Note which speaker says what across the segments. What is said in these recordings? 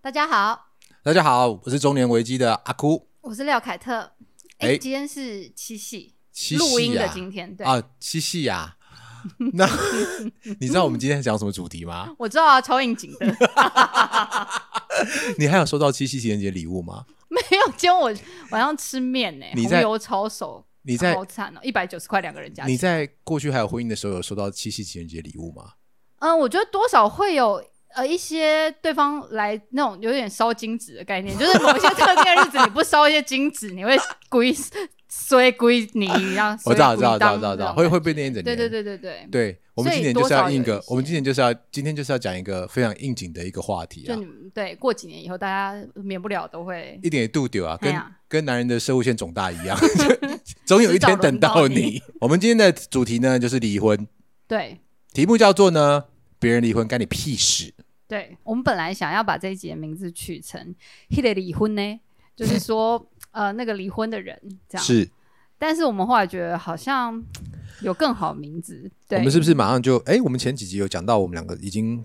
Speaker 1: 大家好，
Speaker 2: 大家好，我是中年危机的阿哭。
Speaker 1: 我是廖凯特。哎、
Speaker 2: 哎
Speaker 1: 今天是七夕，
Speaker 2: 七
Speaker 1: 录音
Speaker 2: 夕
Speaker 1: 的
Speaker 2: 啊，
Speaker 1: 今天，对，
Speaker 2: 啊，七夕呀、那 你知道我们今天讲什么主题吗？
Speaker 1: 我知道啊，超应景的。
Speaker 2: 你还有收到七夕情人节礼物吗？
Speaker 1: 没有，今天我晚上吃面呢、
Speaker 2: 你
Speaker 1: 红
Speaker 2: 在
Speaker 1: 油抄手，
Speaker 2: 你在
Speaker 1: 好惨哦，一百九十块两个人加
Speaker 2: 你
Speaker 1: 起来。
Speaker 2: 在过去还有婚姻的时候有收到七夕情人节礼物吗？
Speaker 1: 嗯，我觉得多少会有。呃，一些对方来那种有点烧金纸的概念，就是某一些特定的日子，你不烧一些金纸，你会故意衰故意你然后
Speaker 2: 我知道，我知道，我知道，我知道，
Speaker 1: 故意当这种
Speaker 2: 会会被念一整
Speaker 1: 对对
Speaker 2: 年。
Speaker 1: 对对对，
Speaker 2: 对我们
Speaker 1: 所以
Speaker 2: 今年就是要应
Speaker 1: 多少有一，
Speaker 2: 个
Speaker 1: 些
Speaker 2: 我们今年就是要今天就是要讲一个非常应景的一个话题
Speaker 1: 就
Speaker 2: 啊
Speaker 1: 你，们对过几年以后，大家免不了都会
Speaker 2: 一点也度丢啊，
Speaker 1: 哎
Speaker 2: 跟
Speaker 1: 呀
Speaker 2: 跟男人的生物线肿大一样， 总有一天等到
Speaker 1: 迟早轮到
Speaker 2: 你。我们今天的主题呢就是离婚，
Speaker 1: 对
Speaker 2: 题目叫做呢，别人离婚干你屁事。
Speaker 1: 对，我们本来想要把这一集的名字取成“ h i 离婚”呢，就是说呃那个离婚的人这样。，但是我们后来觉得好像有更好名字，
Speaker 2: 我
Speaker 1: 对，
Speaker 2: 们是不是马上就？哎，我们前几集有讲到，我们两个已经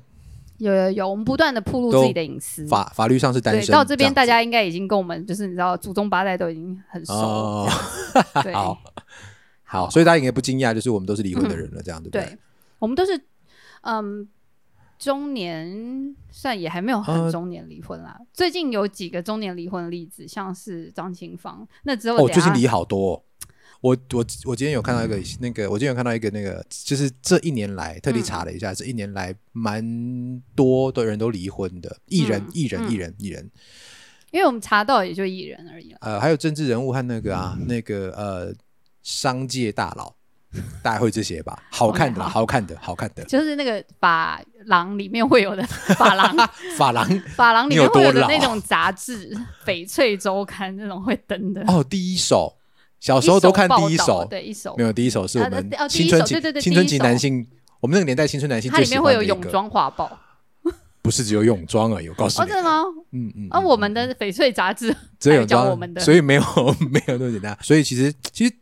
Speaker 1: 有有有，我们不断的暴露自己的隐私。
Speaker 2: 法法嗯律上是单
Speaker 1: 对，
Speaker 2: 身，
Speaker 1: 到这边
Speaker 2: 样
Speaker 1: 大家应该已经跟我们就是你知道祖宗八代都已经很熟了
Speaker 2: 哦，
Speaker 1: 这样子对
Speaker 2: 好 好，所以大家应该不惊讶，就是我们都是离婚的人了，这样对不
Speaker 1: 对？，我们都是嗯中年，算也还没有很
Speaker 2: 呃
Speaker 1: 中年离婚啦。最近有几个中年离婚的例子，像是张清芳，那之后等
Speaker 2: 哦，最
Speaker 1: 下
Speaker 2: 近离好多、哦。我我我今天有看到一个、那个，我今天有看到一个那个，就是这一年来特地查了一下，这一年来蛮多的人都离婚的，艺人、
Speaker 1: 嗯
Speaker 2: 艺人、
Speaker 1: 嗯
Speaker 2: 艺人、艺人，
Speaker 1: 因为我们查到也就一人而已了。
Speaker 2: 呃，还有政治人物和那个啊，那个呃，商界大佬，大概会这些吧。好看的啦，
Speaker 1: OK，
Speaker 2: 好看的，好看的。
Speaker 1: 就是那个法郎里面会有 的法郎，
Speaker 2: 法郎
Speaker 1: 法郎里面
Speaker 2: 你有多
Speaker 1: 会有的
Speaker 2: 老
Speaker 1: 那种杂志，《翡翠周刊》那种会登的。
Speaker 2: 哦，第一手，小
Speaker 1: 一
Speaker 2: 时候都
Speaker 1: 手
Speaker 2: 看
Speaker 1: 报
Speaker 2: 第一
Speaker 1: 道
Speaker 2: 手，
Speaker 1: 对一手
Speaker 2: 没，有第一手是我
Speaker 1: 啊
Speaker 2: 们
Speaker 1: 对哦第一
Speaker 2: 青春
Speaker 1: 手
Speaker 2: 期
Speaker 1: 对对对
Speaker 2: 青
Speaker 1: 第
Speaker 2: 春
Speaker 1: 一
Speaker 2: 期
Speaker 1: 手
Speaker 2: 男性，我们那个年代青春男性
Speaker 1: 它
Speaker 2: 最
Speaker 1: 里
Speaker 2: 喜
Speaker 1: 面会
Speaker 2: 欢
Speaker 1: 有
Speaker 2: 的一
Speaker 1: 泳
Speaker 2: 个，
Speaker 1: 装哦画报哦，
Speaker 2: 不是只有泳装而已。我告诉
Speaker 1: 真
Speaker 2: 你，
Speaker 1: 的吗？
Speaker 2: 嗯嗯，
Speaker 1: 啊，
Speaker 2: 嗯
Speaker 1: 我们的翡翠杂志
Speaker 2: 只
Speaker 1: 还
Speaker 2: 有
Speaker 1: 有
Speaker 2: 泳
Speaker 1: 讲
Speaker 2: 装，
Speaker 1: 我们的
Speaker 2: 所以没有没有那么简单。所以其实其实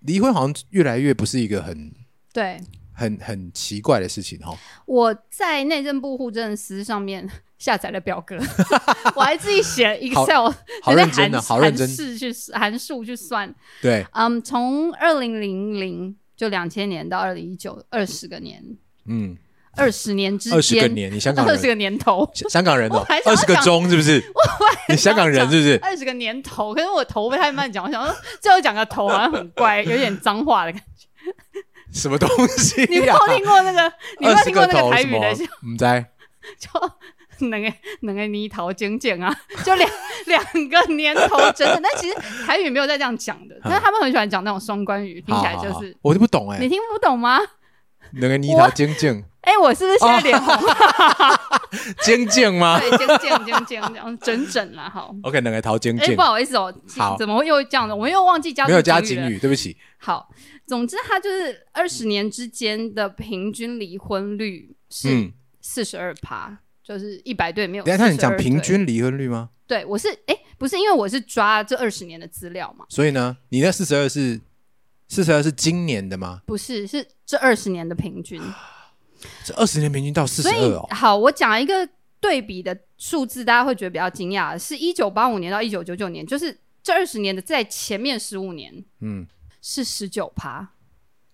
Speaker 2: 离婚好像越来越不是一个很
Speaker 1: 对，
Speaker 2: 很很奇怪的事情哈。
Speaker 1: 我在内政部户政司上面下载了表格， 我还自己写了 Excel，
Speaker 2: 好认真
Speaker 1: 的，
Speaker 2: 啊，好认真
Speaker 1: 函。式去函数去算。
Speaker 2: 对，
Speaker 1: 嗯，从二零零零就两千年到二零一九，二十个年，
Speaker 2: 嗯，
Speaker 1: 二十年之
Speaker 2: 二十个
Speaker 1: 间，
Speaker 2: 年，你香港
Speaker 1: 二十
Speaker 2: 人，
Speaker 1: 个年头，
Speaker 2: 香港人
Speaker 1: 我
Speaker 2: 哦
Speaker 1: 还，想
Speaker 2: 二
Speaker 1: 要
Speaker 2: 十个
Speaker 1: 讲
Speaker 2: 钟是不是？你香港人是不是？
Speaker 1: 二十个年头。可是我头太慢讲，我想说最后讲个头好像很怪，有点脏话 的感觉。
Speaker 2: 什么东西
Speaker 1: 你没
Speaker 2: 呀
Speaker 1: 有？听过那 个？你没
Speaker 2: 啊二
Speaker 1: 有
Speaker 2: 十
Speaker 1: 听过那
Speaker 2: 头
Speaker 1: 个台
Speaker 2: 什
Speaker 1: 语的
Speaker 2: 么？唔知。
Speaker 1: 就 两个两个泥头精简啊， 就两两个年头真的。但其实台语没有在这样讲的，但是他们很喜欢讲那种双关语，听起来就
Speaker 2: 好好好
Speaker 1: 是
Speaker 2: 我就不懂哎
Speaker 1: 你，听不懂吗？
Speaker 2: 两个泥头精 进
Speaker 1: 哎，我是不是现在脸红？
Speaker 2: 精进吗
Speaker 1: 对，精简精简这样整整啦，好。
Speaker 2: ？OK，两个头精
Speaker 1: 哎，
Speaker 2: 进
Speaker 1: 不，好意思哦，
Speaker 2: 好
Speaker 1: 怎么又这样的？我们又忘记加
Speaker 2: 没有加
Speaker 1: 敬
Speaker 2: 警
Speaker 1: 了
Speaker 2: 语，对不起。
Speaker 1: 好，总之它就是二十年之间的平均离婚率是
Speaker 2: 嗯，
Speaker 1: 四十二趴，就是一百对没有42对。
Speaker 2: 等一下，那你讲平均离婚率吗？
Speaker 1: 对，我是哎、不是因为我是抓这二十年的资料嘛，
Speaker 2: 所以呢，你那四十二是四十二是今年的吗？
Speaker 1: 不是，是这二十年的平均。
Speaker 2: 这二十年平均到四十
Speaker 1: 所
Speaker 2: 二
Speaker 1: 以
Speaker 2: 哦，
Speaker 1: 好，我讲一个对比的数字，大家会觉得比较惊讶，是一九八五年到一九九九年，就是这二十年的在前面十五年
Speaker 2: 嗯，
Speaker 1: 是十九趴，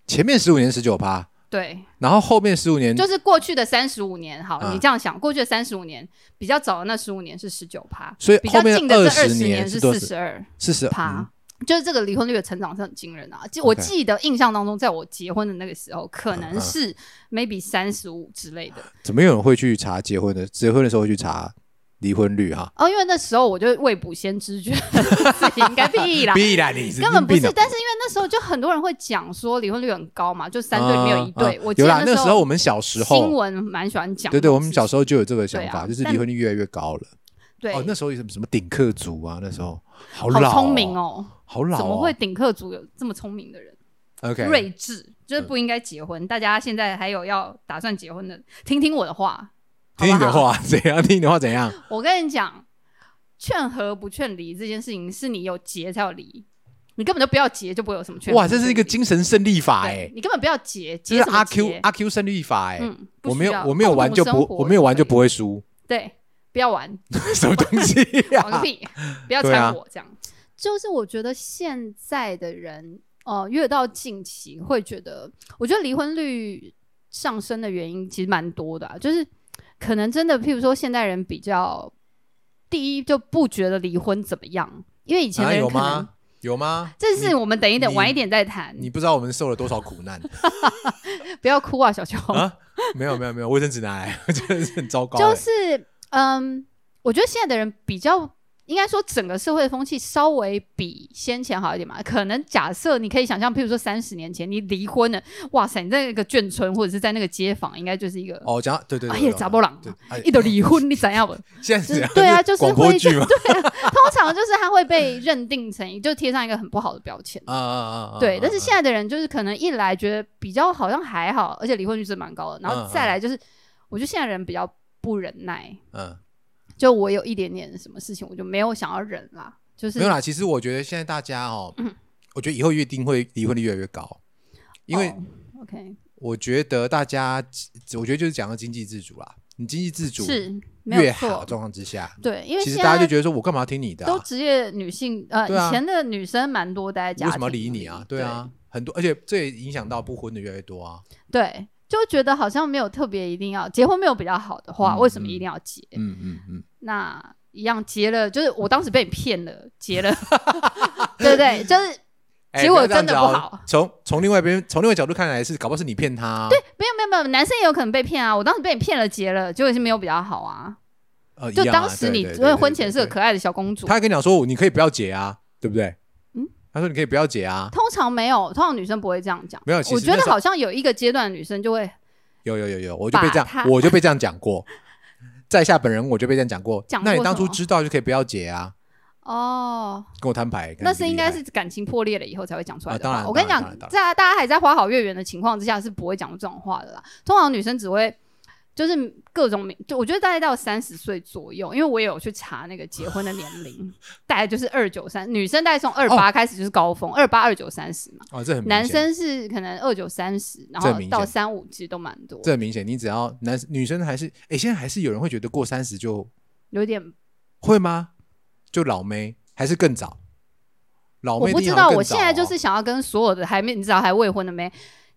Speaker 2: 前面十五年十九趴，
Speaker 1: 对，
Speaker 2: 然后后面十五年
Speaker 1: 就是过去的三十五年。好，
Speaker 2: 啊
Speaker 1: 你这样想，过去的三十五年比较早的那十五年是十九趴，
Speaker 2: 所以
Speaker 1: 比较
Speaker 2: 后面
Speaker 1: 近的这二
Speaker 2: 20
Speaker 1: 十
Speaker 2: 年
Speaker 1: 是
Speaker 2: 多
Speaker 1: 四十二
Speaker 2: 四十嗯
Speaker 1: 趴。就是这个离婚率的成长是很惊人啊！记
Speaker 2: OK 嗯
Speaker 1: 我记得印象当中，在我结婚的那个时候，可能是 maybe 三十五之类的
Speaker 2: 怎么有人会去查结婚的？结婚的时候会去查离婚率啊哈？，
Speaker 1: 哦，因为那时候我就未卜先知，觉得 自己应该必啦
Speaker 2: 必然你
Speaker 1: 根本不
Speaker 2: 病
Speaker 1: 是
Speaker 2: 了。。
Speaker 1: 但是因为那时候就很多人会讲说离婚率很高嘛，就三对里面有一对。
Speaker 2: 啊啊
Speaker 1: 我记
Speaker 2: 有
Speaker 1: 得
Speaker 2: 啦，那
Speaker 1: 时
Speaker 2: 时候我们小时
Speaker 1: 新
Speaker 2: 候，
Speaker 1: 闻蛮喜欢讲这种事情，
Speaker 2: 对对，我们小时候就有这个想
Speaker 1: 对啊
Speaker 2: 法，就是
Speaker 1: 但
Speaker 2: 离婚率越来越高了。
Speaker 1: 对
Speaker 2: 哦，那时候有什么什么顶客族啊，那时候好
Speaker 1: 好
Speaker 2: 老，
Speaker 1: 聪明，哦，
Speaker 2: 好老，
Speaker 1: 怎么会顶客族有这么聪明的人？
Speaker 2: ？OK，
Speaker 1: 睿智就是不应该结婚。大家现在还有要打算结婚的，听听我的话，好
Speaker 2: 听
Speaker 1: 不
Speaker 2: 你的
Speaker 1: 好。
Speaker 2: 话怎样？听你的话怎样？
Speaker 1: 我跟你讲，劝和不劝离这件事情，是你有结才有离，你根本就不要结，就不会有什么劝和
Speaker 2: 哇，
Speaker 1: 不劝
Speaker 2: 这
Speaker 1: 离。
Speaker 2: 是一个精神胜利法
Speaker 1: 对
Speaker 2: 哎，
Speaker 1: 你根本不要结，
Speaker 2: 这
Speaker 1: 结
Speaker 2: 是
Speaker 1: 什么
Speaker 2: 阿
Speaker 1: 结
Speaker 2: Q 阿 Q 胜利法哎，
Speaker 1: 嗯，不
Speaker 2: 我
Speaker 1: 需
Speaker 2: 没有
Speaker 1: 要
Speaker 2: 我没有
Speaker 1: 共
Speaker 2: 玩
Speaker 1: 同
Speaker 2: 就
Speaker 1: 生
Speaker 2: 不
Speaker 1: 活
Speaker 2: 我没有玩
Speaker 1: 可以
Speaker 2: 就不会输，
Speaker 1: 对，不要玩，
Speaker 2: 什么东西 呀、
Speaker 1: 玩个屁，不要
Speaker 2: 对啊
Speaker 1: 缠我这样。就是我觉得现在的人，呃，越到近期会觉得，我觉得离婚率上升的原因其实蛮多的、啊，就是可能真的，譬如说现代人比较，第一就不觉得离婚怎么样，因为以前
Speaker 2: 啊
Speaker 1: 的人
Speaker 2: 有
Speaker 1: 可能。
Speaker 2: 吗？有吗？
Speaker 1: 这是
Speaker 2: 你
Speaker 1: 我们等一等，
Speaker 2: 你
Speaker 1: 晚一点再谈。
Speaker 2: 你不知道我们受了多少苦难
Speaker 1: 不要哭啊，小秋。
Speaker 2: 啊！没有没有没有，卫生纸拿来， 真的是很糟糕欸、
Speaker 1: 就是嗯，我觉得现在的人比较，应该说整个社会的风气稍微比先前好一点嘛。可能假设你可以想象，譬如说三十年前你离婚了，哇塞，你在那个眷村或者是在那个街坊，应该就是一个。
Speaker 2: 哦，讲对对对，
Speaker 1: 哎
Speaker 2: 对
Speaker 1: 呀，杂波郎，
Speaker 2: 对，哎
Speaker 1: 一，都离婚，你怎样？
Speaker 2: 现在
Speaker 1: 就是
Speaker 2: 怎样
Speaker 1: 对啊，就是
Speaker 2: 广播
Speaker 1: 会
Speaker 2: 剧 吗？
Speaker 1: 通常就是他会被认定成，就贴上一个很不好的标签。
Speaker 2: 啊啊啊啊！啊
Speaker 1: 对，但是
Speaker 2: 啊
Speaker 1: 现在的人就是可能一来觉得比较好像还好，而且离婚率是蛮高的，然后
Speaker 2: 嗯
Speaker 1: 再来就是，我觉得现在人比较不忍耐，
Speaker 2: 嗯，
Speaker 1: 就我有一点点什么事情，我就没有想要忍啦，就是嗯
Speaker 2: 没有啦。其实我觉得现在大家哦，我觉得以后一定会离婚率越来越高，因为
Speaker 1: 哦 OK
Speaker 2: 我觉得大家，我觉得就是讲到经济自主啦。你经济自主
Speaker 1: 是没
Speaker 2: 越
Speaker 1: 有
Speaker 2: 好的
Speaker 1: 错，
Speaker 2: 状况之下，
Speaker 1: 对，因为
Speaker 2: 其
Speaker 1: 现
Speaker 2: 实
Speaker 1: 在
Speaker 2: 大家就觉得说我干嘛要听你的啊、
Speaker 1: 都职业女性，呃，
Speaker 2: 对啊
Speaker 1: 以前的女生蛮多待在家
Speaker 2: 为
Speaker 1: 庭，
Speaker 2: 什么要理你啊？对啊，很多，而且这也影响到不婚的越来越多啊。
Speaker 1: 对，对，就觉得好像没有特别一定要结婚，没有比较好的话，
Speaker 2: 嗯
Speaker 1: 为什么
Speaker 2: 嗯
Speaker 1: 一定要结？
Speaker 2: 嗯嗯嗯，
Speaker 1: 那一样结了，就是我当时被你骗了，结 了， 对不对？就是
Speaker 2: 哎
Speaker 1: 结果
Speaker 2: 要这
Speaker 1: 真
Speaker 2: 样
Speaker 1: 的
Speaker 2: 子
Speaker 1: 不
Speaker 2: 哦
Speaker 1: 好
Speaker 2: 从从另外一边，从另外角度看来是，搞不好是你骗他、啊。对，
Speaker 1: 没有没有没有，男生也有可能被骗啊，我当时被你骗了，结了，结果是没有比较好啊，
Speaker 2: 呃，
Speaker 1: 就
Speaker 2: 一样啊
Speaker 1: 当时你
Speaker 2: 对对
Speaker 1: 因为婚前是个
Speaker 2: 对对
Speaker 1: 可爱的小公主
Speaker 2: 对，他还跟你讲说，你可以不要结啊，对不对？
Speaker 1: 嗯，
Speaker 2: 他说你可以不要结啊，
Speaker 1: 通常没有，通常女生不会这样讲。
Speaker 2: 没有其实
Speaker 1: 我觉
Speaker 2: 那
Speaker 1: 得
Speaker 2: 时候
Speaker 1: 好像有一个阶段的女生就会
Speaker 2: 有有有有，我就被这
Speaker 1: 把
Speaker 2: 样，
Speaker 1: 他
Speaker 2: 我就被这样讲过，在下本人我就被这样讲过。
Speaker 1: 讲过
Speaker 2: 那你当初
Speaker 1: 什么
Speaker 2: 知道就可以不要结啊，
Speaker 1: 哦，
Speaker 2: 跟我摊牌。看
Speaker 1: 那
Speaker 2: 你
Speaker 1: 是
Speaker 2: 厉
Speaker 1: 应该
Speaker 2: 害
Speaker 1: 是感情破裂了以后才会讲出来
Speaker 2: 啊
Speaker 1: 的
Speaker 2: 当
Speaker 1: 话。
Speaker 2: 然
Speaker 1: 我跟你
Speaker 2: 当然
Speaker 1: 讲
Speaker 2: 当然，当
Speaker 1: 在
Speaker 2: 然
Speaker 1: 大家还在花好月圆的情况之下是不会讲出这种话的啦。通常女生只会就是各种名，就我觉得大概到三十岁左右，因为我也有去查那个结婚的年龄， 大概就是二九三，女生大概从二八开始就是高峰，二八二九三十嘛。
Speaker 2: 哦，这很明
Speaker 1: 男
Speaker 2: 显
Speaker 1: 生是可能二九三十，然
Speaker 2: 这
Speaker 1: 后
Speaker 2: 明显
Speaker 1: 到三五其实都蛮多，
Speaker 2: 这很明显，你只要男女生还是哎，现在还是有人会觉得过三十就
Speaker 1: 有点
Speaker 2: 会吗？就老妹还是更早？老
Speaker 1: 我
Speaker 2: 妹
Speaker 1: 不
Speaker 2: 一定
Speaker 1: 知
Speaker 2: 好像
Speaker 1: 道，
Speaker 2: 更
Speaker 1: 我
Speaker 2: 早
Speaker 1: 现在
Speaker 2: 哦
Speaker 1: 就是想要跟所有的还没你知道还未婚的没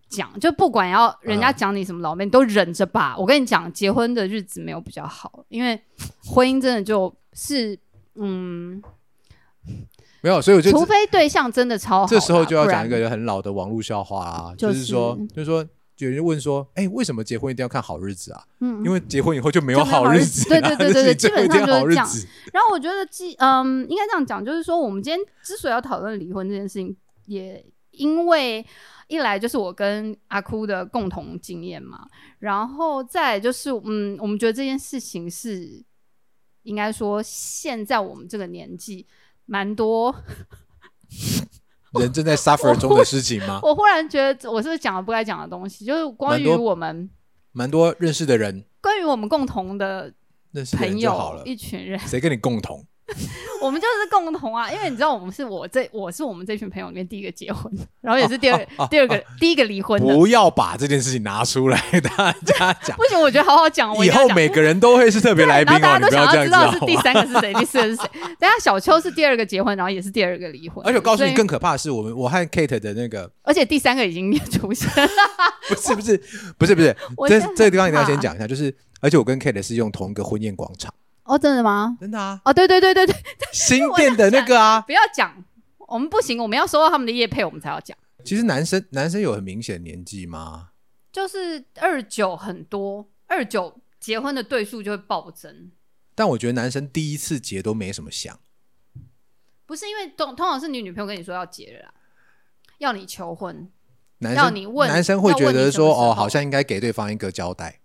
Speaker 1: 讲，就不管要人家
Speaker 2: 嗯
Speaker 1: 讲你什么老妹，你都忍着吧。我跟你讲，结婚的日子没有比较好，因为婚姻真的就是嗯，
Speaker 2: 没有，所以我就
Speaker 1: 除非对象真的超好啦，
Speaker 2: 这时候就要
Speaker 1: 不
Speaker 2: 讲
Speaker 1: 然
Speaker 2: 一个很老的网络笑话啊，
Speaker 1: 就
Speaker 2: 就是说
Speaker 1: 是，
Speaker 2: 就是说。有人问说：“哎、为什么结婚一定要看好日子啊？
Speaker 1: 嗯，
Speaker 2: 因为结婚以后就没有
Speaker 1: 就没有好日
Speaker 2: 日
Speaker 1: 子
Speaker 2: 子
Speaker 1: 对
Speaker 2: 啦
Speaker 1: 对对
Speaker 2: 这
Speaker 1: 对
Speaker 2: 是
Speaker 1: 对基
Speaker 2: 最后一
Speaker 1: 本上
Speaker 2: 天
Speaker 1: 就是
Speaker 2: 好日
Speaker 1: 这样
Speaker 2: 子
Speaker 1: 然后我觉得既嗯，应该这样讲，就是说我们今天之所以要讨论离婚这件事情，也因为一来就是我跟阿哭的共同经验嘛，然后再来就是嗯，我们觉得这件事情是应该说现在我们这个年纪蛮多，
Speaker 2: 人正在 suffer 中的事情吗？
Speaker 1: 我忽然觉得我是不是讲了不该讲的东西，就是关于
Speaker 2: 啊蛮多
Speaker 1: 我们
Speaker 2: 蛮多认识的人，
Speaker 1: 关于我们共同的
Speaker 2: 认识的人
Speaker 1: 朋
Speaker 2: 就好
Speaker 1: 友
Speaker 2: 了，
Speaker 1: 一群人，
Speaker 2: 谁跟你共同？
Speaker 1: 我们就是共同啊，因为你知道，我们是我这我是我们这群朋友里面第一个结婚的，然后也是第二
Speaker 2: 哦
Speaker 1: 个、第二个、第一个离婚的。
Speaker 2: 不要把这件事情拿出来 大家讲，
Speaker 1: 不行，我觉得好好讲， 我一
Speaker 2: 以
Speaker 1: 定要
Speaker 2: 后
Speaker 1: 讲。
Speaker 2: 每个人都会是特别来
Speaker 1: 然
Speaker 2: 宾
Speaker 1: 后
Speaker 2: 哦，
Speaker 1: 大家都
Speaker 2: 你不
Speaker 1: 想
Speaker 2: 要这
Speaker 1: 要知道
Speaker 2: 样
Speaker 1: 是
Speaker 2: 子好
Speaker 1: 第
Speaker 2: 吗？
Speaker 1: 三个是谁，第四个是谁。等一下小秋是第二个结婚，然后也是第二个离婚。
Speaker 2: 而且我告诉
Speaker 1: 所
Speaker 2: 你，
Speaker 1: 以
Speaker 2: 更可怕的是，我们我和 Kate 的那个
Speaker 1: 而且第三个已经出现了。
Speaker 2: 不是不是不是不是，
Speaker 1: 我
Speaker 2: 这
Speaker 1: 真的
Speaker 2: 这个地方一定要
Speaker 1: 很啊
Speaker 2: 先
Speaker 1: 怕
Speaker 2: 讲一下，就是而且我跟 Kate 是用同一个婚宴广场，
Speaker 1: 哦，真的吗？
Speaker 2: 真 的啊，
Speaker 1: 哦，对对对对对，
Speaker 2: 新店的那个啊。
Speaker 1: 不要讲，我们不行，我们要收到他们的业配，我们才要讲。
Speaker 2: 其实男生男生有很明显的年纪吗？
Speaker 1: 就是二九很多，二九结婚的对数就会暴增。
Speaker 2: 但我觉得男生第一次结都没什么想。
Speaker 1: 不是因为通通常是你女朋友跟你说要结了啦，要你求婚，
Speaker 2: 男
Speaker 1: 要
Speaker 2: 生
Speaker 1: 你问
Speaker 2: 男生会
Speaker 1: 要
Speaker 2: 觉
Speaker 1: 问
Speaker 2: 得
Speaker 1: 你什么
Speaker 2: 说，
Speaker 1: 时候
Speaker 2: 哦，好像应该给对方一个交代。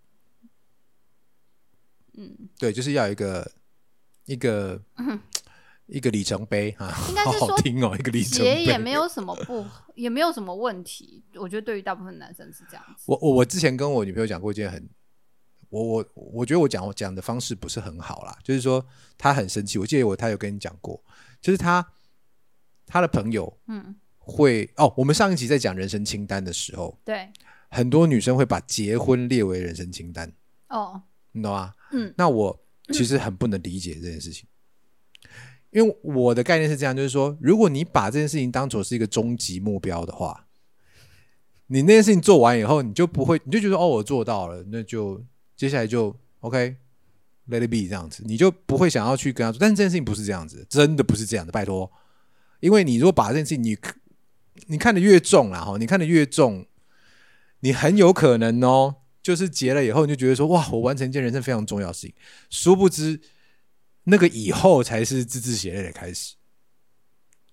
Speaker 2: 嗯，对，就是要有一个一个、一个里程碑啊，
Speaker 1: 嗯应该
Speaker 2: 好
Speaker 1: 是说
Speaker 2: 好听哦，一个里程
Speaker 1: 结
Speaker 2: 碑。
Speaker 1: 也没有什么不， 也没有什么问题。我觉得对于大部分男生是这样子。
Speaker 2: 我我我之前跟我女朋友讲过一件很，我我我觉得我讲我讲的方式不是很好啦，就是说她很生气，我记得我她有跟你讲过，就是她她的朋友
Speaker 1: 嗯，
Speaker 2: 会哦，我们上一集在讲人生清单的时候，
Speaker 1: 对，
Speaker 2: 很多女生会把结婚列为人生清单，
Speaker 1: 哦，
Speaker 2: 你懂吗？
Speaker 1: 嗯，
Speaker 2: 那我其实很不能理解这件事情。因为我的概念是这样，就是说，如果你把这件事情当做是一个终极目标的话，你那件事情做完以后，你就不会，你就觉得哦，我做到了，那就接下来就 OK。Let it be 这样子，你就不会想要去跟他说。但是这件事情不是这样子，真的不是这样的，拜托。因为你如果把这件事情你你看得越重啦，哈，你看得越重，你很有可能哦，就是结了以后你就觉得说，哇，我完成一件人生非常重要的事情。殊不知，那个以后才是字字血泪的开始，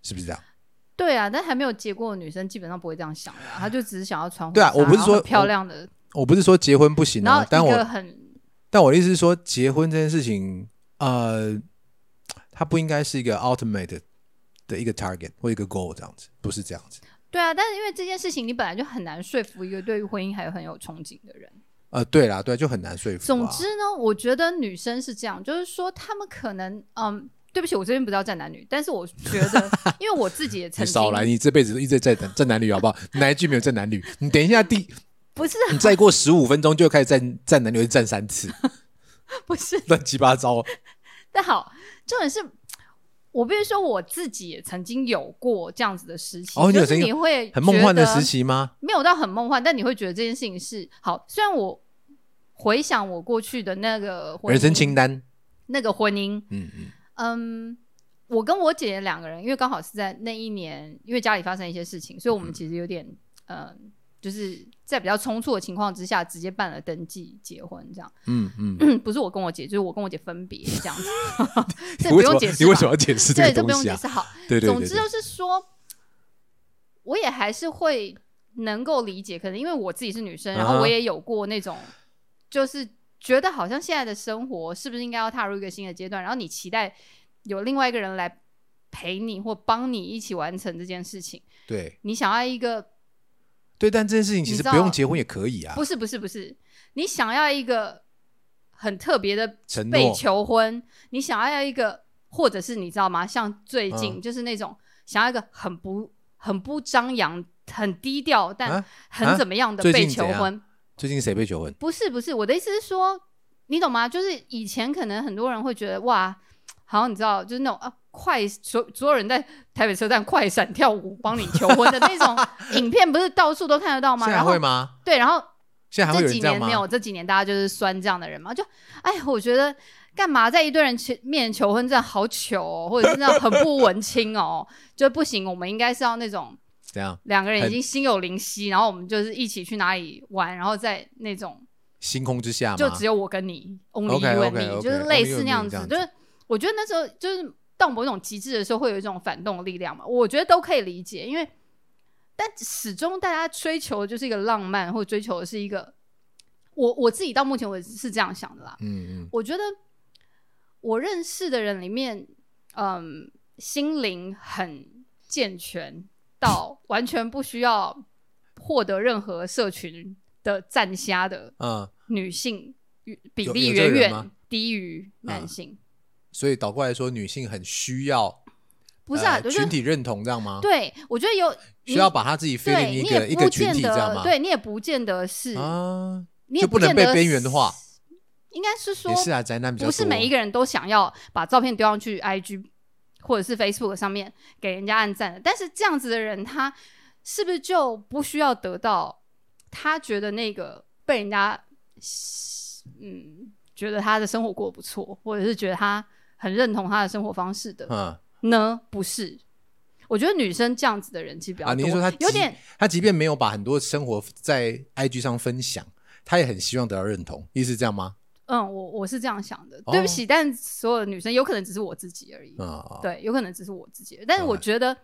Speaker 2: 是不是这样？
Speaker 1: 对啊，但还没有结过的女生基本上不会这样想的啊，她就只是想要穿婚
Speaker 2: 对啊我不
Speaker 1: 纱
Speaker 2: 是
Speaker 1: 然后
Speaker 2: 说
Speaker 1: 很漂亮的，
Speaker 2: 我不是说结婚不行
Speaker 1: 然后
Speaker 2: 哦，但
Speaker 1: 一个
Speaker 2: 我
Speaker 1: 很
Speaker 2: 但我的意思是说，结婚这件事情，呃，它不应该是一个 ultimate 的的一个 target 或一个 goal 这样子，不是这样子。
Speaker 1: 对啊，但是因为这件事情，你本来就很难说服一个对于婚姻还有很有憧憬的人。
Speaker 2: 呃，对啦，对，就很难说服、啊。
Speaker 1: 总之呢，我觉得女生是这样，就是说她们可能，嗯，对不起，我这边不是要站男女，但是我觉 得，因为我自己也曾
Speaker 2: 你
Speaker 1: 经
Speaker 2: 少来，你这辈子都一直在正正男女好不好？你哪一句没有正男女？你等一下第，
Speaker 1: 不是
Speaker 2: 你再过十五分钟就开始站站男女，站三次，
Speaker 1: 不是
Speaker 2: 乱七八糟。
Speaker 1: 但好，重点是，我必须说我自己也曾经有过这样子的时期，
Speaker 2: 哦你有
Speaker 1: 就是
Speaker 2: 曾经
Speaker 1: 你会
Speaker 2: 很梦幻的时
Speaker 1: 期，
Speaker 2: 期吗？
Speaker 1: 没有到很梦幻，但你会觉得这件事情是好。虽然我回想我过去的那个婚
Speaker 2: 人生
Speaker 1: 姻，
Speaker 2: 清单，
Speaker 1: 那个婚姻，
Speaker 2: 嗯嗯，
Speaker 1: 嗯，我跟我姐姐两个人，因为刚好是在那一年，因为家里发生一些事情，所以我们其实有点，嗯、就是在比较冲突的情况之下，直接办了登记结婚，这样、
Speaker 2: 嗯嗯，
Speaker 1: 不是我跟我姐，就是我跟我姐分 别这样子，这
Speaker 2: 你
Speaker 1: 不
Speaker 2: 为什
Speaker 1: 用
Speaker 2: 么
Speaker 1: 解释吧，
Speaker 2: 你为什么要解释这
Speaker 1: 对，
Speaker 2: 个
Speaker 1: 这不用
Speaker 2: 东西
Speaker 1: 解
Speaker 2: 啊？
Speaker 1: 释好。
Speaker 2: 对对对
Speaker 1: 总之就是说，我也还是会能够理解，可能因为我自己是女生，然
Speaker 2: 啊
Speaker 1: 后
Speaker 2: 哈
Speaker 1: 我也有过那种，就是觉得好像现在的生活是不是应该要踏入一个新的阶段，然后你期待有另外一个人来陪你或帮你一起完成这件事情，
Speaker 2: 对
Speaker 1: 你想要一个
Speaker 2: 对，但这件事情其
Speaker 1: 你
Speaker 2: 实
Speaker 1: 知道
Speaker 2: 不用结婚也可以啊
Speaker 1: 不。是不是不是，你想要一个很特别的
Speaker 2: 承
Speaker 1: 被
Speaker 2: 诺，
Speaker 1: 求婚，你想要一个，或者是你知道吗？像最近、
Speaker 2: 嗯
Speaker 1: 就是那种想要一个很不很不张扬、很低调但
Speaker 2: 啊啊
Speaker 1: 很怎么样的
Speaker 2: 最
Speaker 1: 被
Speaker 2: 近
Speaker 1: 求
Speaker 2: 怎样
Speaker 1: 婚。
Speaker 2: 最近谁被求婚？
Speaker 1: 不是不是，我的意思是说，你懂吗？就是以前可能很多人会觉得哇，好像你知道，就是那种啊。快，所所有人在台北车站快闪跳舞帮你求婚的那种 影片，不是到处都看得到吗？
Speaker 2: 现在
Speaker 1: 然
Speaker 2: 还会
Speaker 1: 后
Speaker 2: 吗？
Speaker 1: 对，然后
Speaker 2: 现在还会
Speaker 1: 这
Speaker 2: 有
Speaker 1: 几
Speaker 2: 人这样
Speaker 1: 年
Speaker 2: 吗
Speaker 1: 没？有，这几年大家就是酸这样的人嘛，就哎，我觉得干嘛在一堆人前面求婚，这样好糗哦，或者是那种很不文青哦， 就不行。我们应该是要那种
Speaker 2: 这样
Speaker 1: 两个人已
Speaker 2: 很
Speaker 1: 经心有灵犀，然后我们就是一起去哪里玩，然后在那种
Speaker 2: 星空之下吗？
Speaker 1: 就只有我跟你，only
Speaker 2: OK，
Speaker 1: you and
Speaker 2: OK，
Speaker 1: me，
Speaker 2: OK，
Speaker 1: 就是
Speaker 2: only
Speaker 1: 类
Speaker 2: you
Speaker 1: 似
Speaker 2: and
Speaker 1: 那样
Speaker 2: me 这样子
Speaker 1: 就是我觉得那时候就是到某种极致的时候，会有一种反动力量嘛，我觉得都可以理解，因为但始终大家追求的就是一个浪漫，或追求的是一个我我自己到目前为止是这样想的啦。
Speaker 2: 嗯嗯
Speaker 1: 我觉得我认识的人里面，嗯，心灵很健全，到完全不需要获得任何社群的赞虾的
Speaker 2: 嗯，
Speaker 1: 女性与比
Speaker 2: 有
Speaker 1: 例
Speaker 2: 有这
Speaker 1: 远
Speaker 2: 个人
Speaker 1: 远
Speaker 2: 吗
Speaker 1: 低于男
Speaker 2: 嗯
Speaker 1: 性。
Speaker 2: 所以倒过来说，女性很需要
Speaker 1: 不是
Speaker 2: 呃
Speaker 1: 啊，我觉
Speaker 2: 群
Speaker 1: 得
Speaker 2: 体认同，这样吗？，
Speaker 1: 对，我觉得有
Speaker 2: 需要把她自己 f
Speaker 1: 对，
Speaker 2: i 一
Speaker 1: 你
Speaker 2: 个
Speaker 1: 也
Speaker 2: 一
Speaker 1: 不
Speaker 2: 个群
Speaker 1: 见
Speaker 2: 体，这样
Speaker 1: 得，
Speaker 2: 吗？
Speaker 1: 对你也不见得是，
Speaker 2: 啊，
Speaker 1: 你也
Speaker 2: 就不能
Speaker 1: 见
Speaker 2: 被
Speaker 1: 得
Speaker 2: 边缘
Speaker 1: 是
Speaker 2: 化。
Speaker 1: 应该是说
Speaker 2: 也是啊，宅男比较
Speaker 1: 不是每一
Speaker 2: 个
Speaker 1: 个人都想要把照片丢上去 IG 或者是 Facebook 上面给人家按赞的，但是这样子的人，他是不是就不需要得到他觉得那个被人家嗯觉得他的生活过得不错，或者是觉得他很认同他的生活方式的
Speaker 2: 嗯，
Speaker 1: 呢？不是，我觉得女生这样子的人其实比较
Speaker 2: 啊你
Speaker 1: 多，
Speaker 2: 是说她
Speaker 1: 有
Speaker 2: 急
Speaker 1: 点
Speaker 2: 她即便没有把很多生活在 IG 上分享，她也很希望得到认同，意思是这样吗？
Speaker 1: 嗯，我我是这样想的，
Speaker 2: 哦
Speaker 1: 对不起，但所有的女生有可能只是我自己而已。
Speaker 2: 啊，
Speaker 1: 对，有可能只是我自己，但是我
Speaker 2: 嗯
Speaker 1: 觉得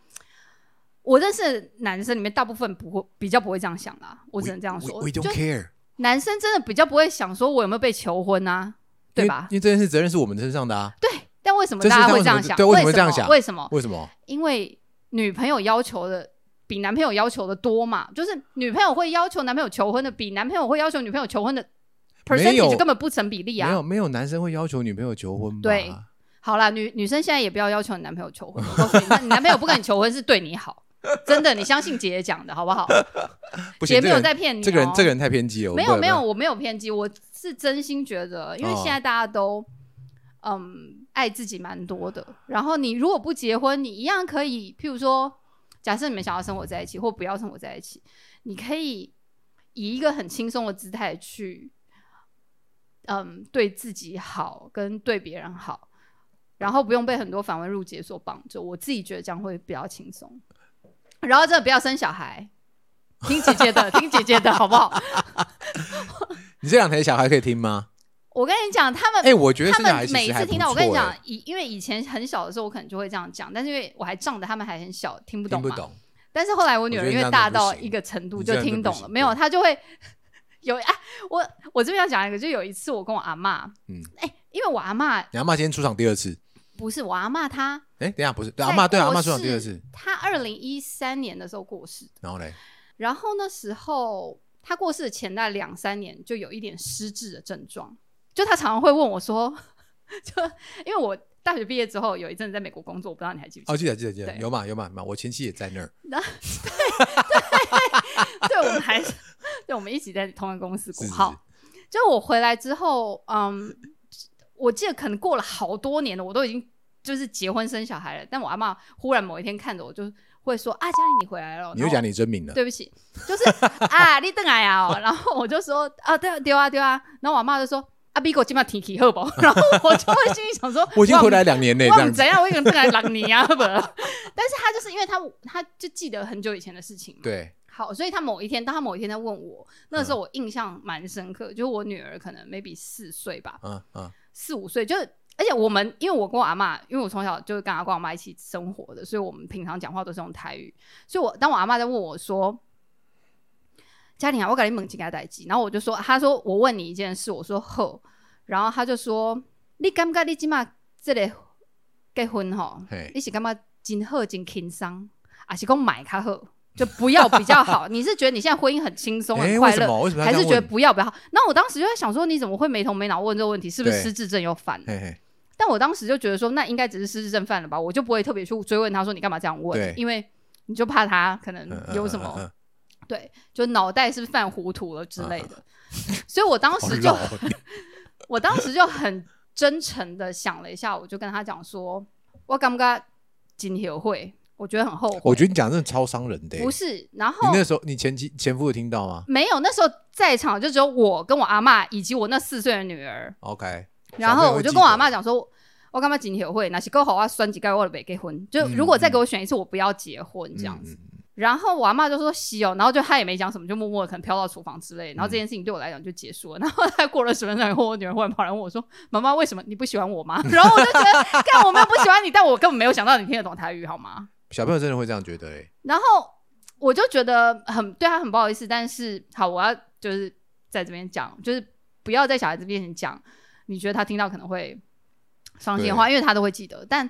Speaker 1: 我认识的男生里面大部分不会比较不会这样想啦，我
Speaker 2: 我
Speaker 1: 只能这样说。
Speaker 2: We
Speaker 1: 就
Speaker 2: don't care，
Speaker 1: 男生真的比较不会想说我有没有被求婚啊，对
Speaker 2: 因为
Speaker 1: 吧？
Speaker 2: 因为这件事责任是我们身上的啊，
Speaker 1: 对，但为什么
Speaker 2: 这是
Speaker 1: 大家
Speaker 2: 他
Speaker 1: 会
Speaker 2: 为
Speaker 1: 这
Speaker 2: 什么
Speaker 1: 样想？
Speaker 2: 对为
Speaker 1: 为
Speaker 2: 什么这样想
Speaker 1: 为什么？
Speaker 2: 为什么？
Speaker 1: 因为女朋友要求的比男朋友要求的多嘛，就是女朋友会要求男朋友求婚的比男朋友会要求女朋友求婚的
Speaker 2: 没有
Speaker 1: percentage 根本不成比例
Speaker 2: 没有
Speaker 1: 啊。
Speaker 2: 没有男生会要求女朋友求婚吧？
Speaker 1: 对好啦，女女生现在也不要要求你男朋友求婚，我告诉你，那你男朋友不跟你求婚是对你好，真的，你相信姐姐讲的好不好？
Speaker 2: 不行，
Speaker 1: 姐没有
Speaker 2: 这个人
Speaker 1: 在骗你、哦，
Speaker 2: 这个人这个人太偏激了，我
Speaker 1: 没
Speaker 2: 不
Speaker 1: 有
Speaker 2: 能
Speaker 1: 没有，我没有偏激，我是真心觉得，因为
Speaker 2: 哦
Speaker 1: 现在大家都嗯爱自己蛮多的。然后你如果不结婚，你一样可以，譬如说，假设你们想要生活在一起，或不要生活在一起，你可以以一个很轻松的姿态去，嗯，对自己好跟对别人好，然后不用被很多繁文缛节所绑着。我自己觉得这样会比较轻松。然后真的不要生小孩，听姐姐的，听姐姐的好不好？
Speaker 2: 你这两台小孩可以听吗？
Speaker 1: 我跟你讲，他们
Speaker 2: 哎、我觉得
Speaker 1: 呃他
Speaker 2: 生小孩
Speaker 1: 们
Speaker 2: 其
Speaker 1: 每
Speaker 2: 实还
Speaker 1: 次
Speaker 2: 不
Speaker 1: 听到
Speaker 2: 错
Speaker 1: 我跟你
Speaker 2: 欸
Speaker 1: 讲，以因为以前很小的时候，我可能就会这样讲，但是因为我还仗着他们还很小，听不懂
Speaker 2: 听
Speaker 1: 嘛。
Speaker 2: 不懂。
Speaker 1: 但是后来我女
Speaker 2: 我
Speaker 1: 儿
Speaker 2: 觉得
Speaker 1: 因为
Speaker 2: 那
Speaker 1: 大
Speaker 2: 都不
Speaker 1: 到
Speaker 2: 行
Speaker 1: 一个程度
Speaker 2: 你
Speaker 1: 就
Speaker 2: 这样
Speaker 1: 听
Speaker 2: 都不
Speaker 1: 懂了，
Speaker 2: 行
Speaker 1: 没有
Speaker 2: 对
Speaker 1: 她就会有啊。我我这边要讲一个，就有一次我跟我阿妈，
Speaker 2: 嗯
Speaker 1: 哎、因为我阿妈
Speaker 2: 你阿妈今天出场第二次，
Speaker 1: 不是我阿妈，她
Speaker 2: 哎、等一下不是，对
Speaker 1: 在
Speaker 2: 阿妈对
Speaker 1: 过
Speaker 2: 阿妈出场第二
Speaker 1: 世
Speaker 2: 次，
Speaker 1: 她二零一三年的时候过世，
Speaker 2: 然后嘞，
Speaker 1: 然后那时候她过世的前大概两三年就有一点失智的症状，就她常常会问我说， 就因为我大学毕业之后有一阵子在美国工作，我不知道你还记不记得？
Speaker 2: 哦，记得记得记得，
Speaker 1: 对
Speaker 2: 有嘛有嘛有嘛，我前妻也在那儿，
Speaker 1: 对，我们还是对，我们一起在同一个公司
Speaker 2: 是
Speaker 1: 过。
Speaker 2: 是
Speaker 1: 好，就我回来之后，嗯，我记得可能过了好多年了，我都已经就是结婚生小孩了，但我阿妈忽然某一天看着我，就会说：“啊，佳丽，你回来了。”
Speaker 2: 你又
Speaker 1: 然后
Speaker 2: 讲你真名了，
Speaker 1: 对不起，就是啊，你等来呀、 哦。然后我就说啊，对啊，丢啊丢啊。然后我阿妈就说：“啊，比我今晚天气好不 好？”然后我就会心里想说：“
Speaker 2: 我已经
Speaker 1: 哇
Speaker 2: 回来两年内这
Speaker 1: 我
Speaker 2: 样
Speaker 1: 唔
Speaker 2: 子
Speaker 1: 怎，样，我一个人来狼你啊，不。”但是他就是因为他他就记得很久以前的事情嘛，
Speaker 2: 对，嗯
Speaker 1: 好，所以他某一天，当他某一天在问我，那时候我印象蛮深刻，就是我女儿可能 maybe 四岁吧，
Speaker 2: 嗯嗯，
Speaker 1: 四五岁，就是而且我们因为我跟我阿妈，因为我从小就是跟阿公阿妈一起生活的，所以我们平常讲话都是用台语，所以我当我阿妈在问我说。嘉玲啊，我给你猛几个代志，然后我就说，她说我问你一件事，我说好，然后她就说，你感觉你今嘛这个结婚吼，
Speaker 2: 嘿，
Speaker 1: 你是干嘛真好真轻松，还是讲买较好，就不要比较好？ 你是觉得你现在婚姻很轻松、
Speaker 2: 哎、
Speaker 1: 很
Speaker 2: 为
Speaker 1: 快
Speaker 2: 什
Speaker 1: 乐，
Speaker 2: 么为什么要
Speaker 1: 还
Speaker 2: 这
Speaker 1: 是
Speaker 2: 样
Speaker 1: 觉得
Speaker 2: 问？
Speaker 1: 不要比较好？那我当时就在想说，你怎么会没头没脑问这个问题？是不是
Speaker 2: 对
Speaker 1: 失智症又犯 了？
Speaker 2: 嘿嘿，
Speaker 1: 但我当时就觉得说，那应该只是失智症犯了吧，我就不会特别去追问他说你干嘛这样问
Speaker 2: 对，
Speaker 1: 因为你就怕他可
Speaker 2: 嗯
Speaker 1: 能
Speaker 2: 嗯
Speaker 1: 有
Speaker 2: 嗯
Speaker 1: 什
Speaker 2: 嗯
Speaker 1: 么、
Speaker 2: 嗯
Speaker 1: 对，就脑袋是不是犯糊涂了之类
Speaker 2: 嗯
Speaker 1: 的。所以我当
Speaker 2: 好
Speaker 1: 时就
Speaker 2: 老哦，你
Speaker 1: 我当时就很真诚的想了一下，我就跟他讲说，我感觉真后悔，我觉得很后悔。
Speaker 2: 我觉得你讲得真的超伤人的、欸
Speaker 1: 不是，哦然
Speaker 2: 你
Speaker 1: 后
Speaker 2: 那时候你前妻前夫有听到吗
Speaker 1: 没有，那时候在场就只有我跟我阿妈以及我那四岁的女儿，
Speaker 2: ？OK，
Speaker 1: 然
Speaker 2: 小朋友
Speaker 1: 后
Speaker 2: 会
Speaker 1: 我就
Speaker 2: 记
Speaker 1: 跟我
Speaker 2: 得
Speaker 1: 阿妈讲说。我干嘛今天会？那是够好啊，酸几盖我都没结婚。就
Speaker 2: 嗯
Speaker 1: 如果再给我选一次，我不要结婚这样子。
Speaker 2: 嗯嗯
Speaker 1: 然后我阿妈就说西哦，然后就她也没讲什么，就默默的可能飘到厨房之
Speaker 2: 嗯
Speaker 1: 类的。然后这件事情对我来讲就结束了。然后她过了十分钟以后，我女儿忽然跑来问我说：“妈妈，为什么你不喜欢我 吗？”然后我就觉得，干我没有不喜欢你，但我根本没有想到你听得懂台语，好吗？
Speaker 2: 小朋友真的会这样觉得、欸，
Speaker 1: 然后我就觉得很对啊她很不好意思，但是好，我要就是在这边讲，就是不要在小孩子面前讲，你觉得他听到可能会伤心的话，因为他都会记得。但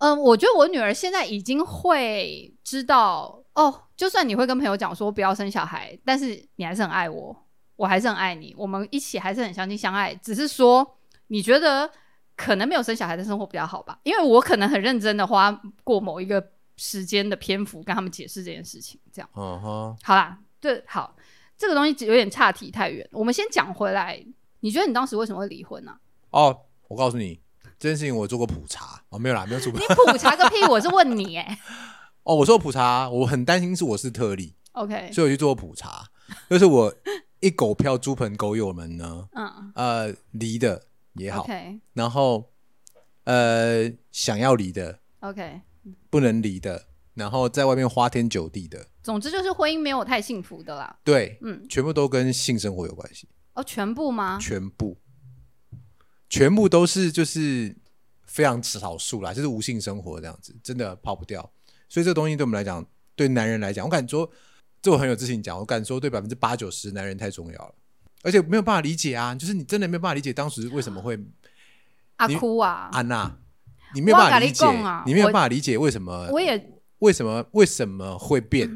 Speaker 1: 嗯、我觉得我女儿现在已经会知道哦，就算你会跟朋友讲说不要生小孩，但是你还是很爱我，我还是很爱你，我们一起还是很相亲相爱，只是说你觉得可能没有生小孩的生活比较好吧？因为我可能很认真的花过某一个时间的篇幅跟他们解释这件事情，这样。
Speaker 2: 嗯哼，
Speaker 1: 好啦，对，好，这个东西有点岔题太远。我们先讲回来，你觉得你当时为什么会离婚啊 呢、
Speaker 2: 哦，我告诉你，这件事情我做过普查，哦，没有啦，没有做过
Speaker 1: 你，普查个屁！我是问你哎、
Speaker 2: 哦，我做普查，我很担心是我是特例，
Speaker 1: OK，
Speaker 2: 所以我去做普查，就是我一狗票猪朋狗友们呢，
Speaker 1: 嗯
Speaker 2: 呃，离的也 好
Speaker 1: ，OK 嗯
Speaker 2: 然后呃想要离的
Speaker 1: OK，
Speaker 2: 不能离的，然后在外面花天酒地的，
Speaker 1: 总之就是婚姻没有太幸福的啦。
Speaker 2: 对，
Speaker 1: 嗯，
Speaker 2: 全部都跟性生活有关系，
Speaker 1: 哦，全部吗？
Speaker 2: 全部，全部都是就是非常少数啦，就是无性生活这样子，真的跑不掉。所以这东西对我们来讲，对男人来讲，我敢说，这我很有自信讲，我敢说对百分之八九十男人太重要了，而且没有办法理解啊，就是你真的没有办法理解当时为什么会
Speaker 1: 阿
Speaker 2: 你
Speaker 1: 哭啊！
Speaker 2: 安娜、你没有办法理解，
Speaker 1: 我跟你讲啊
Speaker 2: 你没有办法理解为什么
Speaker 1: 我也
Speaker 2: 为什么为什么会变、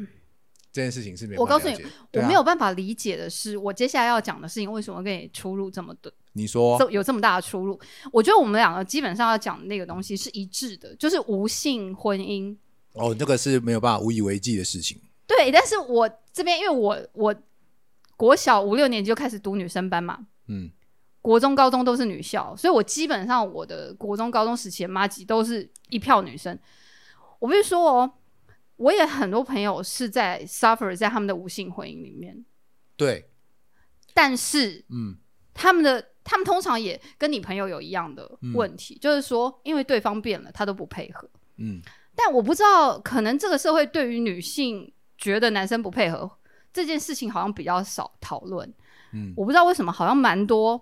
Speaker 2: 这件事情是没有
Speaker 1: 嗯我
Speaker 2: 办
Speaker 1: 告
Speaker 2: 法
Speaker 1: 诉
Speaker 2: 了
Speaker 1: 你
Speaker 2: 解的。
Speaker 1: 我
Speaker 2: 对啊
Speaker 1: 没有办法理解的是，我接下来要讲的事情为什么跟你出入这么多，
Speaker 2: 你说
Speaker 1: 这有这么大的出入？我觉得我们两个基本上要讲的那个东西是一致的，就是无性婚姻。
Speaker 2: 哦，这个是没有办法无以为继的事情。
Speaker 1: 对，但是我这边因为我我国小五六年级就开始读女生班嘛，
Speaker 2: 嗯，
Speaker 1: 国中、高中都是女校，所以我基本上我的国中、高中时期的妈吉都是一票女生。我必须说哦，我也很多朋友是在 suffer 在他们的无性婚姻里面，
Speaker 2: 对，
Speaker 1: 但是
Speaker 2: 嗯，
Speaker 1: 他们的他们通常也跟你朋友有一样的问题，就是说因为对方变了，他都不配合。
Speaker 2: 嗯，
Speaker 1: 但我不知道，可能这个社会对于女性觉得男生不配合这件事情好像比较少讨论。
Speaker 2: 嗯
Speaker 1: 我不知道为什么，好像蛮多，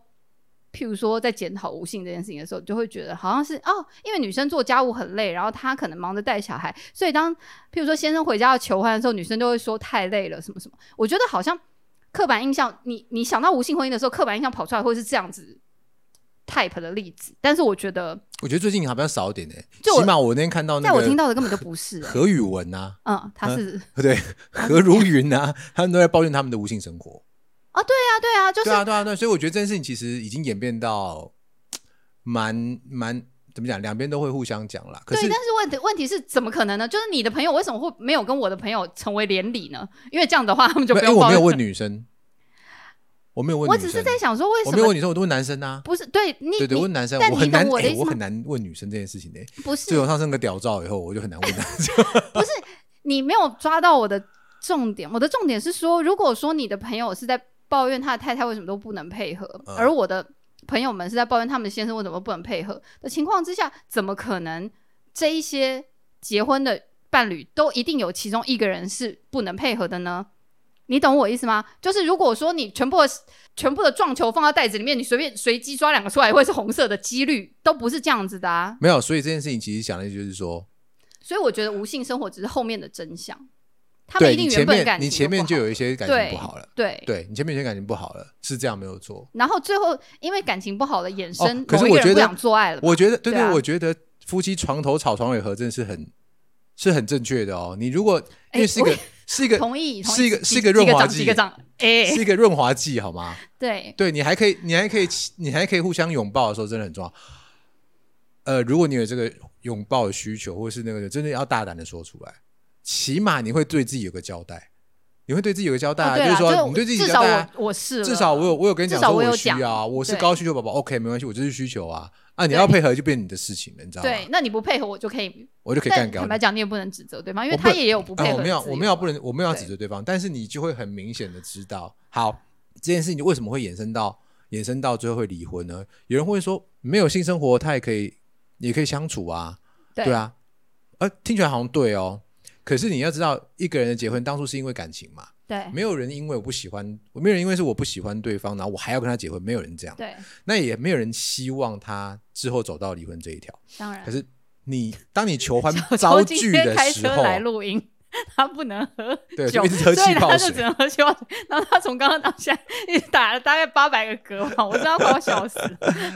Speaker 1: 譬如说在检讨无性这件事情的时候，就会觉得好像是哦，因为女生做家务很累，然后她可能忙着带小孩，所以当譬如说先生回家要求婚的时候，女生就会说太累了什么什么。我觉得好像刻板印象，你你想到无性婚姻的时候，刻板印象跑出来会是这样子 type 的例子，但是我觉得
Speaker 2: 我觉得最近好像少一点呢、
Speaker 1: 就我
Speaker 2: 起码我那天看到那
Speaker 1: 在我听
Speaker 2: 个
Speaker 1: 到的根本就不是、欸
Speaker 2: 何宇文啊，
Speaker 1: 嗯，他是。
Speaker 2: 对，何如云啊，他们都在抱怨他们的无性生活。
Speaker 1: 啊，对啊，就是
Speaker 2: 对啊，对啊，对啊，所以我觉得这件事情其实已经演变到蛮蛮怎么讲，两边都会互相讲啦。可
Speaker 1: 对，
Speaker 2: 是
Speaker 1: 但是问题问题是怎么可能呢？就是你的朋友为什么会没有跟我的朋友成为连理呢？因为这样的话，他们就
Speaker 2: 没
Speaker 1: 不
Speaker 2: 有因
Speaker 1: 用抱
Speaker 2: 为我没
Speaker 1: 怨。
Speaker 2: 有问女生，我没有问女
Speaker 1: 我
Speaker 2: 生，
Speaker 1: 只是在想说，为
Speaker 2: 我
Speaker 1: 什
Speaker 2: 没有
Speaker 1: 么
Speaker 2: 问女生，我都问男生啊。
Speaker 1: 不是对你？
Speaker 2: 对对，
Speaker 1: 你
Speaker 2: 问男生
Speaker 1: 但
Speaker 2: 我
Speaker 1: 你
Speaker 2: 很
Speaker 1: 懂
Speaker 2: 难，
Speaker 1: 我的
Speaker 2: 哎
Speaker 1: 意思
Speaker 2: 我
Speaker 1: 吗
Speaker 2: 很难问女生这件事情呢、哎
Speaker 1: 不
Speaker 2: 自从
Speaker 1: 是
Speaker 2: 上升个屌照以后，我就很难问男生。
Speaker 1: 你没有抓到我的重点。我的重点是说，如果说你的朋友是在抱怨他的太太为什么都不能配合，
Speaker 2: 嗯
Speaker 1: 而我的朋友们是在抱怨他们的先生为什么不能配合的情况之下，怎么可能这一些结婚的伴侣都一定有其中一个人是不能配合的呢？你懂我意思吗？就是如果说你全部的全部的撞球放到袋子里面，你随便随机抓两个出来会是红色的几率都不是这样子的啊。
Speaker 2: 没有，所以这件事情其实讲的就是说，
Speaker 1: 所以我觉得无性生活只是后面的真相，他们
Speaker 2: 对
Speaker 1: 一定
Speaker 2: 你
Speaker 1: 原
Speaker 2: 前
Speaker 1: 本感
Speaker 2: 面
Speaker 1: 情
Speaker 2: 你前面
Speaker 1: 就
Speaker 2: 就
Speaker 1: 不好
Speaker 2: 有一些感
Speaker 1: 对
Speaker 2: 情不好了，
Speaker 1: 对，
Speaker 2: 对你前面有些感情不好了，是这样没有错。
Speaker 1: 然后最后因为感情不好的衍生，
Speaker 2: 哦可是
Speaker 1: 某一个
Speaker 2: 我
Speaker 1: 人
Speaker 2: 觉得
Speaker 1: 不想做爱了吧。
Speaker 2: 我觉得，对
Speaker 1: 对啊
Speaker 2: 我觉得夫妻床头吵，床尾和，真的是很是很正确的哦。你如果因为是
Speaker 1: 哎
Speaker 2: 一
Speaker 1: 我
Speaker 2: 个
Speaker 1: 也
Speaker 2: 是一个
Speaker 1: 同意，同意
Speaker 2: 是一个
Speaker 1: 几
Speaker 2: 是一个
Speaker 1: 几
Speaker 2: 润滑
Speaker 1: 掌
Speaker 2: 剂
Speaker 1: 几个掌，哎
Speaker 2: 是，一个润滑剂，好吗？
Speaker 1: 对，
Speaker 2: 对你还可以，你还可以，你还可以互相拥抱的时候，真的很重要。呃，如果你有这个拥抱的需求，或是那个，真的要大胆的说出来，起码你会对自己有个交代，你会对自己有个交代、
Speaker 1: 哦对
Speaker 2: 啊就
Speaker 1: 啦
Speaker 2: 是说
Speaker 1: 就
Speaker 2: 你对自己有
Speaker 1: 至
Speaker 2: 个
Speaker 1: 少
Speaker 2: 交代啊、
Speaker 1: 我我是了
Speaker 2: 至少我有我有跟你讲
Speaker 1: 至少
Speaker 2: 说
Speaker 1: 我有
Speaker 2: 需要啊，
Speaker 1: 讲
Speaker 2: 我是
Speaker 1: 对
Speaker 2: 高需求宝宝，OK，没关系，我就是需求啊。啊，你
Speaker 1: 对
Speaker 2: 要配合就变你的事情了，你知道吗？
Speaker 1: 对，那你不配合我就可以，
Speaker 2: 我就啊可以干
Speaker 1: 但
Speaker 2: 掉
Speaker 1: 坦
Speaker 2: 你
Speaker 1: 白。讲，你也不能指责对方，因为
Speaker 2: 我不
Speaker 1: 他也有不
Speaker 2: 啊
Speaker 1: 配合的
Speaker 2: 我没
Speaker 1: 自由
Speaker 2: 有，
Speaker 1: 啊。
Speaker 2: 我没有不能，我没有要指
Speaker 1: 对
Speaker 2: 责对方，但是你就会很明显的知道，好这件事情为什么会衍生到衍生到最后会离婚呢？有人会说，没有性生活，他也可以也可以相处啊，
Speaker 1: 对
Speaker 2: 对啊，呃，听起来好像对哦。可是你要知道，一个人的结婚当初是因为感情嘛，
Speaker 1: 对
Speaker 2: 没有人因为我不喜欢，没有人因为是我不喜欢对方，然后我还要跟他结婚，没有人这样，
Speaker 1: 对，
Speaker 2: 那也没有人希望他之后走到离婚这一条。
Speaker 1: 当然
Speaker 2: 可。是你当 你求欢
Speaker 1: 我
Speaker 2: 遭
Speaker 1: 嗯今
Speaker 2: 拒
Speaker 1: 天
Speaker 2: 的
Speaker 1: 开
Speaker 2: 时
Speaker 1: 车
Speaker 2: 候，
Speaker 1: 来录音，他不能喝
Speaker 2: 对
Speaker 1: 酒，
Speaker 2: 就一直喝
Speaker 1: 所以
Speaker 2: 气泡
Speaker 1: 他就
Speaker 2: 水
Speaker 1: 只能喝气泡水。然后他从刚刚到现在，一直打了大概八百个嗝吧，我真的要快要笑死了。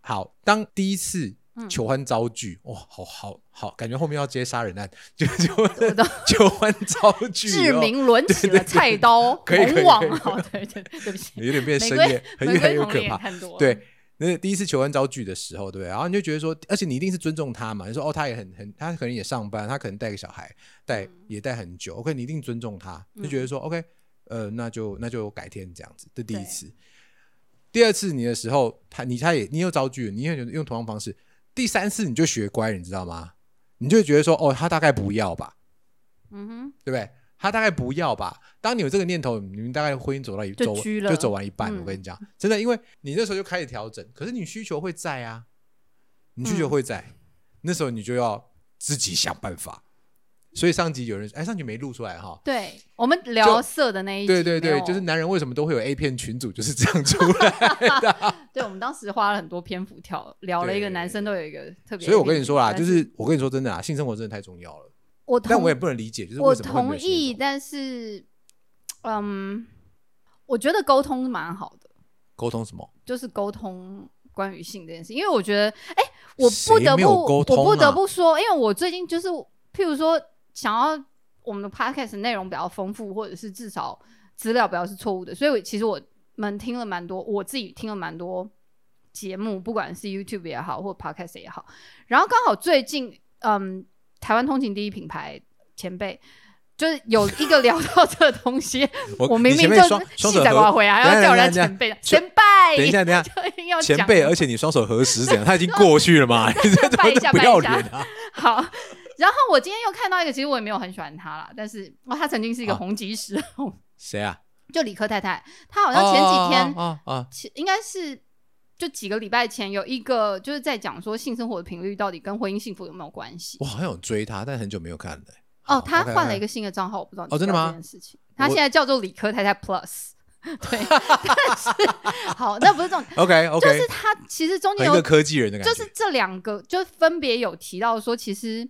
Speaker 2: 好，当第一次
Speaker 1: 嗯
Speaker 2: 求欢遭拒，哇、好好好，感觉后面要接杀人案，就 就
Speaker 1: 懂
Speaker 2: 求欢遭拒，哦
Speaker 1: 志，明抡起了菜刀，
Speaker 2: 可以可
Speaker 1: 红
Speaker 2: 以可以
Speaker 1: 网。好，对对对不起，
Speaker 2: 有点变
Speaker 1: 玫
Speaker 2: 深
Speaker 1: 瑰
Speaker 2: 夜，很
Speaker 1: 玫
Speaker 2: 越来
Speaker 1: 瑰
Speaker 2: 越
Speaker 1: 童
Speaker 2: 可
Speaker 1: 林也
Speaker 2: 怕。
Speaker 1: 看多了。
Speaker 2: 对，那第一次求欢遭拒的时候，对不对？然后你就觉得说，而且你一定是尊重他嘛，你说哦，他也很很，他可能也上班，他可能带个小孩，带、也带很久，OK，你一定尊重他，就觉得说、OK，呃，那就那就改天这样子。这第一
Speaker 1: 对
Speaker 2: 次，第二次你的时候，他你他也你又遭拒了，你也用同样方式。第三次你就学乖了，你知道吗？你就会觉得说哦，他大概不要吧，
Speaker 1: 嗯哼，
Speaker 2: 对不对？他大概不要吧。当你有这个念头，你们大概婚姻走到一
Speaker 1: 就
Speaker 2: 走
Speaker 1: 居了
Speaker 2: 就走完一半。
Speaker 1: 嗯
Speaker 2: 我跟你讲，真的，因为你那时候就开始调整，可是你需求会在啊，你需求会在，
Speaker 1: 嗯
Speaker 2: 那时候你就要自己想办法。所以上集有人哎，上集没录出来哈。
Speaker 1: 对，我们聊色的那一集，
Speaker 2: 对对
Speaker 1: 没
Speaker 2: 对，
Speaker 1: 有
Speaker 2: 就是男人为什么都会有 A 片群组，就是这样出 来。
Speaker 1: 对，我们当时花了很多篇幅聊聊了一个
Speaker 2: 对
Speaker 1: 男生都有一个特别的例子。
Speaker 2: 所以我跟你说啦，
Speaker 1: 但
Speaker 2: 就是我跟你说真的啊，性生活真的太重要了。
Speaker 1: 我
Speaker 2: 但
Speaker 1: 同
Speaker 2: 我也不能理解，就是
Speaker 1: 我
Speaker 2: 为什么会没
Speaker 1: 同
Speaker 2: 有性生活
Speaker 1: 意，但是，嗯，我觉得沟通蛮好的，
Speaker 2: 沟通什么？
Speaker 1: 就是沟通关于性这件事，因为我觉得，哎、我不
Speaker 2: 谁
Speaker 1: 得不、
Speaker 2: 没有
Speaker 1: 我
Speaker 2: 沟通
Speaker 1: 不得
Speaker 2: 啊
Speaker 1: 不说，因为我最近就是，譬如说想要我们的 podcast 内容比较丰富，或者是至少资料不要是错误的，所以我其实我们听了蛮多，我自己听了蛮多节目，不管是 YouTube 也好，或 podcast 也好，然后刚好最近，嗯，台湾通勤第一品牌前辈就是有一个聊到这个东西，
Speaker 2: 我
Speaker 1: 我明
Speaker 2: 你
Speaker 1: 明
Speaker 2: 前
Speaker 1: 就
Speaker 2: 面双
Speaker 1: 是
Speaker 2: 双
Speaker 1: 细
Speaker 2: 手
Speaker 1: 仔瓜
Speaker 2: 合，
Speaker 1: 回来，还
Speaker 2: 等
Speaker 1: 要
Speaker 2: 一下
Speaker 1: 叫人家前
Speaker 2: 等一下
Speaker 1: 辈
Speaker 2: 前
Speaker 1: 前辈，
Speaker 2: 等一下等 一下，
Speaker 1: 就一定要
Speaker 2: 前
Speaker 1: 讲
Speaker 2: 辈，而且你双手合十，怎样？他已经过去 了嘛， 你这怎
Speaker 1: 拜
Speaker 2: 么
Speaker 1: 一
Speaker 2: 这
Speaker 1: 下
Speaker 2: 不
Speaker 1: 拜一
Speaker 2: 要脸
Speaker 1: 下
Speaker 2: 啊？
Speaker 1: 好。然后我今天又看到一个，其实我也没有很喜欢他啦，但是哇，他曾经是一个
Speaker 2: 啊
Speaker 1: 红极时候，
Speaker 2: 谁啊？
Speaker 1: 就理科太太，她好像前几天
Speaker 2: 啊啊啊，
Speaker 1: 其应该是就几个礼拜前有一个就是在讲说性生活的频率到底跟婚姻幸福有没有关系
Speaker 2: 我。好像有追他，但很久没有看了欸。
Speaker 1: 哦
Speaker 2: 好，
Speaker 1: 他
Speaker 2: OK，OK
Speaker 1: 换了一个新的账号，我不知道你
Speaker 2: 哦真的吗
Speaker 1: 知道这件事情，他现在叫做理科太太 Plus。对， 但是好，那不是重点，
Speaker 2: OK
Speaker 1: 就
Speaker 2: OK，
Speaker 1: 是他其实中间
Speaker 2: 很一个
Speaker 1: 有，
Speaker 2: 科技人的感觉，
Speaker 1: 就是这两个，就分别有提到说，其实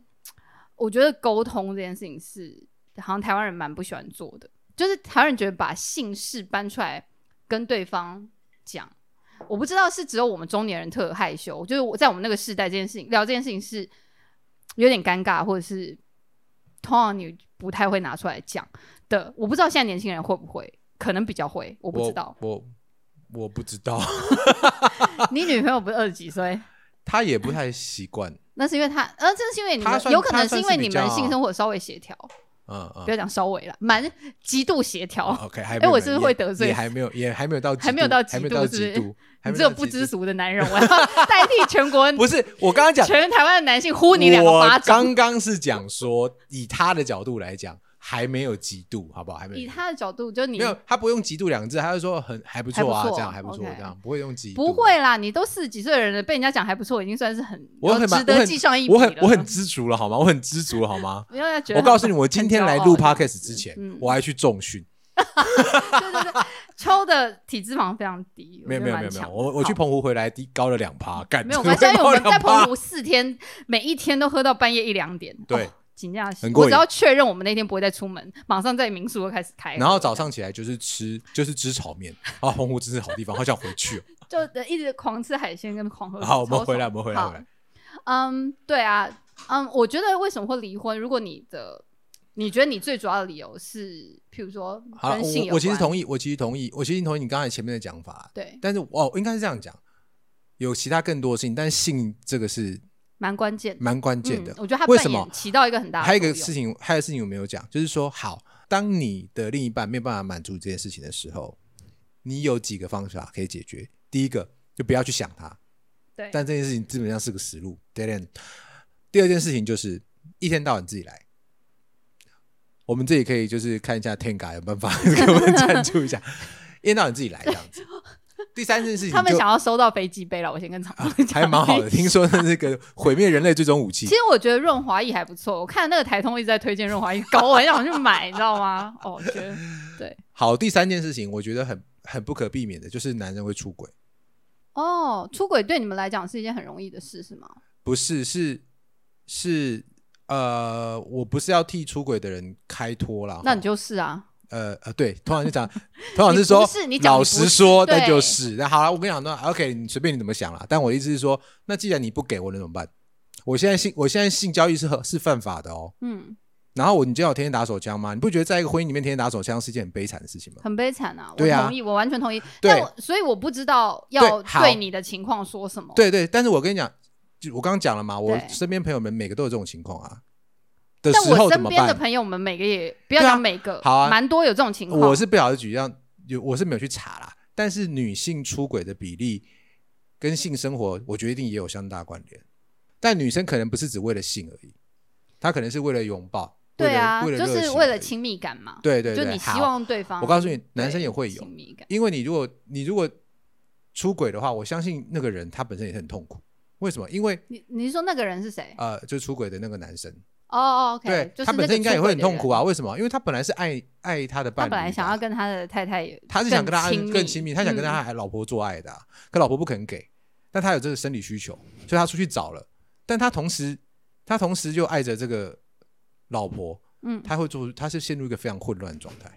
Speaker 1: 我觉得沟通这件事情是好像台湾人蛮不喜欢做的，就是台湾人觉得把姓氏搬出来跟对方讲，我不知道是只有我们中年人特害羞，就是我在我们那个世代这件事情聊这件事情是有点尴尬，或者是通常你不太会拿出来讲的。我不知道现在年轻人会不会，可能比较会，我
Speaker 2: 我
Speaker 1: 不知道。
Speaker 2: 我我不知道，
Speaker 1: 你女朋友不是二十几岁？
Speaker 2: 他也不太习惯。
Speaker 1: 那是因为他，呃，这是因为你
Speaker 2: 他
Speaker 1: 们
Speaker 2: 算
Speaker 1: 有可能
Speaker 2: 他算
Speaker 1: 因为你
Speaker 2: 是比
Speaker 1: 们
Speaker 2: 较
Speaker 1: 性生活稍微协调，
Speaker 2: 嗯嗯
Speaker 1: 不要讲稍微了，蛮极度协调。
Speaker 2: 啊，OK，还没有
Speaker 1: 哎我是不是
Speaker 2: 也
Speaker 1: 会得罪
Speaker 2: 也还没有，也还没有到极度，
Speaker 1: 还没有到极
Speaker 2: 还没有
Speaker 1: 度
Speaker 2: 到
Speaker 1: 是不
Speaker 2: 极
Speaker 1: 是
Speaker 2: 度， 还
Speaker 1: 你
Speaker 2: 没
Speaker 1: 这
Speaker 2: 有
Speaker 1: 个
Speaker 2: 到
Speaker 1: 不
Speaker 2: 极
Speaker 1: 知
Speaker 2: 度。
Speaker 1: 足的男人，我要 代替全国、
Speaker 2: 不是，我刚刚讲，
Speaker 1: 全台湾的男性呼你两个巴
Speaker 2: 我
Speaker 1: 掌。
Speaker 2: 刚刚是讲说，以他的角度来讲，还没有极度，好不好？还没
Speaker 1: 以
Speaker 2: 有。
Speaker 1: 他的角度，就你
Speaker 2: 没有，他不用“极度”两个字，他就说很还不错啊，
Speaker 1: 还不错
Speaker 2: 这样还不错，
Speaker 1: OK
Speaker 2: 这样不会用“极度”。
Speaker 1: 不，会啦，你都四十几岁的人了，被人家讲还不错，已经算是很
Speaker 2: 我很
Speaker 1: 值
Speaker 2: 满我
Speaker 1: 得
Speaker 2: 很
Speaker 1: 记上一笔
Speaker 2: 我很
Speaker 1: 了
Speaker 2: 我很知足了，好吗？我很知足了，好吗？
Speaker 1: 不要 觉得
Speaker 2: 我告诉你，我今天来
Speaker 1: 很
Speaker 2: 录
Speaker 1: 骄傲
Speaker 2: podcast 之前
Speaker 1: 嗯，
Speaker 2: 我还去重训，
Speaker 1: 抽的体脂肪非常低，
Speaker 2: 没有
Speaker 1: 我
Speaker 2: 没
Speaker 1: 觉得
Speaker 2: 有没有
Speaker 1: 蛮
Speaker 2: 没
Speaker 1: 强
Speaker 2: 有，
Speaker 1: 的
Speaker 2: 我我去
Speaker 1: 好
Speaker 2: 澎湖回来低高了 两趴，干
Speaker 1: 没有
Speaker 2: 真
Speaker 1: 关
Speaker 2: 的
Speaker 1: 系，因为我
Speaker 2: 高
Speaker 1: 们在
Speaker 2: 两趴
Speaker 1: 澎湖四天，每一天都喝到半夜一两点。
Speaker 2: 对
Speaker 1: 哦，紧张死
Speaker 2: 很！过
Speaker 1: 我
Speaker 2: 瘾
Speaker 1: 只要确认我们那天不会再出门，马上在民宿就开始开喝。
Speaker 2: 然后早上起来就是吃，就是吃炒面啊，澎湖真是好地方，好想回去哦。哦
Speaker 1: 就一直狂吃海鲜跟 狂喝酒。
Speaker 2: 好，我
Speaker 1: 超
Speaker 2: 们
Speaker 1: 爽
Speaker 2: 回来，我们回来，
Speaker 1: 好
Speaker 2: 回来。
Speaker 1: 嗯，对啊，嗯，我觉得为什么会离婚？如果你的你觉得你最主要的理由是，譬如说
Speaker 2: 好了，
Speaker 1: 跟性有关，
Speaker 2: 我我其实同意，我其实同意，我其实同意你刚才前面的讲法，
Speaker 1: 对，
Speaker 2: 但是哦，应该是这样讲，有其他更多的事情，但是性这个是
Speaker 1: 蛮关键的，
Speaker 2: 蛮关键的
Speaker 1: 嗯。我觉得他
Speaker 2: 为什么
Speaker 1: 起到一个很大的
Speaker 2: 还有一个
Speaker 1: 作用
Speaker 2: 事情，还有事情我没有讲，就是说，好，当你的另一半没有办法满足这件事情的时候，你有几个方法可以解决。第一个，就不要去想它，
Speaker 1: 对，
Speaker 2: 但这件事情基本上是个死路，dead end。第二件事情就是一天到晚自己来，我们自己可以就是看一下 Tenga 有办法 给我们赞助一下，一天到晚自己来这样子。第三件事情就
Speaker 1: 他们想要收到飞机杯了，我先跟常
Speaker 2: 啊
Speaker 1: 们讲，
Speaker 2: 还蛮 好的，听说那是个毁灭人类最终武器
Speaker 1: 其。实我觉得润滑液还不错，我看那个台通一直在推荐润滑液，搞我很 想去买，你知道吗？哦，我觉得对，
Speaker 2: 好，第三件事情我觉得很很不可避免的，就是男人会出轨，
Speaker 1: 哦，出轨对你们来讲是一件很容易的事，是吗？
Speaker 2: 不是是是呃，我不是要替出轨的人开脱啦。
Speaker 1: 那
Speaker 2: 哈
Speaker 1: 你就是啊，
Speaker 2: 呃呃，对，通常就讲，通哦常是说，
Speaker 1: 你不是你讲你
Speaker 2: 老
Speaker 1: 不
Speaker 2: 实说，
Speaker 1: 对
Speaker 2: 那就是。那好了，我跟你讲，那 OK，你随便你怎么想啦。但我的意思是说，那既然你不给我能怎么办？我现在性，我现在性交易是合是犯法的哦。
Speaker 1: 嗯，
Speaker 2: 然后我你就要天天打手枪吗？你不觉得在一个婚姻里面天天打手枪是一件很悲惨的事情吗？
Speaker 1: 很悲惨啊，我
Speaker 2: 对啊
Speaker 1: 同意，我完全同意。
Speaker 2: 对
Speaker 1: 但我所以我不知道要
Speaker 2: 对好
Speaker 1: 对你的情况说什么。，
Speaker 2: 对对，但是我跟你讲，就我刚刚讲了嘛，我
Speaker 1: 对
Speaker 2: 身边朋友们每个都有这种情况啊。的
Speaker 1: 但
Speaker 2: 时候
Speaker 1: 我
Speaker 2: 怎
Speaker 1: 身
Speaker 2: 么
Speaker 1: 边的
Speaker 2: 办？
Speaker 1: 朋友们每个也不
Speaker 2: 对
Speaker 1: 要
Speaker 2: 啊
Speaker 1: 讲每个，
Speaker 2: 好啊
Speaker 1: 蛮多有这种情况。
Speaker 2: 我是不晓得举样，有我是没有去查啦。但是女性出轨的比例跟性生活，我觉得一定也有相当大关联。但女生可能不是只为了性而已，她可能是为了拥抱，
Speaker 1: 对啊，
Speaker 2: 为了
Speaker 1: 就
Speaker 2: 为了热
Speaker 1: 是
Speaker 2: 情
Speaker 1: 为
Speaker 2: 而
Speaker 1: 了
Speaker 2: 已
Speaker 1: 亲密感嘛，
Speaker 2: 对对对，
Speaker 1: 就你希
Speaker 2: 好
Speaker 1: 望对方。
Speaker 2: 我告诉你男生也会
Speaker 1: 对
Speaker 2: 有
Speaker 1: 亲密感，
Speaker 2: 因为你如果你如果出轨的话，我相信那个人他本身也很痛苦。为什么？因为
Speaker 1: 你你是说那个人是谁？
Speaker 2: 呃，就出轨的那个男生，
Speaker 1: 哦哦，OK，
Speaker 2: 对
Speaker 1: 就是
Speaker 2: 他本
Speaker 1: 那个
Speaker 2: 身应该也
Speaker 1: 出
Speaker 2: 会
Speaker 1: 轨
Speaker 2: 很
Speaker 1: 的
Speaker 2: 痛苦
Speaker 1: 人
Speaker 2: 啊。为什么？因为他本来是爱爱他的伴
Speaker 1: 他
Speaker 2: 侣，
Speaker 1: 本来想要，跟他的太太也，
Speaker 2: 他是想跟他
Speaker 1: 亲
Speaker 2: 更亲密，他想
Speaker 1: 嗯
Speaker 2: 跟他还老婆做爱的啊、可老婆不肯给，但他有这个生理需求，所以他出去找了。但他同时，他同时又爱着这个老婆，
Speaker 1: 嗯
Speaker 2: 他会做出，他是陷入一个非常混乱的状态，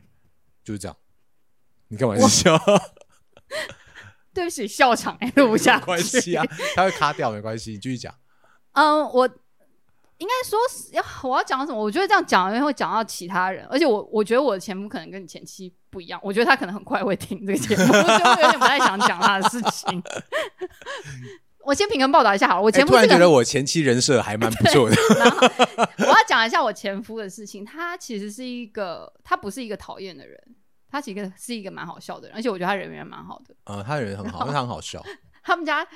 Speaker 2: 就是这样。你干嘛一直笑？
Speaker 1: 对不起，笑场哎，录不下
Speaker 2: 没关
Speaker 1: 去
Speaker 2: 系。啊，他会卡掉，没关系，你继续讲。
Speaker 1: 嗯，我应该说是要我要讲什么？我觉得这样讲因为会讲到其他人，而且我我觉得我的前夫可能跟你前妻不一样，我觉 得他可能很快会听这个节目，所以我有点不太想讲他的事情。我先平衡报道一下好了，我
Speaker 2: 哎
Speaker 1: 前
Speaker 2: 突
Speaker 1: 夫
Speaker 2: 然
Speaker 1: 这
Speaker 2: 觉
Speaker 1: 个
Speaker 2: 得我前妻人设还蛮不错的，
Speaker 1: 我要讲一下我前夫的事情。他其实是一个，他不是一个讨厌的人，他其实是一个蛮好笑的人，而且我觉得他人缘蛮好的。
Speaker 2: 嗯，他人很好，他很好笑，
Speaker 1: 他们家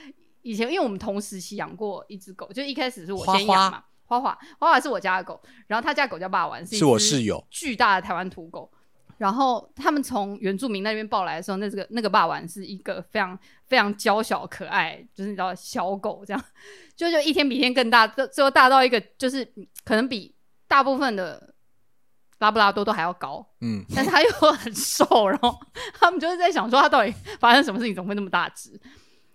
Speaker 1: 以前因为我们同时期养过一只狗，就一开始是我
Speaker 2: 花
Speaker 1: 先养嘛，花花花花是我家的狗，然后他家的狗叫霸王，
Speaker 2: 是我
Speaker 1: 是一
Speaker 2: 室
Speaker 1: 只
Speaker 2: 友，
Speaker 1: 巨大的台湾土狗。然后他们从原住民那边抱来的时候，那这个那个霸王是一个非常非常娇小可爱，就是你知道小狗这样， 就就一天比一天更大，最最后大到一个就是嗯可能比大部分的拉布拉多都还要高，
Speaker 2: 嗯，
Speaker 1: 但是他又很瘦，然后他们就是在想说他到底发生什么事情，怎么会那么大只？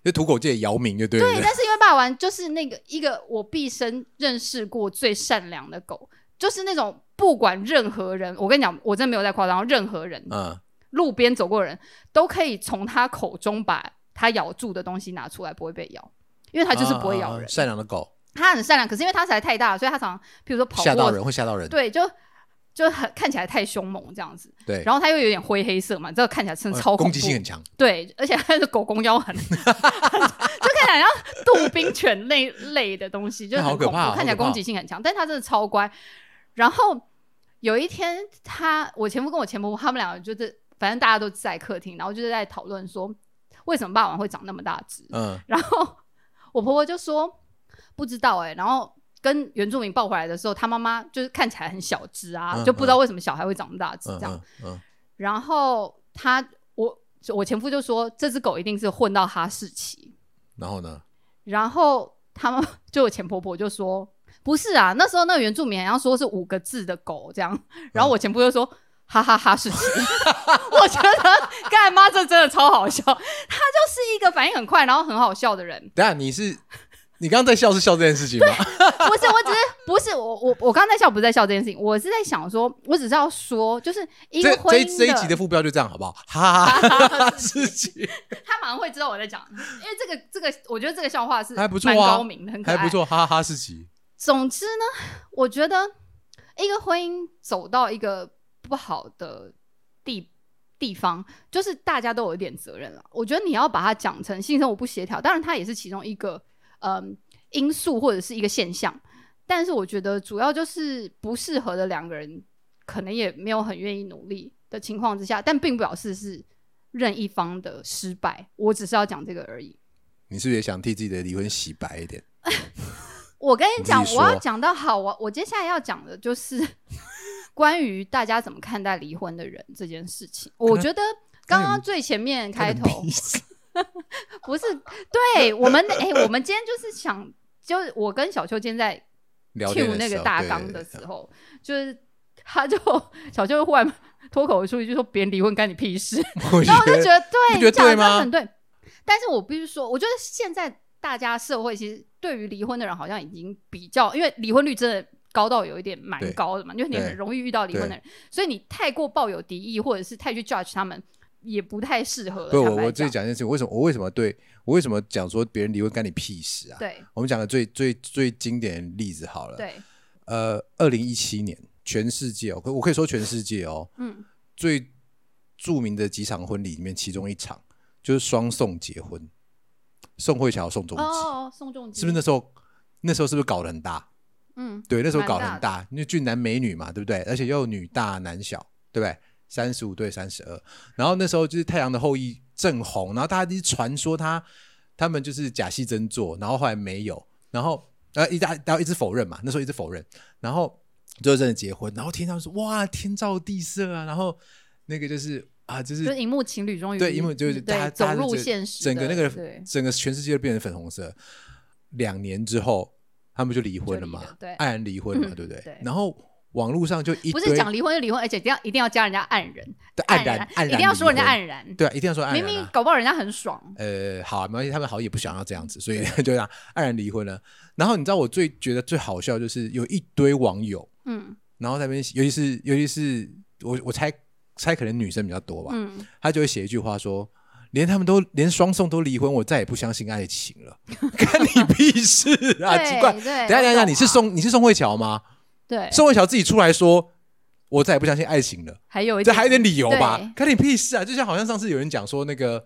Speaker 2: 就土狗界的姚明就对
Speaker 1: 对，
Speaker 2: 了，
Speaker 1: 但是因为霸王就是那个一个我毕生认识过最善良的狗，就是那种不管任何人，我跟你讲，我真的没有在夸张，任何人、
Speaker 2: 嗯，
Speaker 1: 路边走过的人都可以从他口中把他咬住的东西拿出来，不会被咬，因为他就是不会咬
Speaker 2: 啊
Speaker 1: 人。
Speaker 2: 善良的狗
Speaker 1: 他很善良，可是因为他实在太大了，所以他常常譬如说跑
Speaker 2: 吓到
Speaker 1: 过，
Speaker 2: 人会吓到人，
Speaker 1: 对，就就很看起来太凶猛这样子，
Speaker 2: 对，
Speaker 1: 然后他又有点灰黑色嘛，这个看起来真的
Speaker 2: 呃
Speaker 1: 超恐
Speaker 2: 攻
Speaker 1: 怖
Speaker 2: 击性很强，
Speaker 1: 对，而且它的狗公腰很， 就看起来像杜宾犬类类的东西，就是
Speaker 2: 那好
Speaker 1: 很
Speaker 2: 可
Speaker 1: 恐怖，
Speaker 2: 怕好
Speaker 1: 看起来
Speaker 2: 可怕
Speaker 1: 攻击性很强，但它真的超乖。然后有一天他，我前夫跟我前夫，他们两个就是反正大家都在客厅，然后就是在讨论说为什么霸王会长那么大只。
Speaker 2: 嗯，
Speaker 1: 然后我婆婆就说不知道哎、然后。跟原住民抱回来的时候，他妈妈就是看起来很小只啊，
Speaker 2: 嗯
Speaker 1: 就不知道为什么小孩会长那么大只
Speaker 2: 嗯
Speaker 1: 这样。
Speaker 2: 嗯嗯，
Speaker 1: 然后他我我前夫就说这只狗一定是混到哈士奇，
Speaker 2: 然后呢，
Speaker 1: 然后他们就我前婆婆就说不是啊，那时候那个原住民好像说是五个字的狗这样，
Speaker 2: 嗯
Speaker 1: 然后我前夫就说。哈哈哈，士奇， 我觉得干妈这真的超好笑，他就是一个反应很快，然后很好笑的人。
Speaker 2: 等一下你是你刚刚在笑是笑这件事情吗？
Speaker 1: 不是，我只是不是我我我刚才笑不是在笑这件事情，我是在想说，我只是要说，就是因
Speaker 2: 这
Speaker 1: 为婚
Speaker 2: 这一
Speaker 1: 姻
Speaker 2: 这一集的副标就这样好不好？哈哈哈 哈哈事情
Speaker 1: 他马上会知道我在讲，因为这个这个，我觉得这个笑话是
Speaker 2: 还不错啊
Speaker 1: 蛮高明的，很可爱
Speaker 2: 还不。错，哈哈哈事情，
Speaker 1: 总之呢，我觉得一个婚姻走到一个不好的地地方，就是大家都有一点责任了。我觉得你要把它讲成性生活不协调，当然它也是其中一个嗯因素或者是一个现象，但是我觉得主要就是不适合的两个人可能也没有很愿意努力的情况之下，但并不表示是任一方的失败。我只是要讲这个而已。
Speaker 2: 你是不是也想替自己的离婚洗白一点？
Speaker 1: 我跟你讲
Speaker 2: 你，自己
Speaker 1: 我要
Speaker 2: 说
Speaker 1: 讲到好，我我接下来要讲的就是 关于大家怎么看待离婚的人这件事情。我觉得刚刚最前面开头
Speaker 2: 看 你的鼻子
Speaker 1: 不是对我 们哎、我们今天就是想，就是我跟小秋今天在
Speaker 2: 聊天
Speaker 1: Q
Speaker 2: 的
Speaker 1: 那
Speaker 2: 时
Speaker 1: 个
Speaker 2: 候
Speaker 1: 大
Speaker 2: 对
Speaker 1: 纲
Speaker 2: 对
Speaker 1: 的
Speaker 2: 对
Speaker 1: 时候，就是他就 小秋忽然 脱口而出一句说：“别人离婚干你屁事。”
Speaker 2: 我
Speaker 1: 然后我就
Speaker 2: 觉
Speaker 1: 觉
Speaker 2: 得
Speaker 1: 得对，
Speaker 2: 你觉得
Speaker 1: 你讲的
Speaker 2: 对
Speaker 1: 真
Speaker 2: 吗
Speaker 1: 的很对。但是我必须说，我觉得现在大家社会其实对于离婚的人好像已经比较，因为离婚率真的高到有一点蛮
Speaker 2: 对
Speaker 1: 高的嘛，因为你
Speaker 2: 对
Speaker 1: 很容易遇到离婚的人，所以你太过抱有敌意或者是太去 judge 他们，也不太适合了。
Speaker 2: 不，
Speaker 1: 坦白
Speaker 2: 我我自己
Speaker 1: 讲，
Speaker 2: 讲一件事情，为什么我为什么对我为什么讲说别人离婚干你屁事啊？
Speaker 1: 对
Speaker 2: 我们讲个最最最经典的例子好了，
Speaker 1: 对，
Speaker 2: 呃，二零一七年全世界哦，可我可以说全世界哦，
Speaker 1: 嗯，
Speaker 2: 最著名的几场婚礼里面，其中一场就是双宋结婚，宋慧乔、宋仲基，
Speaker 1: 哦，宋仲基
Speaker 2: 是不是那时候那时候是不是搞得很大？
Speaker 1: 嗯，
Speaker 2: 对，那时候搞得
Speaker 1: 蛮
Speaker 2: 很
Speaker 1: 大
Speaker 2: 大，因为俊男美女嘛，对不对？而且又女大男小，对不对？三十五对三十二，然后那时候就是《太阳的后裔》正红，然后大家就是传说他他们就是假戏真做，然后后来没有，然后呃一大然后一直否认嘛，那时候一直否认，然后最后真的结婚，然后天上说哇天造地设啊，然后那个就是啊就
Speaker 1: 就是
Speaker 2: 是
Speaker 1: 荧幕情侣终于嗯
Speaker 2: 对，因为就是
Speaker 1: 对
Speaker 2: 大家
Speaker 1: 走
Speaker 2: 大家
Speaker 1: 入
Speaker 2: 就
Speaker 1: 现实的，
Speaker 2: 整个那个
Speaker 1: 对
Speaker 2: 整个全世界都变成粉红色。两年之后，他们就离婚了嘛
Speaker 1: 就离了，对
Speaker 2: 爱然离婚嘛，
Speaker 1: 嗯
Speaker 2: 对不对？
Speaker 1: 对
Speaker 2: 然后网络上就一堆
Speaker 1: 不是讲离婚就离婚，而且一定要一定要加人家黯然，
Speaker 2: 对黯然黯然，
Speaker 1: 一定要说人家
Speaker 2: 然，
Speaker 1: 黯然，
Speaker 2: 对啊，一定要说黯然、啊。
Speaker 1: 明明搞不好人家很爽，
Speaker 2: 呃，好、啊，没关系，他们好像也不想要这样子，所以 就让黯然离婚了。然后你知道我最觉得最好笑就是有一堆网友，
Speaker 1: 嗯
Speaker 2: 然后在那边，尤其是尤其是我我猜猜可能女生比较多吧，
Speaker 1: 嗯。
Speaker 2: 他就会写一句话说：“连他们都连双宋都离婚，我再也不相信爱情了， 干你屁事啊！
Speaker 1: 对
Speaker 2: 奇怪，
Speaker 1: 对
Speaker 2: 等一下等一下，
Speaker 1: 我懂啊
Speaker 2: 你是宋你是宋慧乔吗？
Speaker 1: 对，
Speaker 2: 宋慧乔自己出来说，我再也不相信爱情了，
Speaker 1: 还有一
Speaker 2: 这还有点理由吧
Speaker 1: 对？
Speaker 2: 干你屁事啊！就像好像上次有人讲说那个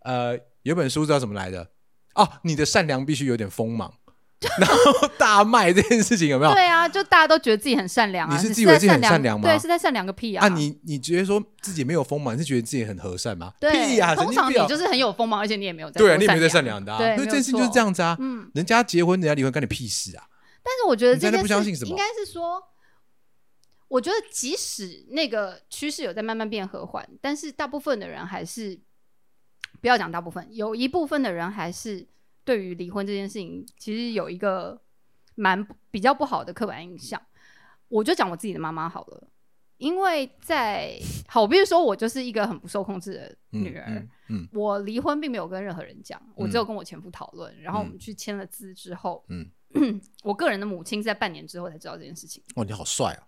Speaker 2: 呃，有本书叫什么来着？哦，你的善良必须有点锋芒， 然后大卖这件事情有没有？
Speaker 1: 对啊，就大家都觉得自己很善良啊，
Speaker 2: 你是
Speaker 1: 是
Speaker 2: 自以为
Speaker 1: 在
Speaker 2: 自己很善良
Speaker 1: 良
Speaker 2: 吗
Speaker 1: 对，是在善良个屁
Speaker 2: 啊，你你觉得说自己没有锋芒，你是觉得自己很和善吗？屁
Speaker 1: 对
Speaker 2: 呀、神
Speaker 1: 通
Speaker 2: 经
Speaker 1: 常你
Speaker 2: 病啊！
Speaker 1: 就是很有锋芒，而且你也没有在
Speaker 2: 对啊，
Speaker 1: 多
Speaker 2: 你也没有在
Speaker 1: 善
Speaker 2: 善良的、啊，
Speaker 1: 对没
Speaker 2: 所以这
Speaker 1: 有
Speaker 2: 件事情就是
Speaker 1: 错
Speaker 2: 这样子啊。
Speaker 1: 嗯，
Speaker 2: 人家结婚，人家离婚，干你屁事啊！
Speaker 1: 但是我觉得
Speaker 2: 你在
Speaker 1: 这
Speaker 2: 那
Speaker 1: 件
Speaker 2: 不
Speaker 1: 事
Speaker 2: 相信什么
Speaker 1: 应该是说，我觉得即使那个趋势有在慢慢变和缓，但是大部分的人还是不要讲大部分，有一部分的人还是对于离婚这件事情，其实有一个蛮比较不好的刻板印象。我就讲我自己的妈妈好了，因为在好，我必须说我就是一个很不受控制的
Speaker 2: 嗯
Speaker 1: 女儿。
Speaker 2: 嗯嗯
Speaker 1: 我离婚并没有跟任何人讲，我只有跟我前夫讨论，然后我们去签了字之后，
Speaker 2: 嗯
Speaker 1: 我个人的母亲是在半年之后才知道这件事情，
Speaker 2: 哦，你好帅啊！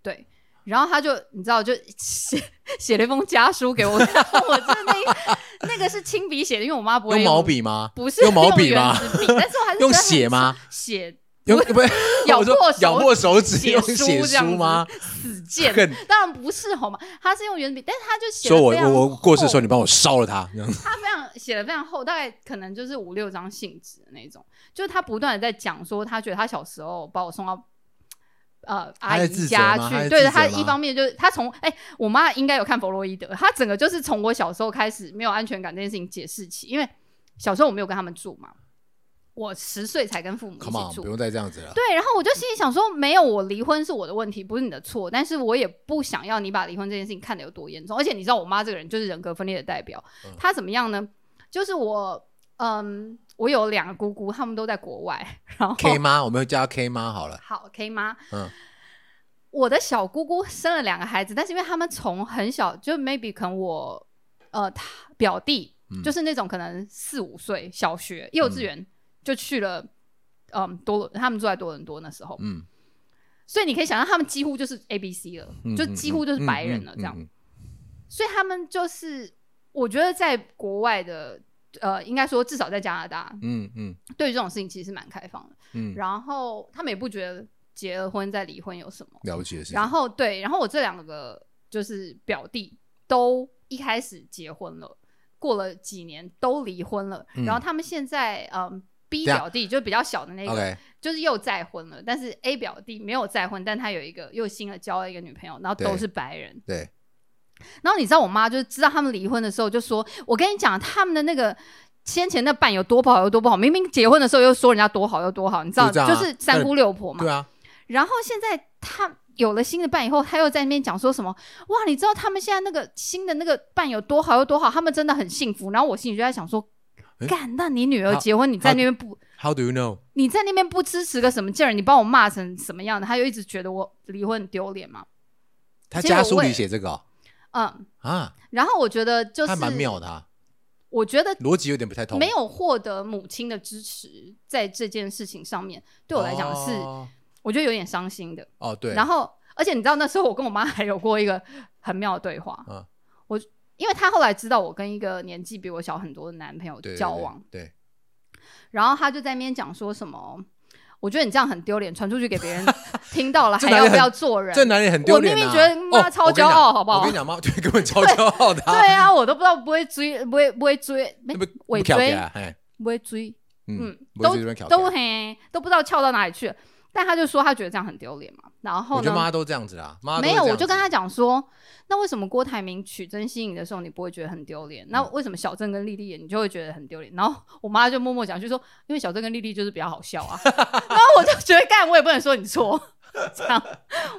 Speaker 1: 对，然后他就你知道就写写了一封家书给我， 我真的那一那个是亲笔写的，因为我妈不会
Speaker 2: 用毛，笔吗？
Speaker 1: 不是
Speaker 2: 用毛笔吗
Speaker 1: 用原子笔，但是我还是
Speaker 2: 用
Speaker 1: 觉得很
Speaker 2: 写吗？
Speaker 1: 写
Speaker 2: 用不是
Speaker 1: 咬
Speaker 2: 我说
Speaker 1: 破手
Speaker 2: 咬破手指用
Speaker 1: 书
Speaker 2: 写
Speaker 1: 这样
Speaker 2: 书吗？
Speaker 1: 子？死贱，
Speaker 2: 更
Speaker 1: 当然不是好吗？他是用圆笔，但是他就写得
Speaker 2: 说我
Speaker 1: 非常
Speaker 2: 我我过世的时候，
Speaker 1: 厚
Speaker 2: 你帮我烧了 嗯它，这样子
Speaker 1: 他非常写的非常厚，大概可能就是五六张信纸的那种，就是他不断的在讲说，他觉得他小时候把我送到。呃，
Speaker 2: 他
Speaker 1: 阿
Speaker 2: 在
Speaker 1: 姨
Speaker 2: 自责
Speaker 1: 家
Speaker 2: 吗
Speaker 1: 去
Speaker 2: 他在，
Speaker 1: 对
Speaker 2: 自责
Speaker 1: 他
Speaker 2: 吗
Speaker 1: 一方面就是他从哎、我妈应该有看弗洛伊德，他整个就是从我小时候开始没有安全感这件事情解释起，因为小时候我没有跟他们住嘛，我十岁才跟父母一
Speaker 2: ，Come
Speaker 1: 起
Speaker 2: on，
Speaker 1: 住
Speaker 2: 不，用再这样子 了。
Speaker 1: 对，然后我就心里想说，没有，我离婚是我的问题，不是你的错。但是我也不想要你把离婚这件事情看得有多严重。而且你知道，我妈这个人就是人格分裂的代表，
Speaker 2: 嗯
Speaker 1: 她怎么样呢？就是我，嗯，我有两个姑姑，她们都在国外，然后
Speaker 2: K 妈，我们叫她 K 妈好了。
Speaker 1: 好 K 妈，
Speaker 2: 嗯
Speaker 1: 我的小姑姑生了两个孩子，但是因为他们从很小就 maybe 可能我呃他表弟、
Speaker 2: 嗯
Speaker 1: 就是那种可能四五岁小学幼稚园、就去了，嗯，多伦他们住在多伦多那时候，
Speaker 2: 嗯，
Speaker 1: 所以你可以想象他们几乎就是 A B C 了，
Speaker 2: 嗯
Speaker 1: 就几乎就是白人了这样。。
Speaker 2: 嗯嗯嗯嗯
Speaker 1: 所以他们就是我觉得在国外的呃，应该说至少在加拿大，
Speaker 2: 嗯嗯
Speaker 1: 对于这种事情其实是蛮开放的。
Speaker 2: 嗯，嗯
Speaker 1: 然后他们也不觉得结了婚再离婚有什么。
Speaker 2: 了解是。
Speaker 1: 然后对，然后我这两个就是表弟都一开始结婚了，过了几年都离婚了，
Speaker 2: 嗯啊
Speaker 1: 然后他们现在嗯。B
Speaker 2: 这样
Speaker 1: 表弟就是比较小的那个
Speaker 2: OK，
Speaker 1: 就是又再婚了，但是 A 表弟没有再婚，但他有一个又新的交了一个女朋友，然后都
Speaker 2: 对
Speaker 1: 是白人。
Speaker 2: 对，
Speaker 1: 然后你知道我妈就是知道他们离婚的时候就说：“我跟你讲，他们的那个先前那伴有多不好，有多不好。明明结婚的时候又说人家多好，又多好，你知道
Speaker 2: 就这样啊
Speaker 1: 就是三姑六婆嘛。
Speaker 2: 对啊，
Speaker 1: 然后现在他有了新的伴以后，他又在那边讲说什么：哇，你知道他们现在那个新的那个伴有多好，有多好，他们真的很幸福。然后我心里就在想说：
Speaker 2: 诶
Speaker 1: 干，那你女儿
Speaker 2: 好
Speaker 1: 结婚，你在
Speaker 2: 好
Speaker 1: 那边不
Speaker 2: How do you know？
Speaker 1: 你在那边不支持个什么劲儿，你把我骂成什么样的？他就一直觉得我离婚很丢脸嘛。
Speaker 2: 他
Speaker 1: 结果
Speaker 2: 家书
Speaker 1: 我也
Speaker 2: 里写这个哦
Speaker 1: 嗯，
Speaker 2: 啊，
Speaker 1: 然后我觉得就是
Speaker 2: 他蛮妙的啊，
Speaker 1: 我觉得
Speaker 2: 逻辑有点不太通。
Speaker 1: 没有获得母亲的支持，在这件事情上面，对我来讲是、
Speaker 2: 哦
Speaker 1: 我觉得有点伤心的。
Speaker 2: 哦对，
Speaker 1: 然后，而且你知道那时候我跟我妈还有过一个很妙的对话。
Speaker 2: 嗯
Speaker 1: 我因为她后来知道我跟一个年纪比我小很多的男朋友
Speaker 2: 对对对
Speaker 1: 交往，
Speaker 2: 对，
Speaker 1: 然后她就在那边讲说什么。我觉得你这样很丢脸，传出去给别人听 到了，
Speaker 2: 这
Speaker 1: 还
Speaker 2: 哪里
Speaker 1: 要不
Speaker 2: 很
Speaker 1: 要做人？
Speaker 2: 这男人很丢脸啊。
Speaker 1: 我明明觉得妈
Speaker 2: 哦
Speaker 1: 超
Speaker 2: 我跟你
Speaker 1: 骄
Speaker 2: 讲
Speaker 1: 傲好不好
Speaker 2: 我跟你讲，妈对根本超骄傲的啊，
Speaker 1: 对啊，我都不知道不会追，不会不会追，没
Speaker 2: 那不
Speaker 1: 尾
Speaker 2: 不翘起
Speaker 1: 椎
Speaker 2: 来啊，哎，
Speaker 1: 不会追，
Speaker 2: 嗯
Speaker 1: 嗯，
Speaker 2: 不会
Speaker 1: 都
Speaker 2: 随便翘起来
Speaker 1: 都嘿都不知道翘到哪里去了。但他就说他觉得这样很丢脸嘛，然
Speaker 2: 我
Speaker 1: 后
Speaker 2: 觉得
Speaker 1: 呢，
Speaker 2: 妈都这样子啦，妈都
Speaker 1: 没有，
Speaker 2: 会这样子啊
Speaker 1: 我就跟他讲说，那为什么郭台铭娶曾心颖的时候你不会觉得很丢
Speaker 2: 嗯
Speaker 1: 脸？那为什么小郑跟丽丽演你就会觉得很丢脸？然后我妈就默默讲，就说因为小郑跟丽丽就是比较好笑啊。 然后我就觉得干，我也不能说你错， 这样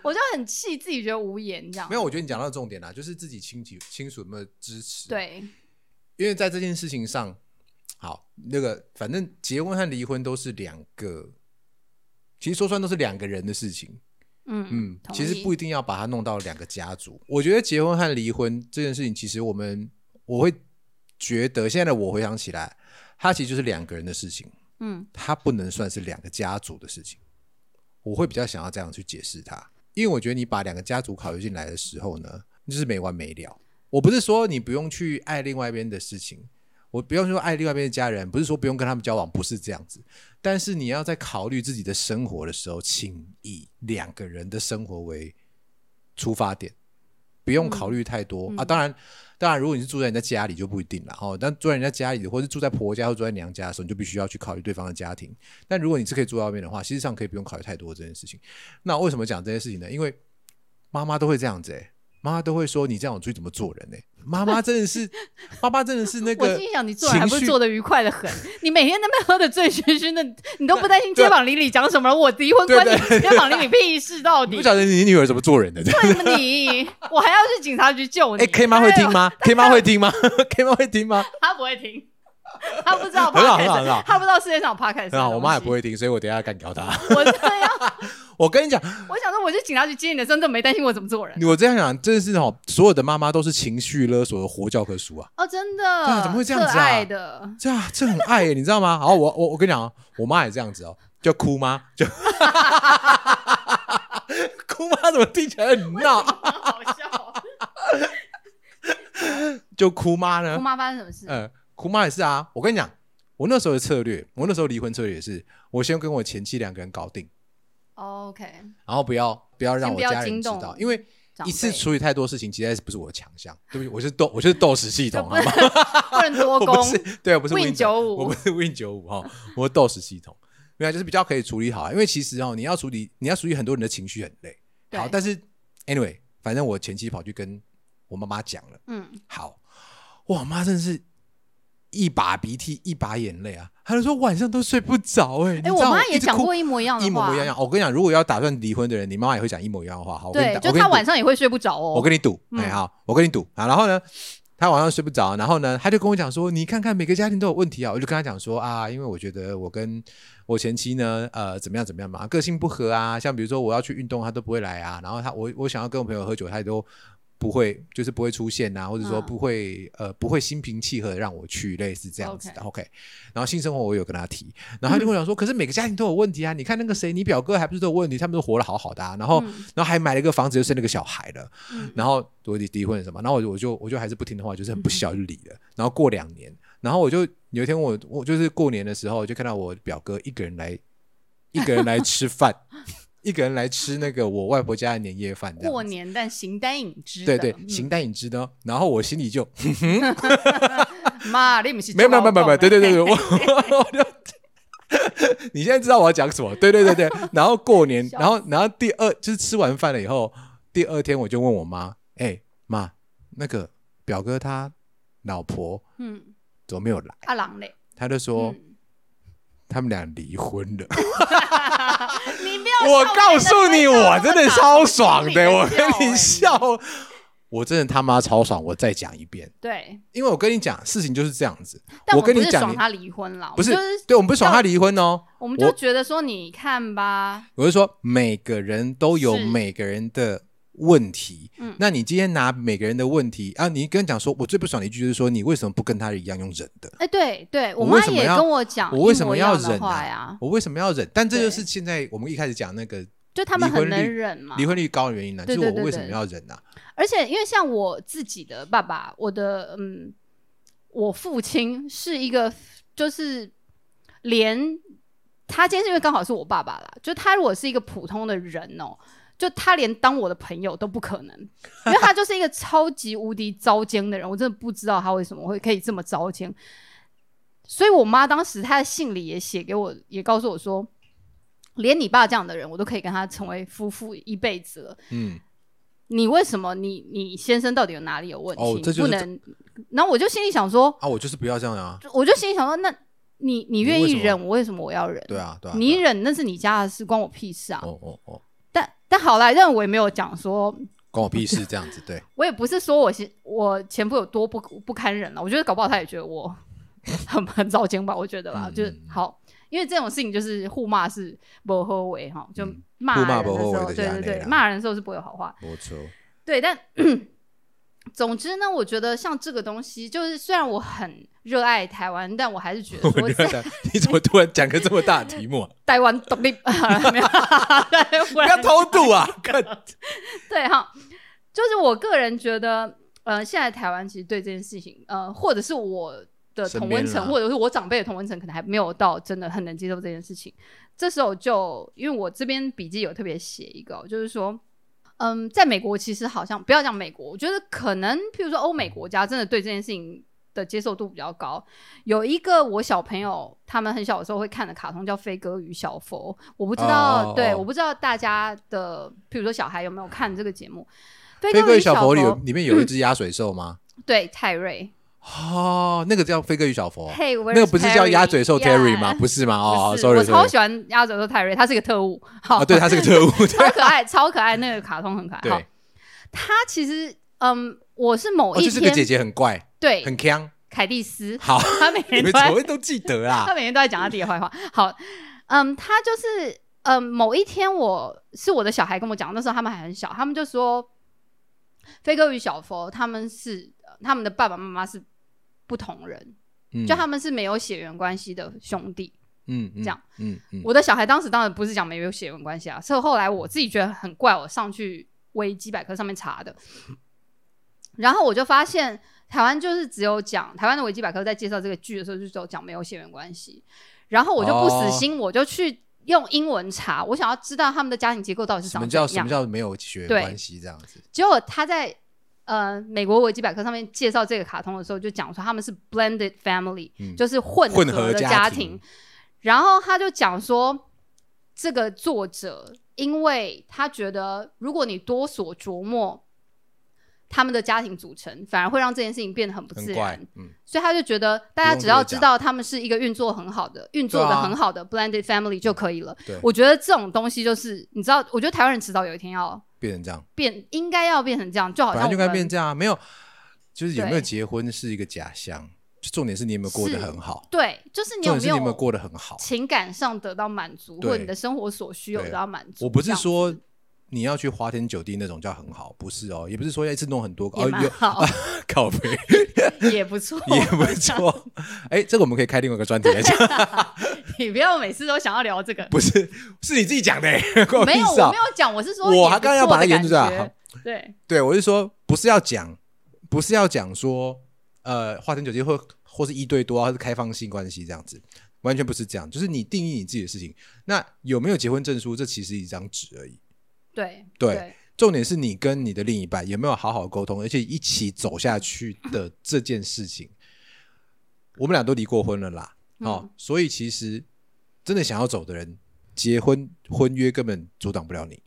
Speaker 1: 我就很气，自己觉得无言这样
Speaker 2: 没。有，我觉得你讲到重点啦，就是自己亲戚亲属有没有支持，，
Speaker 1: 对，
Speaker 2: 因为在这件事情上，好，那个反正结婚和离婚都是两个，其实说穿都是两个人的事情，
Speaker 1: 嗯
Speaker 2: 嗯，其实
Speaker 1: 同意
Speaker 2: 不一定要把它弄到两个家族。我觉得结婚和离婚这件事情，其实我们我会觉得现在的我回想起来，它其实就是两个人的事情，
Speaker 1: 嗯
Speaker 2: 它不能算是两个家族的事情。我会比较想要这样去解释它，因为我觉得你把两个家族考虑进来的时候呢，就是没完没了。我不是说你不用去爱另外一边的事情，我不用说爱另外一边的家人，不是说不用跟他们交往，不是这样子。但是你要在考虑自己的生活的时候，请以两个人的生活为出发点，不用考虑太多、
Speaker 1: 嗯
Speaker 2: 啊。
Speaker 1: 嗯
Speaker 2: 当然，当然，如果你是住在人家家里就不一定了哦。但住在人家家里，或是住在婆家或住在娘家的时候，你就必须要去考虑对方的家庭。但如果你是可以住在外面的话，实际上可以不用考虑太多这件事情。那为什么讲这件事情呢？因为妈妈都会这样子、欸，妈妈都会说你这样我出去怎么做人呢、欸妈妈真的是，妈妈真的是那
Speaker 1: 我
Speaker 2: 个
Speaker 1: 心。里想，你做人还不
Speaker 2: 情
Speaker 1: 是
Speaker 2: 绪
Speaker 1: 做的愉快的很？你每天那边喝的醉醺醺的，你都不担心街坊邻里讲什么？我离婚
Speaker 2: 对
Speaker 1: 关
Speaker 2: 对
Speaker 1: 你街坊邻里屁事到底
Speaker 2: 不？晓得你女儿怎么做人的，这样
Speaker 1: 为什么你？我还要去警察局救你？
Speaker 2: 哎，K 妈会
Speaker 1: 哎
Speaker 2: 听
Speaker 1: 呦？
Speaker 2: 吗？K 妈会听吗？K 妈会听吗？
Speaker 1: 他不会听，他不知道
Speaker 2: 很好
Speaker 1: podcast，
Speaker 2: 很好很好
Speaker 1: 他不知道世界上有 podcast，
Speaker 2: 很好，我妈也不
Speaker 1: 会。
Speaker 2: 会听，所以我等一下干掉她。
Speaker 1: 我对呀，
Speaker 2: 我跟你讲，
Speaker 1: 我想说，我去警察局接你的时候，你怎么没担心我怎么做人？
Speaker 2: 我这样讲，真的是哦，所有的妈妈都是情绪勒索的活教科书啊！
Speaker 1: 哦，真
Speaker 2: 对
Speaker 1: 的
Speaker 2: 啊，怎么会这样子啊
Speaker 1: 可爱 的，
Speaker 2: 这啊这很爱耶，你知道吗？好，我我我跟你讲哦，我妈也这样子哦，叫哭妈，就 哭妈怎么听起来很闹？
Speaker 1: 很好笑哦。
Speaker 2: 就哭妈
Speaker 1: 我
Speaker 2: 呢？
Speaker 1: 妈发生什么事？
Speaker 2: 呃，哭妈也是啊。我跟你讲，我那时候的策略，我那时候离婚策略也是，我先跟我前妻两个人搞定，呃
Speaker 1: OK，
Speaker 2: 然后不要不要让
Speaker 1: 先
Speaker 2: 我
Speaker 1: 不要
Speaker 2: 家人
Speaker 1: 惊
Speaker 2: 知
Speaker 1: 动
Speaker 2: 道，因为
Speaker 1: 长
Speaker 2: 一次
Speaker 1: 辈
Speaker 2: 处理太多事情，实在是不是我的强项，对不起，我是斗我是斗士系
Speaker 1: 就
Speaker 2: 统，好
Speaker 1: 不
Speaker 2: 吗？
Speaker 1: 能不能多
Speaker 2: 我不
Speaker 1: 攻，
Speaker 2: 是， 对，我不是
Speaker 1: Win 95
Speaker 2: 我不是 Win 九五哈，我是 DOS 系统，没有，就是比较可以处理好，因为其实哦，你要处理，你要处理很多人的情绪很累。
Speaker 1: 对
Speaker 2: 好，但是 anyway，反正我前期跑去跟我妈妈讲了，
Speaker 1: 嗯，
Speaker 2: 好，哇，我妈真的是一把鼻涕一把眼泪啊，她就说晚上都睡不着哎、欸，
Speaker 1: 哎，
Speaker 2: 你知
Speaker 1: 我
Speaker 2: 道
Speaker 1: 妈
Speaker 2: 一
Speaker 1: 也
Speaker 2: 直
Speaker 1: 讲
Speaker 2: 哭
Speaker 1: 过一模一样的话，
Speaker 2: 一模一样样。我跟你讲，如果要打算离婚的人，你妈妈也会讲一模一样的话。好，我跟你
Speaker 1: 对
Speaker 2: 打，
Speaker 1: 就
Speaker 2: 我跟你
Speaker 1: 她
Speaker 2: 赌
Speaker 1: 晚上也会睡不着哦。
Speaker 2: 我跟你赌，
Speaker 1: 嗯
Speaker 2: 哎好，我跟你赌啊。然后呢，他晚上睡不着，然后呢，他就跟我讲说，你看看每个家庭都有问题啊。我就跟他讲说啊，因为我觉得我跟我前妻呢，呃，怎么样怎么样嘛，个性不合啊。像比如说我要去运动，他都不会来啊。然后他我我想要跟我朋友喝酒，他也都。不会，就是不会出现啊，或者说
Speaker 1: 嗯
Speaker 2: 不会，呃，不会心平气和地让我去，类似这样子的。OK，然后
Speaker 1: 嗯
Speaker 2: 性生活我有跟他提，然后他就跟我讲说，可是每个家庭都有问题啊，你看那个谁，你表哥还不是都有问题，他们都活得好好的、啊，然后、
Speaker 1: 嗯
Speaker 2: 然后还买了一个房子，就生了个小孩了，
Speaker 1: 嗯
Speaker 2: 然后我离离婚了什么，然后我就我就我就还是不听的话，就是很不孝就离了，然后过两年，然后我就有一天我我就是过年的时候，我就看到我表哥一个人来，一个 人来吃饭，一个人来吃那个我外婆家的年夜饭，这样子
Speaker 1: 过年但形单影只
Speaker 2: 对
Speaker 1: 的，
Speaker 2: 对，
Speaker 1: 嗯
Speaker 2: 形单影只呢，然后我心里就
Speaker 1: 妈，你不是
Speaker 2: 没有没有没有没有，对对
Speaker 1: 对，
Speaker 2: 对对，我 我就。 你现在知道我要讲什么？对对对对。然后过年，
Speaker 1: 笑死
Speaker 2: 然后然后第二就是吃完饭了以后，第二天我就问我妈：“哎、妈，那个表哥他老婆
Speaker 1: 嗯，
Speaker 2: 怎么没有来
Speaker 1: 阿郎嘞，？”
Speaker 2: 她就说、
Speaker 1: 嗯
Speaker 2: 他们俩离婚了。
Speaker 1: 你不要，
Speaker 2: 我告诉你，我真的超爽的，我
Speaker 1: 我
Speaker 2: 跟你笑，我真的他妈超爽。我再讲一遍，
Speaker 1: 对，
Speaker 2: 因为我跟你讲事情就是这样子。
Speaker 1: 但
Speaker 2: 跟
Speaker 1: 们
Speaker 2: 你
Speaker 1: 不是
Speaker 2: 讲，
Speaker 1: 爽
Speaker 2: 你
Speaker 1: 他离婚了，
Speaker 2: 不是
Speaker 1: 我们就是
Speaker 2: 对我们不爽他离婚哦。
Speaker 1: 我们
Speaker 2: 我
Speaker 1: 就觉得说，你看吧，
Speaker 2: 我是说，每个人都有
Speaker 1: 是
Speaker 2: 每个人的问题。
Speaker 1: 嗯
Speaker 2: 那你今天拿每个人的问题啊，你跟他讲说，我最不爽的一句就是说，你为什么不跟他一样用忍的？
Speaker 1: 哎，对对，
Speaker 2: 我为
Speaker 1: 妈
Speaker 2: 什么
Speaker 1: 也
Speaker 2: 要
Speaker 1: 跟我讲，
Speaker 2: 我为什么要忍啊
Speaker 1: 话呀？
Speaker 2: 我为什么要忍？但这
Speaker 1: 对
Speaker 2: 就是现在我们一开始讲那个
Speaker 1: 就他们
Speaker 2: 离婚
Speaker 1: 很能
Speaker 2: 率
Speaker 1: 忍嘛，
Speaker 2: 离婚率高的原因呢、
Speaker 1: 对
Speaker 2: 就是
Speaker 1: 对对
Speaker 2: 我为什么
Speaker 1: 对
Speaker 2: 要忍啊？
Speaker 1: 而且因为像我自己的爸爸，我的嗯，我父亲是一个就是连他今天是因为刚好是我爸爸啦，就他如果是一个普通的人哦、就他连当我的朋友都不可能，因为他就是一个超级无敌糟奸的人，我真的不知道他为什么会可以这么糟奸。所以我妈当时她的信里也写给我，也告诉我说，连你爸这样的人，我都可以跟他成为夫妇一辈子了。
Speaker 2: 嗯，
Speaker 1: 你为什么你你先生到底有哪里有问题？
Speaker 2: 哦这就
Speaker 1: 不
Speaker 2: 是
Speaker 1: 能。然后我就心里想说，
Speaker 2: 啊，我就是不要这样啊。
Speaker 1: 我就心里想说，那你你愿
Speaker 2: 为
Speaker 1: 意
Speaker 2: 什么
Speaker 1: 忍，我为什么我要忍？
Speaker 2: 对啊，对啊。
Speaker 1: 你
Speaker 2: 对啊
Speaker 1: 忍那是你家的事，关我屁事啊！
Speaker 2: 哦哦哦，
Speaker 1: 但但好来认我也没有讲说，
Speaker 2: 关我屁事，这样子对。
Speaker 1: 我也不是说我前我前夫有多不不堪忍了，我觉得搞不好他也觉得我 很很糟心吧，我觉得啦，
Speaker 2: 嗯
Speaker 1: 就是好，因为这种事情就是互骂是不合为哈，就
Speaker 2: 嗯
Speaker 1: 骂
Speaker 2: 互
Speaker 1: 人
Speaker 2: 骂
Speaker 1: 的时
Speaker 2: 不合
Speaker 1: 候，
Speaker 2: 为
Speaker 1: 对对
Speaker 2: 就是这样
Speaker 1: 对，
Speaker 2: 啦
Speaker 1: 骂人的时候是不会有好话，
Speaker 2: 没错，
Speaker 1: 对，但 总之呢，我觉得像这个东西，就是虽然我很热爱台湾，但 我还是觉得
Speaker 2: 我
Speaker 1: 说
Speaker 2: 觉
Speaker 1: 在
Speaker 2: 得 你怎么突然讲个这么大的题 目、啊？
Speaker 1: 台湾独立，啊没有， 对，不
Speaker 2: 不
Speaker 1: 然
Speaker 2: 要偷渡啊！ 看
Speaker 1: 对哈，就是我个人觉得，呃，现在台湾其实对这件事情，呃，或者是我的
Speaker 2: 身
Speaker 1: 同温
Speaker 2: 边
Speaker 1: 层，
Speaker 2: 啦
Speaker 1: 或者是我长辈的同温层，可能还没有到真的很能接受这件事情。这时候就因为我这边笔记有特别写一个哦、就是说，嗯，在美国其实好像不要讲美国，我觉得可能譬如说欧美国家真的对这件事情的接受度比较高。有一个我小朋友他们很小的时候会看的卡通叫《飞哥与小佛》，我不知道，
Speaker 2: 哦哦
Speaker 1: 对，
Speaker 2: 哦
Speaker 1: 我不知道大家的譬如说小孩有没有看这个节目《飞
Speaker 2: 飞哥与小
Speaker 1: 小
Speaker 2: 佛》里有
Speaker 1: 佛
Speaker 2: 里面有一只鸭水兽吗？
Speaker 1: 对泰瑞，
Speaker 2: 哦，那个叫飞哥与小佛，
Speaker 1: 嘿，那
Speaker 2: 哦那个不是叫鸭嘴兽 Terry 吗？不是吗？哦
Speaker 1: 不是，
Speaker 2: ，sorry
Speaker 1: 我超
Speaker 2: sorry，
Speaker 1: 喜欢鸭嘴兽泰瑞，他是个特务，好，
Speaker 2: 啊，对，他是个特务，对
Speaker 1: 超可爱，超可爱，那个卡通很可爱。好
Speaker 2: 对，
Speaker 1: 他其实，嗯，我是某
Speaker 2: 哦，
Speaker 1: 一
Speaker 2: 就是个
Speaker 1: 天、
Speaker 2: 姐姐很怪，
Speaker 1: 对
Speaker 2: 很强，
Speaker 1: 凯蒂斯，
Speaker 2: 好，
Speaker 1: 他每
Speaker 2: 你
Speaker 1: 天都
Speaker 2: 们怎
Speaker 1: 在
Speaker 2: 么会都记得啊
Speaker 1: 他？每天都在讲他自己的坏话。好，嗯，他就是，嗯，某一天我是我的小孩跟我讲，那时候他们还很小，他们就说，飞哥与小佛他们是呃他们的爸爸妈妈是不同人，
Speaker 2: 嗯
Speaker 1: 就他们是没有血缘关系的兄弟。
Speaker 2: 嗯嗯
Speaker 1: 这样，
Speaker 2: 嗯嗯，
Speaker 1: 我的小孩当时当然不是讲没有血缘关系啊，是后来我自己觉得很怪，我上去维基百科上面查的，然后我就发现台湾就是只有讲台湾的维基百科在介绍这个剧的时候，就只有讲没有血缘关系，然后我就不
Speaker 2: 哦
Speaker 1: 死心，我就去用英文查，我想要知道他们的家庭结构到底是
Speaker 2: 什
Speaker 1: 长
Speaker 2: 么
Speaker 1: 怎
Speaker 2: 叫
Speaker 1: 样。
Speaker 2: 什么叫没有血缘
Speaker 1: 对
Speaker 2: 关系这样子？
Speaker 1: 结果他在呃美国维基百科上面介绍这个卡通的时候，就讲说他们是 blended family，、
Speaker 2: 嗯
Speaker 1: 就是混
Speaker 2: 混合
Speaker 1: 合的
Speaker 2: 家
Speaker 1: 家
Speaker 2: 庭
Speaker 1: 然后他就讲说，这个作者因为他觉得，如果你多所琢磨他们的家庭组成，反而会让这件事情变得很不自
Speaker 2: 很怪
Speaker 1: 然。，
Speaker 2: 嗯，
Speaker 1: 所以他就觉得，大家
Speaker 2: 不用
Speaker 1: 只要
Speaker 2: 多
Speaker 1: 知
Speaker 2: 讲
Speaker 1: 道他们是一个运作很好的、运作
Speaker 2: 对
Speaker 1: 的
Speaker 2: 啊
Speaker 1: 很好的 blended family 就可以了
Speaker 2: 对。
Speaker 1: 我觉得这种东西就是，你知道，我觉得台湾人迟早有一天要
Speaker 2: 变成这样，
Speaker 1: 变应该要变成这样，就好像
Speaker 2: 本来
Speaker 1: 我
Speaker 2: 就
Speaker 1: 们
Speaker 2: 该变这样啊，没有，就是有没有
Speaker 1: 对
Speaker 2: 结婚是一个假象，重点是你有没有过得
Speaker 1: 是
Speaker 2: 很好，
Speaker 1: 对，就是你有
Speaker 2: 重
Speaker 1: 没
Speaker 2: 点是你有没有
Speaker 1: 有
Speaker 2: 过得很好。
Speaker 1: 情感上得到满足，
Speaker 2: 对啊
Speaker 1: 或者你的生活所需有得到满足。
Speaker 2: 我不是
Speaker 1: 这样
Speaker 2: 说你要去花天酒地那种叫很好，不是哦，也不是说要一次弄很多个
Speaker 1: 也
Speaker 2: 哦，
Speaker 1: 蛮
Speaker 2: 有
Speaker 1: 好，
Speaker 2: 靠背
Speaker 1: 也不错。
Speaker 2: 也不 错。哎，这个我们可以开另外一个专题来讲，
Speaker 1: 你不要每次都想要聊这个，
Speaker 2: 不是 是你自己讲的， 哎关我
Speaker 1: 没
Speaker 2: 屁
Speaker 1: 有，
Speaker 2: 事啊
Speaker 1: 我没有讲，我是说
Speaker 2: 我
Speaker 1: 也不
Speaker 2: 还刚要
Speaker 1: 错
Speaker 2: 把它
Speaker 1: 的
Speaker 2: 研究出
Speaker 1: 感
Speaker 2: 来
Speaker 1: 觉
Speaker 2: 好
Speaker 1: 对，
Speaker 2: 对，我是说不是要讲，不是要讲说呃花天酒地或或是一对多啊，或是开放性关系这样子，完全不是这样，就是你定义你自己的事情。那有没有结婚证书，这其实一张纸而已。
Speaker 1: 对，
Speaker 2: 对，重点是你跟你的另一半有没有好好沟通，而且一起走下去 的这件事情。我们俩都离过婚了啦，
Speaker 1: 嗯
Speaker 2: 哦，所以其实真的想要走的人，结婚婚约根本阻挡不了你。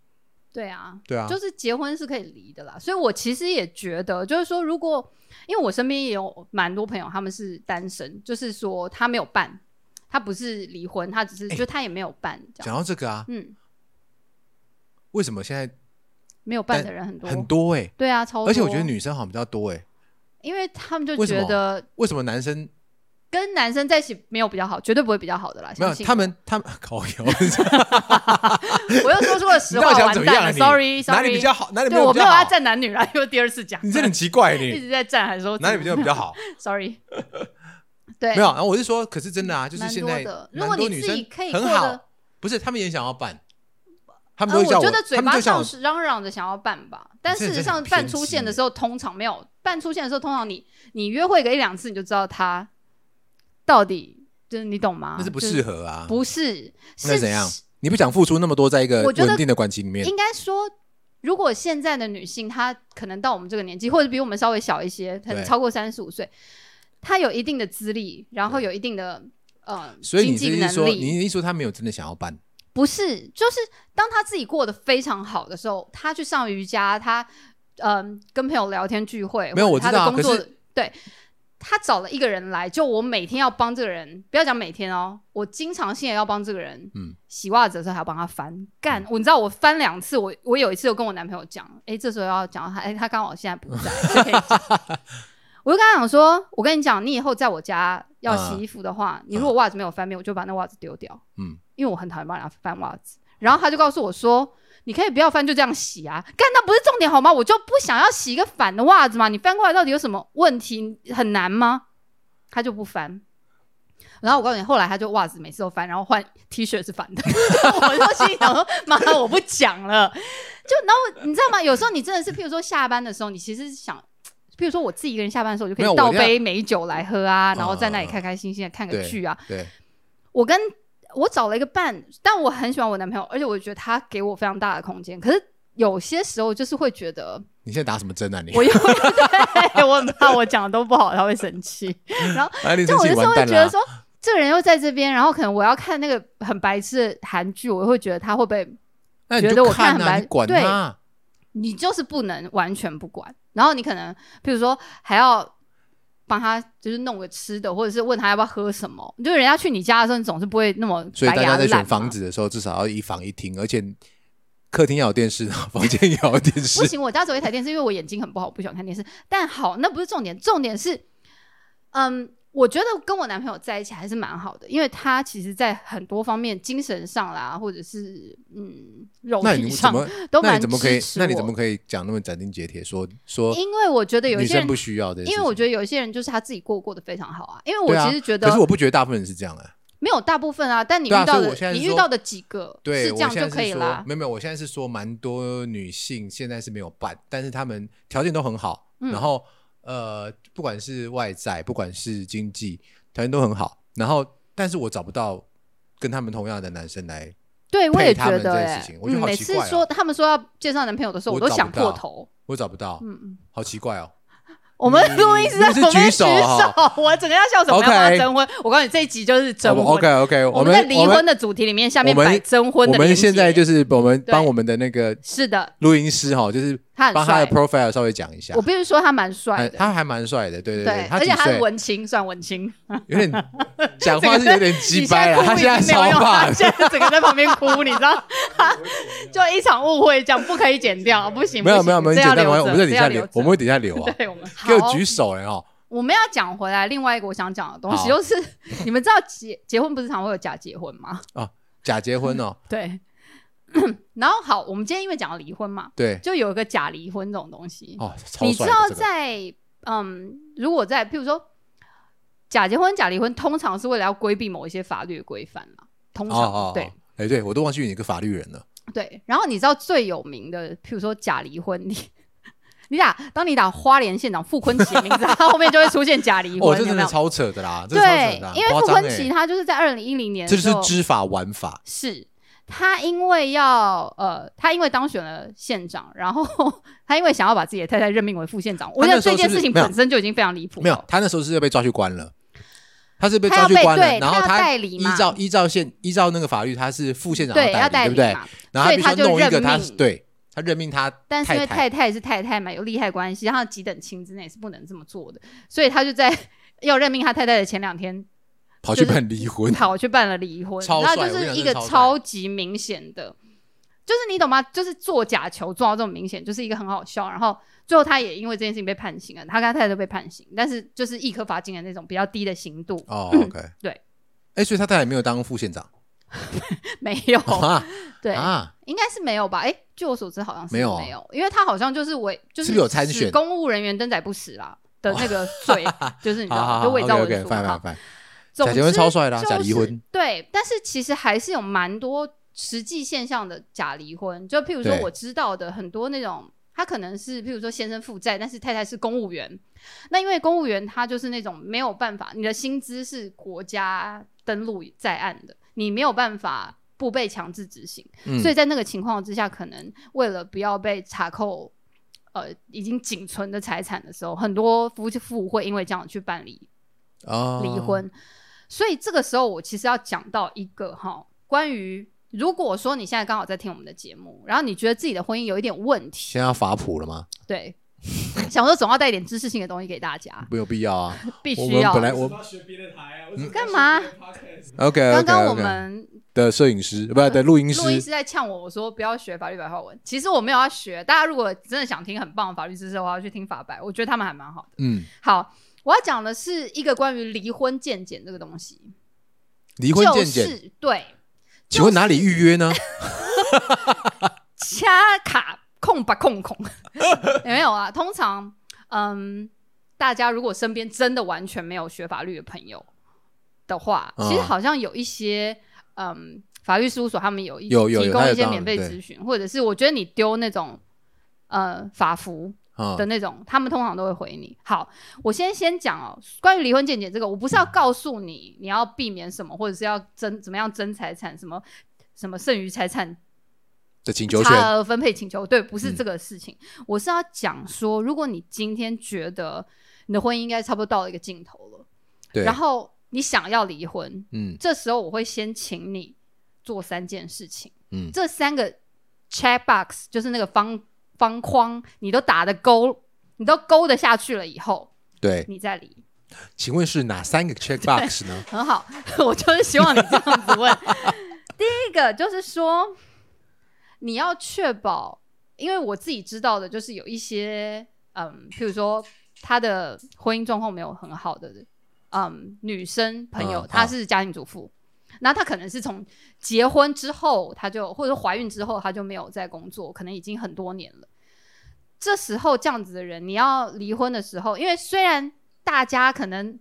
Speaker 1: 对啊，
Speaker 2: 对啊，
Speaker 1: 就是结婚是可以离的啦。所以我其实也觉得，就是说，如果因为我身边也有蛮多朋友，他们是单身，就是说他没有伴，他不是离婚，他只是、就他也没有伴这样。
Speaker 2: 哎讲到这个啊，
Speaker 1: 嗯，
Speaker 2: 为什么现在
Speaker 1: 没有伴
Speaker 2: 但
Speaker 1: 的人很多，
Speaker 2: 很多哎、
Speaker 1: 对啊，超多。
Speaker 2: 而且我觉得，女生好像比较多哎、
Speaker 1: 因为他们就
Speaker 2: 为什
Speaker 1: 觉
Speaker 2: 么
Speaker 1: 得
Speaker 2: 为什么男生
Speaker 1: 跟男生在一起没有比较好，绝对不会比较好的啦。
Speaker 2: 没有
Speaker 1: 相？信
Speaker 2: 他
Speaker 1: 我
Speaker 2: 们他们 靠腰，
Speaker 1: 我又说出了实
Speaker 2: 你
Speaker 1: 话，
Speaker 2: 到底想
Speaker 1: 完
Speaker 2: 怎
Speaker 1: 蛋
Speaker 2: 么样啊
Speaker 1: 了
Speaker 2: 你
Speaker 1: ，sorry sorry，
Speaker 2: 哪里比较好？哪里没
Speaker 1: 对我
Speaker 2: 比
Speaker 1: 没
Speaker 2: 较
Speaker 1: 有
Speaker 2: 好
Speaker 1: 要？站男女啦，又第二次讲，
Speaker 2: 你真的很奇怪欸
Speaker 1: 一
Speaker 2: 你，
Speaker 1: 直在站，还说
Speaker 2: 哪里比较比较好？
Speaker 1: sorry，对，
Speaker 2: 没有，然后我是说，可是真的啊，就是
Speaker 1: 哎嗯蛮
Speaker 2: 现
Speaker 1: 多
Speaker 2: 在
Speaker 1: 的如
Speaker 2: 蛮
Speaker 1: 果
Speaker 2: 多
Speaker 1: 你
Speaker 2: 女
Speaker 1: 自己
Speaker 2: 生
Speaker 1: 可以
Speaker 2: 很
Speaker 1: 过得
Speaker 2: 好，不是他们也想要办，他们
Speaker 1: 呃，我
Speaker 2: 都会叫
Speaker 1: 觉得嘴
Speaker 2: 他们
Speaker 1: 巴
Speaker 2: 就像
Speaker 1: 上
Speaker 2: 我
Speaker 1: 是嚷嚷着想要办吧，但事
Speaker 2: 这
Speaker 1: 实
Speaker 2: 真的
Speaker 1: 上
Speaker 2: 很
Speaker 1: 办
Speaker 2: 偏
Speaker 1: 出
Speaker 2: 激
Speaker 1: 现的
Speaker 2: 耶
Speaker 1: 时候，通常没有办出现的时候，通常你你约会个一两次，你就知道他到底就是你懂吗？
Speaker 2: 那是不
Speaker 1: 就是
Speaker 2: 适合啊，
Speaker 1: 不是
Speaker 2: 那
Speaker 1: 是
Speaker 2: 怎样？你不想付出那么多在一个
Speaker 1: 我觉得
Speaker 2: 稳定的关系里面，
Speaker 1: 应该说，如果现在的女性，她可能到我们这个年纪，或者比我们稍微小一些，可能
Speaker 2: 对
Speaker 1: 超过三十五岁，她有一定的资历，然后有一定的呃
Speaker 2: 所
Speaker 1: 经
Speaker 2: 以你是
Speaker 1: 济
Speaker 2: 一
Speaker 1: 能
Speaker 2: 说，
Speaker 1: 力，
Speaker 2: 你一说他没有真的想要办，
Speaker 1: 不是，就是当她自己过得非常好的时候，她去上瑜伽，她嗯、跟朋友聊天聚会，
Speaker 2: 没有
Speaker 1: 或者
Speaker 2: 我知道
Speaker 1: 她
Speaker 2: 啊
Speaker 1: 的工
Speaker 2: 可
Speaker 1: 作对。她找了一个人来，就我每天要帮这个人，不要讲每天哦，我经常性也要帮这个人，
Speaker 2: 嗯，
Speaker 1: 洗袜子的时候还要帮他翻，干我你知道我翻两次，我我有一次有跟我男朋友讲，哎、这时候要讲到他，哎、他刚好现在不在，就可以讲我就跟他讲说，我跟你讲，你以后在我家要洗衣服的话，你如果袜子没有翻遍，我就把那袜子丢掉，
Speaker 2: 嗯，
Speaker 1: 因为我很讨厌帮人家翻袜子。然后他就告诉我说，你可以不要翻，就这样洗啊，干那不是重点好吗？我就不想要洗一个反的袜子嘛，你翻过来到底有什么问题？很难吗？他就不翻。然后我告诉你，后来他就袜子每次都翻，然后换 T 恤是反的。 我就心里想说，妈，我不讲了。就然后你知道吗？有时候你真的是，譬如说下班的时候，你其实是想，譬如说我自己一个人下班的时候，我就可
Speaker 2: 没有
Speaker 1: 以
Speaker 2: 我
Speaker 1: 倒
Speaker 2: 一定要
Speaker 1: 杯美酒来喝啊，然后在那里
Speaker 2: 嗯嗯嗯
Speaker 1: 开开心心的看个
Speaker 2: 对
Speaker 1: 剧啊。
Speaker 2: 对，
Speaker 1: 我跟我找了一个伴，但我很喜欢我男朋友，而且我觉得他给我非常大的空间。可是有些时候就是会觉得，
Speaker 2: 你现在打什么针啊你？
Speaker 1: 我又 对我很怕我讲的都不好，他会生气。
Speaker 2: 哎，你
Speaker 1: 就
Speaker 2: 生
Speaker 1: 我
Speaker 2: 气
Speaker 1: 就是
Speaker 2: 完
Speaker 1: 会
Speaker 2: 蛋
Speaker 1: 觉得
Speaker 2: 了
Speaker 1: 说，这个人又在这边，然后可能我要看那个很白痴的韩剧，我会觉得他会不会，
Speaker 2: 啊，那你
Speaker 1: 觉得
Speaker 2: 就
Speaker 1: 我看
Speaker 2: 看
Speaker 1: 很
Speaker 2: 啊，
Speaker 1: 白
Speaker 2: 你管
Speaker 1: 对
Speaker 2: 他啊，
Speaker 1: 你就是不能完全不管，然后你可能比如说还要。帮他就是弄个吃的，或者是问他要不要喝什么。就是人家去你家的时候，你总是不会那么
Speaker 2: 所以
Speaker 1: 白
Speaker 2: 大
Speaker 1: 牙
Speaker 2: 家在
Speaker 1: 懒嘛
Speaker 2: 选房子的时候，至少要一房一厅，而且客厅要有电视，啊房间也要有电视
Speaker 1: 不。行，我家只有一台电视，因为我眼睛很不好，我不喜欢看电视。但好，那不是重点，重点是，嗯，我觉得跟我男朋友在一起还是蛮好的，因为他其实，在很多方面，精神上啦，或者是嗯，肉
Speaker 2: 那
Speaker 1: 体
Speaker 2: 你怎
Speaker 1: 上
Speaker 2: 么？
Speaker 1: 都
Speaker 2: 那
Speaker 1: 蛮
Speaker 2: 你怎么可以
Speaker 1: 支？持
Speaker 2: 那你
Speaker 1: 我
Speaker 2: 怎么可以讲那么斩钉截铁说说
Speaker 1: 因为我觉得有一
Speaker 2: 女
Speaker 1: 些人
Speaker 2: 生不，需要的？
Speaker 1: 因为我觉得有一些人就是他自己过过得非常好啊。因为我
Speaker 2: 对啊
Speaker 1: 其实觉得、
Speaker 2: 可是我不觉得大部分人是这样啊。
Speaker 1: 没有大部分啊，但你遇
Speaker 2: 对啊
Speaker 1: 到
Speaker 2: 所以
Speaker 1: 的、
Speaker 2: 我现在是
Speaker 1: 你
Speaker 2: 说
Speaker 1: 遇到的几个
Speaker 2: 对，
Speaker 1: 这
Speaker 2: 我
Speaker 1: 样
Speaker 2: 现
Speaker 1: 就
Speaker 2: 在
Speaker 1: 可
Speaker 2: 是
Speaker 1: 以
Speaker 2: 说
Speaker 1: 啦。
Speaker 2: 没有没有，我现在是说蛮多女性现在是没有伴，但是她们条件都很好，
Speaker 1: 嗯
Speaker 2: 然后呃，不管是外在，不管是经济，条件都很好，然后但是我找不到跟他们同样的男生来，
Speaker 1: 对，我
Speaker 2: 配
Speaker 1: 也
Speaker 2: 他
Speaker 1: 觉
Speaker 2: 们
Speaker 1: 得
Speaker 2: 这件
Speaker 1: 哎、
Speaker 2: 事情我
Speaker 1: 嗯，
Speaker 2: 觉得好
Speaker 1: 每
Speaker 2: 奇
Speaker 1: 次
Speaker 2: 怪哦
Speaker 1: 说他们说要介绍男朋友的时候，
Speaker 2: 我
Speaker 1: 都
Speaker 2: 找
Speaker 1: 想
Speaker 2: 不到
Speaker 1: 破头。
Speaker 2: 我找不到，
Speaker 1: 嗯嗯。
Speaker 2: 好奇怪哦。
Speaker 1: 我们录音是在
Speaker 2: 嗯你是
Speaker 1: 我们
Speaker 2: 举
Speaker 1: 举
Speaker 2: 手
Speaker 1: 手
Speaker 2: 哦，
Speaker 1: 我整个要笑什么？要
Speaker 2: OK
Speaker 1: 帮他征婚？我告诉你，这一集就是征婚。
Speaker 2: 我 OK OK，
Speaker 1: 我
Speaker 2: 们
Speaker 1: 在离
Speaker 2: 我们
Speaker 1: 婚的主题里面下面
Speaker 2: 我们
Speaker 1: 摆征婚的
Speaker 2: 我们
Speaker 1: 连结
Speaker 2: 现在就是我们帮
Speaker 1: 对
Speaker 2: 我们的那个
Speaker 1: 是的，
Speaker 2: 录音师哈，就是
Speaker 1: 他很
Speaker 2: 帮他
Speaker 1: 帅
Speaker 2: 的 profile 稍微讲一下
Speaker 1: 我。必须说他蛮帅
Speaker 2: 哎
Speaker 1: 的，
Speaker 2: 他还蛮帅的，对对
Speaker 1: 对，
Speaker 2: 他
Speaker 1: 而
Speaker 2: 几
Speaker 1: 且他
Speaker 2: 岁
Speaker 1: 是？文青，算文青。
Speaker 2: 有 点讲话是有点鸡
Speaker 1: 你
Speaker 2: 掰
Speaker 1: 在
Speaker 2: 了，
Speaker 1: 哭
Speaker 2: 他
Speaker 1: 已
Speaker 2: 现在
Speaker 1: 经没有
Speaker 2: 超
Speaker 1: 用，
Speaker 2: 怕
Speaker 1: 他，现在整个在旁边哭，你知道？就一场误会，这样不可以剪掉，不行，
Speaker 2: 没有
Speaker 1: 不行
Speaker 2: 没有没有，
Speaker 1: 这要
Speaker 2: 简单，
Speaker 1: 留
Speaker 2: 我
Speaker 1: 着，
Speaker 2: 们我们在底
Speaker 1: 这要
Speaker 2: 下
Speaker 1: 留
Speaker 2: 留
Speaker 1: 着，
Speaker 2: 我们会底下留啊，
Speaker 1: 对，我们好
Speaker 2: 给我举手哎哦，
Speaker 1: 我们要讲回来另外一个我想讲的东西，
Speaker 2: 好
Speaker 1: 就是 你们知道结结婚不是常会有假结婚吗？
Speaker 2: 假结婚哦，
Speaker 1: 对。然后好，我们今天因为讲到离婚嘛，
Speaker 2: 对，
Speaker 1: 就有一个假离婚这种东西。
Speaker 2: 哦，超
Speaker 1: 你知
Speaker 2: 帅
Speaker 1: 道
Speaker 2: 的这个，
Speaker 1: 在、嗯，如果在譬如说假结婚、假离婚，通常是为了要规避某一些法律的规范嘛，通
Speaker 2: 哦
Speaker 1: 常、
Speaker 2: 哦，哦
Speaker 1: 对，
Speaker 2: 哎对，我都忘记你一个法律人了，
Speaker 1: 对。然后你知道最有名的，譬如说假离婚，你你打当你打花莲县长傅昆奇的名字，他后面就会出现假离婚，
Speaker 2: 哦，这真
Speaker 1: 有没
Speaker 2: 的
Speaker 1: 有
Speaker 2: 超扯的啦，这超
Speaker 1: 对
Speaker 2: 扯的啦，，
Speaker 1: 因为
Speaker 2: 夸
Speaker 1: 傅
Speaker 2: 张
Speaker 1: 昆
Speaker 2: 欸
Speaker 1: 奇他就是在二零一零年
Speaker 2: 这
Speaker 1: 的
Speaker 2: 就
Speaker 1: 时候，
Speaker 2: 是知法玩法，
Speaker 1: 是他因为要呃，他因为当选了县长，然后 他因为想要把自己的太太任命为副县长，我觉
Speaker 2: 他那
Speaker 1: 得
Speaker 2: 时候
Speaker 1: 这件
Speaker 2: 是不是
Speaker 1: 事情
Speaker 2: 没有
Speaker 1: 本身就已经非常离谱了。
Speaker 2: 没有，他那时候是被抓去关了。他是被
Speaker 1: 他要
Speaker 2: 抓去
Speaker 1: 被
Speaker 2: 关了，
Speaker 1: 对
Speaker 2: 然后
Speaker 1: 他要代理
Speaker 2: 依
Speaker 1: 嘛
Speaker 2: 照依照现依照那个法律，他是副县长
Speaker 1: 对，要
Speaker 2: 代
Speaker 1: 代
Speaker 2: 理，对不对？
Speaker 1: 嘛。
Speaker 2: 然后
Speaker 1: 所以
Speaker 2: 必须要
Speaker 1: 他就
Speaker 2: 弄一个
Speaker 1: 任
Speaker 2: 他，
Speaker 1: 命
Speaker 2: 对他任命他
Speaker 1: 但是因为
Speaker 2: 太
Speaker 1: 太太是太太嘛，有利害关系，然后几等亲之内是不能这么做的，所以他就在 要任命他太太的前两天
Speaker 2: 跑去
Speaker 1: 就是
Speaker 2: 办离婚，
Speaker 1: 跑去办了离婚，
Speaker 2: 超
Speaker 1: 那
Speaker 2: 帅
Speaker 1: 就
Speaker 2: 我跟你
Speaker 1: 是
Speaker 2: 讲
Speaker 1: 一
Speaker 2: 真
Speaker 1: 个
Speaker 2: 的超
Speaker 1: 超
Speaker 2: 帅
Speaker 1: 级明显的，就是你懂吗？就是做假球做到这么明显，就是一个很好笑。然后最后他也因为这件事情被判刑了，他跟他太太都被判刑，但是就是一颗罚金的那种比较低的刑度，
Speaker 2: 哦，OK，
Speaker 1: 嗯对。
Speaker 2: 哎，所以他太太没有当副县长
Speaker 1: 没有，哦
Speaker 2: 啊
Speaker 1: 对，
Speaker 2: 啊，
Speaker 1: 应该是没有吧？哎，据我所知好像是
Speaker 2: 没有啊
Speaker 1: 没有，因为他好像就是违，就是
Speaker 2: 不是有参选
Speaker 1: 使公务人员登载不实啦。的那个 罪，就是你知
Speaker 2: 好
Speaker 1: 道
Speaker 2: 好
Speaker 1: 吗，
Speaker 2: 好
Speaker 1: 就伪造
Speaker 2: o
Speaker 1: 文
Speaker 2: k
Speaker 1: 书
Speaker 2: 反
Speaker 1: 嘛
Speaker 2: 反。反，
Speaker 1: 总
Speaker 2: 假结婚
Speaker 1: 之
Speaker 2: 超帅的啊
Speaker 1: 就
Speaker 2: 假离
Speaker 1: 是
Speaker 2: 婚
Speaker 1: 对，但是其实还是有蛮多实际现象的假离婚，就譬如说
Speaker 2: 对
Speaker 1: 我知道的很多那种，他可能是譬如说先生负债，但是太太是公务员，那因为公务员他就是那种没有办法，你的薪资是国家登录在案的，你没有办法。不被强制执行，
Speaker 2: 嗯
Speaker 1: 所以在那个情况之下，可能为了不要被查扣，呃，已经仅存的财产的时候，很多夫妇会因为这样去办理
Speaker 2: 哦
Speaker 1: 离婚。所以这个时候，我其实要讲到一个哈，关于如果说你现在刚好在听我们的节目，然后你觉得自己的婚姻有一点问题，
Speaker 2: 现在要法普了吗？
Speaker 1: 对，想说总要带一点知识性的东西给大家，
Speaker 2: 没有必要啊。
Speaker 1: 必
Speaker 2: 我
Speaker 1: 须
Speaker 2: 们
Speaker 1: 要
Speaker 2: 本。来我
Speaker 3: 要学别的台啊，我只是
Speaker 1: 干嘛
Speaker 3: 要学别的 podcast？
Speaker 2: OK
Speaker 1: 刚
Speaker 2: OK
Speaker 1: 刚我
Speaker 2: OK
Speaker 1: 们
Speaker 2: 的摄影师，不的录音师
Speaker 1: 录音师在呛我，我说不要学法律白话文。其实我没有要学，大家如果真的想听很棒的法律知识的话，去听法白，我觉得他们还蛮好的。
Speaker 2: 嗯，
Speaker 1: 好，我要讲的是一个关于离婚见解这个东西，
Speaker 2: 离婚见
Speaker 1: 就
Speaker 2: 检，
Speaker 1: 是对
Speaker 2: 请问哪里 预约呢？
Speaker 1: 掐卡控吧控控， 有没有啊？通常，嗯，大家如果身边真的完全没有学法律的朋友的话，
Speaker 2: 嗯
Speaker 1: 其实好像有一些，嗯，法律事务所他们有一
Speaker 2: 有有有
Speaker 1: 提供一
Speaker 2: 他
Speaker 1: 些
Speaker 2: 有
Speaker 1: 免费
Speaker 2: 当然
Speaker 1: 咨询，或者是我觉得你丢那种呃法服
Speaker 2: 啊
Speaker 1: 的那种，他们通常都会回
Speaker 2: 嗯
Speaker 1: 你。好，我先先讲哦，关于离婚见解这个，我不是要告诉你你要避免什么，或者是要争怎么样争财产，什么什么剩余财产
Speaker 2: 的请求嗯
Speaker 1: 差
Speaker 2: 权，
Speaker 1: 额分配请求，对，不是这个事情。我是要讲说，如果你今天觉得你的婚姻应该差不多到了一个尽头了，
Speaker 2: 对，
Speaker 1: 然后你想要离婚，
Speaker 2: 嗯
Speaker 1: 这时候我会先请你做三件事情，
Speaker 2: 嗯
Speaker 1: 这三个 check box 就是那个方方框，你都打的勾，你都勾得下去了以后，
Speaker 2: 对，
Speaker 1: 你再离。
Speaker 2: 请问是哪三个 check box 呢？
Speaker 1: 很好， 我就是希望你这样子 问。第一个就是说，你要确保，因为我自己知道的，就是有一些，嗯，譬如说她的婚姻状况没有很好的，嗯，女生朋友，
Speaker 2: 嗯
Speaker 1: 她
Speaker 2: 好
Speaker 1: 是家庭主妇，那她可能是从结婚之后，她就或者怀孕之后，她就没有在工作，可能已经很多年了。这时候这样子的人，你要离婚的时候，因为虽然大家可能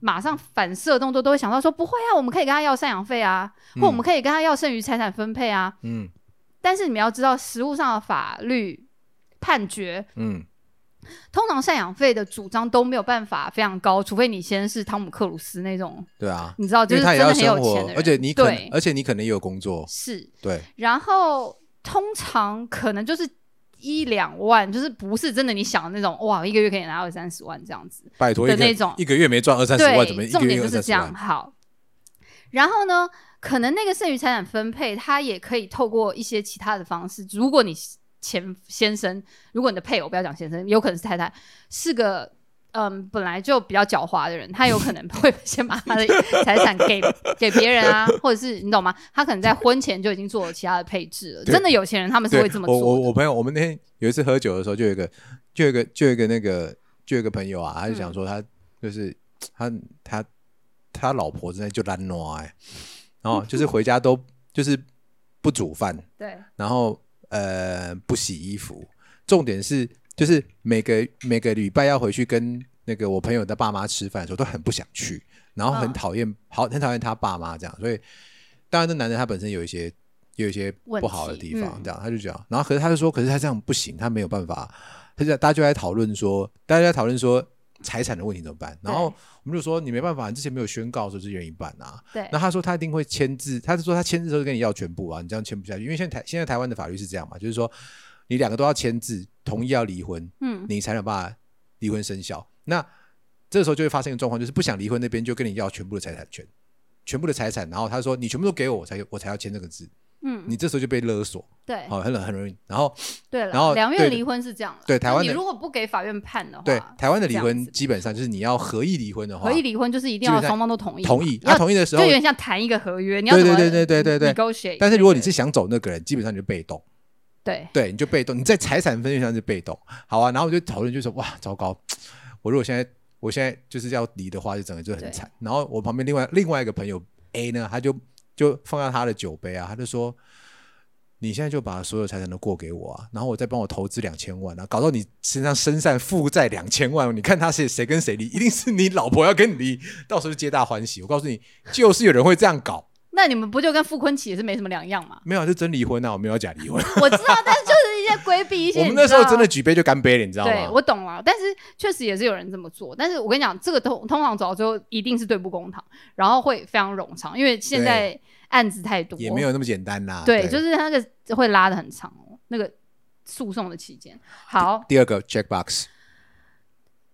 Speaker 1: 马上反射动作都会想到说不会啊，我们可以跟他要赡养费啊，或我们可以跟他要剩余财产分配啊。
Speaker 2: 嗯
Speaker 1: 但是你们要知道，实务上的法律判决，
Speaker 2: 嗯，
Speaker 1: 通常赡养费的主张都没有办法非常高，除非你先是汤姆克鲁斯那种，
Speaker 2: 对啊，
Speaker 1: 你知道，哦
Speaker 2: 因
Speaker 1: 就
Speaker 2: 为
Speaker 1: 是
Speaker 2: 他
Speaker 1: 真
Speaker 2: 也
Speaker 1: 的
Speaker 2: 要
Speaker 1: 很有
Speaker 2: 生活
Speaker 1: 钱的，人。
Speaker 2: 而且你可
Speaker 1: 对，
Speaker 2: 而且你可能也有工作，
Speaker 1: 是。
Speaker 2: 对，
Speaker 1: 然后通常可能就是一两万，就是不是真的你想的那种哇，一个月可以拿二三十万这样子。
Speaker 2: 拜托
Speaker 1: 的
Speaker 2: 一个
Speaker 1: 那种
Speaker 2: 一个月没赚二三十
Speaker 1: 对，
Speaker 2: 万，怎么一个
Speaker 1: 重
Speaker 2: 月
Speaker 1: 点
Speaker 2: 有
Speaker 1: 就
Speaker 2: 二
Speaker 1: 是
Speaker 2: 三
Speaker 1: 这
Speaker 2: 十
Speaker 1: 样
Speaker 2: 万？
Speaker 1: 好。然后呢，可能那个剩余财产分配，它也可以透过一些其他的方式。如果你前先生，如果你的配偶不要讲先生，有可能是太太，是个嗯本来就比较狡猾的人，他有可能 会先把他的财产给给别人啊，或者是你懂吗？他可能在婚前就已经做了其他的配置了。
Speaker 2: 对
Speaker 1: 真的有钱人他们是
Speaker 2: 对
Speaker 1: 会这，么
Speaker 2: 我我
Speaker 1: 做的。
Speaker 2: 我朋友，我们那天有一次喝酒的时候，就有一个，就有一个，就有一个那个，就有一个朋友啊，他就
Speaker 1: 嗯
Speaker 2: 讲说他就是他他他老婆真的就懒惰哎，然后就是回家都就是不煮饭，
Speaker 1: 对，
Speaker 2: 然后呃不洗衣服，重点是就是每个每个礼拜要回去跟那个我朋友的爸妈吃饭的时候都很不想去，然后很
Speaker 1: 嗯
Speaker 2: 讨厌，好很讨厌他爸妈这样，所以当然这男人他本身有一些有一些不好的地
Speaker 1: 问
Speaker 2: 方
Speaker 1: 题，嗯
Speaker 2: 这样他就讲，然后可是他就说，可是他这样不行，他没有办法，他就大家就在讨论说，大家在讨论说。财产的问题怎么办？然后
Speaker 1: 对
Speaker 2: 我们就说你没办法，你之前没有宣告说是愿意办啊。
Speaker 1: 对
Speaker 2: 那，他说他一定会签字，他是说他签字的时候就跟你要全部啊，你这样签不下去，因为现在台现在台湾的法律是这样嘛，就是说你两个都要签字，同意要离婚，
Speaker 1: 嗯，
Speaker 2: 你才能把离婚生效。那这时候就会发生一个状况，就是不想离婚那边就跟你要全部的财产权，全部的财产，然后他说你全部都给我，我才我才要签这个字，
Speaker 1: 嗯，哎
Speaker 2: 你这时候就被勒索，
Speaker 1: 对，
Speaker 2: 好、很很容易。然后
Speaker 1: 对了，
Speaker 2: 然后
Speaker 1: 两
Speaker 2: 对
Speaker 1: 院
Speaker 2: 的
Speaker 1: 离婚是这样啦，
Speaker 2: 对
Speaker 1: 就
Speaker 2: 台湾
Speaker 1: 你
Speaker 2: 的
Speaker 1: 如果不给法院判的话，
Speaker 2: 对台湾
Speaker 1: 是
Speaker 2: 的离
Speaker 1: 这样
Speaker 2: 婚
Speaker 1: 子
Speaker 2: 基本上就是你要合意离婚的话
Speaker 1: 合，意离婚就是一定
Speaker 2: 哦基
Speaker 1: 要
Speaker 2: 本上
Speaker 1: 双方都同意嘛，
Speaker 2: 同意，他、
Speaker 1: 要
Speaker 2: 同意的时
Speaker 1: 就
Speaker 2: 候
Speaker 1: 有，点像谈一个合约，你要
Speaker 2: 对
Speaker 1: 怎么
Speaker 2: 对对对对对对
Speaker 1: negotiate
Speaker 2: 但是如果你
Speaker 1: 那个
Speaker 2: 是想走那个人，基本上你就被动。
Speaker 1: 对
Speaker 2: 对，你就被动，你在财产分配上是被动。好啊，然后我就讨论，就说哇，糟糕，我如果现在我现在就是要离的话，就整个就很惨。然后我旁边另外另外一个朋友 A 呢，他就就放下他的酒杯啊，他就说。你现在就把所有财产都过给我啊，然后我再帮我投资两千万啊，搞到你身上身上负债两千万，你看他是谁跟谁离，一定是你老婆要跟你离，到时候就皆大欢喜。我告诉你，就是有人会这样搞，？
Speaker 1: 那你们不就跟傅昆奇也是没什么两样吗
Speaker 2: 没有啊就真离婚啊，我没有假离婚。
Speaker 1: 我知道，但是就是一些规避一些，
Speaker 2: 我们那
Speaker 1: 你知
Speaker 2: 时
Speaker 1: 道
Speaker 2: 候真的举杯就干杯了，你知道吗？
Speaker 1: 对我懂了，但是确实也是有人这么做，但是我跟你讲，这个通通常走到最后一定是对簿公堂，然后会非常冗长，因为现
Speaker 2: 对
Speaker 1: 在案子太多，
Speaker 2: 也没有那么简单啦。
Speaker 1: 对，就是他那个会拉的很长哦，那个诉讼的期间。好，
Speaker 2: 第二个 check box，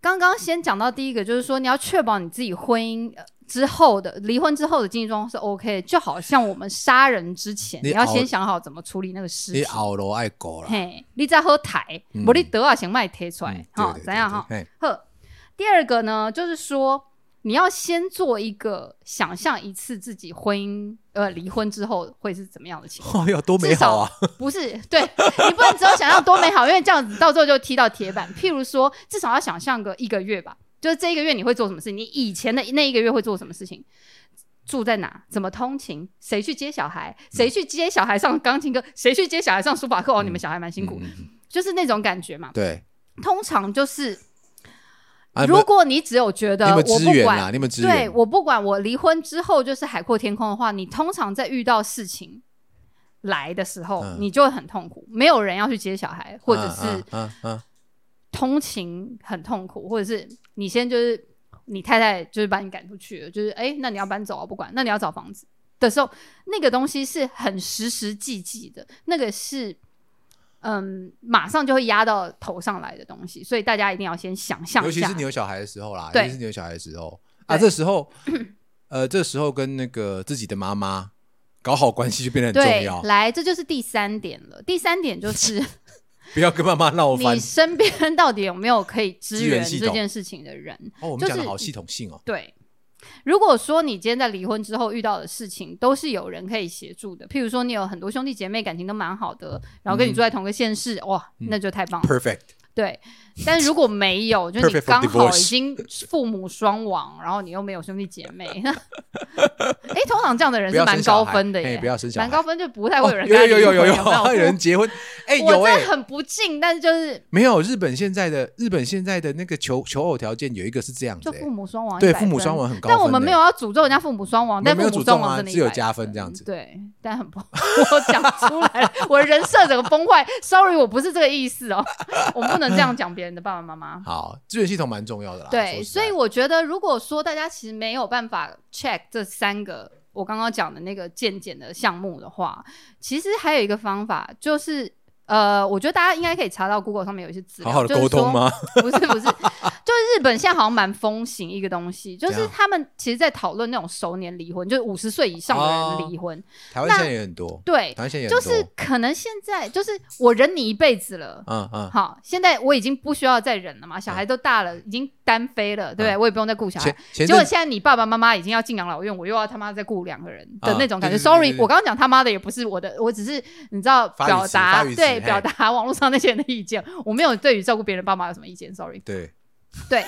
Speaker 1: 刚刚先讲到第一个，就是说你要确保你自己婚姻呃之后的离婚之后的经济状况是 OK，的就好像我们杀人之前，
Speaker 2: 你
Speaker 1: 你要
Speaker 2: 熬
Speaker 1: 先想好怎么处理那个尸
Speaker 2: 你
Speaker 1: 体。
Speaker 2: 熬楼爱狗啦。
Speaker 1: 嘿，你再喝台，
Speaker 2: 嗯
Speaker 1: 我、你得啊先卖贴出来
Speaker 2: 嗯，
Speaker 1: 哈、
Speaker 2: 对对对
Speaker 1: 怎样哈？
Speaker 2: 对嘿
Speaker 1: 呵，第二个呢，就是说你要先做一个想象一次自己婚姻呃离婚之后会是怎么样的情况。
Speaker 2: 哎呦，多美
Speaker 1: 至
Speaker 2: 好
Speaker 1: 少
Speaker 2: 啊！
Speaker 1: 不是，对 你不能只有想象多美好，因为这样子到最后就踢到铁板。譬如说，至少要想象个一个月吧，就是这一个月你会做什么事，你以前的那一个月会做什么事情，住在哪，怎么通勤，谁去接小孩，谁去接小孩上钢琴课，谁去接小孩上书法课。哦，你们小孩蛮辛苦，
Speaker 2: 嗯嗯嗯
Speaker 1: 就是那种感觉嘛。
Speaker 2: 对，
Speaker 1: 通常就是，
Speaker 2: 啊
Speaker 1: 如果你只有觉
Speaker 2: 你
Speaker 1: 得
Speaker 2: 们
Speaker 1: 我
Speaker 2: 支
Speaker 1: 不
Speaker 2: 援啊
Speaker 1: 管
Speaker 2: 啦，你们支
Speaker 1: 对
Speaker 2: 援。
Speaker 1: 我不管，我离婚之后就是海阔天空的话，你通常在遇到事情来的时候，
Speaker 2: 嗯
Speaker 1: 你就会很痛苦，没有人要去接小孩，或者是
Speaker 2: 嗯嗯嗯嗯
Speaker 1: 通勤很痛苦，或者是你先就是你太太就是把你赶出去了，就是哎、那你要搬走啊，不管，那你要找房子，的时候，那个东西是很实实际际的，那个是嗯，马上就会压到头上来的东西，所以大家一定要先想象
Speaker 2: 尤
Speaker 1: 一
Speaker 2: 其
Speaker 1: 下
Speaker 2: 是你。有小孩的时候啦，尤
Speaker 1: 对
Speaker 2: 其是你有小孩的时候啊，
Speaker 1: 对
Speaker 2: 这 时候呃，这时候跟那个自己的妈妈搞好关系就变得很重
Speaker 1: 对
Speaker 2: 要，，
Speaker 1: 来，这就是第三点了。第三点就是
Speaker 2: 不要跟妈妈闹翻
Speaker 1: 你。身边 到底有没有可以支
Speaker 2: 支援
Speaker 1: 援
Speaker 2: 系
Speaker 1: 这
Speaker 2: 统
Speaker 1: 件事情的人？
Speaker 2: 哦，我们
Speaker 1: 就
Speaker 2: 讲的
Speaker 1: 是
Speaker 2: 好系统性哦，
Speaker 1: 对，如果说你今天在离婚之后遇到的事情都是有人可以协助的，譬如说你有很多兄弟姐妹感情都蛮好的，然后跟你
Speaker 2: 嗯
Speaker 1: 住在同个县市，哇，
Speaker 2: 嗯
Speaker 1: 那就太棒了。
Speaker 2: perfect，
Speaker 1: 对，但如果没有，就是你
Speaker 2: Perfect for
Speaker 1: 刚好
Speaker 2: divorce
Speaker 1: 已经父母双亡，然后你又没有兄弟姐妹， 那哎，通常这样的人
Speaker 2: 不
Speaker 1: 是
Speaker 2: 要生
Speaker 1: 蛮
Speaker 2: 小
Speaker 1: 高
Speaker 2: 孩
Speaker 1: 分的
Speaker 2: 嘿
Speaker 1: 耶，
Speaker 2: 不要生小孩，
Speaker 1: 蛮高分就不太会有
Speaker 2: 哦
Speaker 1: 人
Speaker 2: 有
Speaker 1: 跟他
Speaker 2: 有
Speaker 1: 离
Speaker 2: 有
Speaker 1: 婚
Speaker 2: 有有
Speaker 1: 没
Speaker 2: 有人结婚，哎
Speaker 1: 我
Speaker 2: 有
Speaker 1: 真
Speaker 2: 哎
Speaker 1: 的。很不敬，但是就是
Speaker 2: 没有日本现在的日本现在的那个求求偶条件有一个是这样子
Speaker 1: 就
Speaker 2: 欸、
Speaker 1: 父母双亡，
Speaker 2: 对父母双。亡很高分欸、
Speaker 1: 但我们没有要诅咒人家父母双亡，
Speaker 2: 没有
Speaker 1: 但
Speaker 2: 没有
Speaker 1: 父母
Speaker 2: 诅咒
Speaker 1: 双
Speaker 2: 啊
Speaker 1: 亡真的
Speaker 2: 只有
Speaker 1: 100
Speaker 2: 加分这样子
Speaker 1: 对，但很崩， 我讲出来了，我人设整个崩坏。Sorry，我不是这个意思哦， 我不能这样讲别人的爸爸妈 妈。
Speaker 2: 好资源系统蛮重要的啦。
Speaker 1: 对，
Speaker 2: 啊说实
Speaker 1: 所
Speaker 2: 在
Speaker 1: 以我觉得，如果说大家其实没有办法 check 这三个我刚刚讲的那个健检的项目的话，其实还有一个方法就是。呃，我觉得大家应该可以查到 Google 上面有一些资料，
Speaker 2: 好好的
Speaker 1: 就是
Speaker 2: 沟
Speaker 1: 说
Speaker 2: 通吗？
Speaker 1: 不是不是，就是日本现在好像蛮风行一个东西，就
Speaker 2: 怎
Speaker 1: 是
Speaker 2: 样
Speaker 1: 他们其实，在讨论那种熟年离婚，就是五十岁以上的人离婚。
Speaker 2: 台湾
Speaker 1: 那
Speaker 2: 现在也很多，
Speaker 1: 对，
Speaker 2: 台湾现在也
Speaker 1: 就
Speaker 2: 哦很多。
Speaker 1: 是可能现在就是我忍你一辈子了。
Speaker 2: 嗯嗯，
Speaker 1: 好，现在我已经不需要再忍了
Speaker 2: 啊
Speaker 1: 嘛，小孩都大了，已经单飞了，对不对？我也不用再顾小孩
Speaker 2: 前。啊前
Speaker 1: 结果
Speaker 2: 阵
Speaker 1: 现在你爸爸妈妈已经要进养老院，我又要他妈再雇两个人的
Speaker 2: 啊
Speaker 1: 那种感觉。
Speaker 2: 对对对
Speaker 1: Sorry，
Speaker 2: 对对
Speaker 1: 我刚刚讲他妈的也不是我的，我只是你知道
Speaker 2: 发语
Speaker 1: 表
Speaker 2: 词
Speaker 1: 达
Speaker 2: 发语词
Speaker 1: 对
Speaker 2: 嘿
Speaker 1: 表达网络上那些人的意见，我没有对于照顾别人爸妈有什么意见。Sorry，
Speaker 2: 对，
Speaker 1: 对，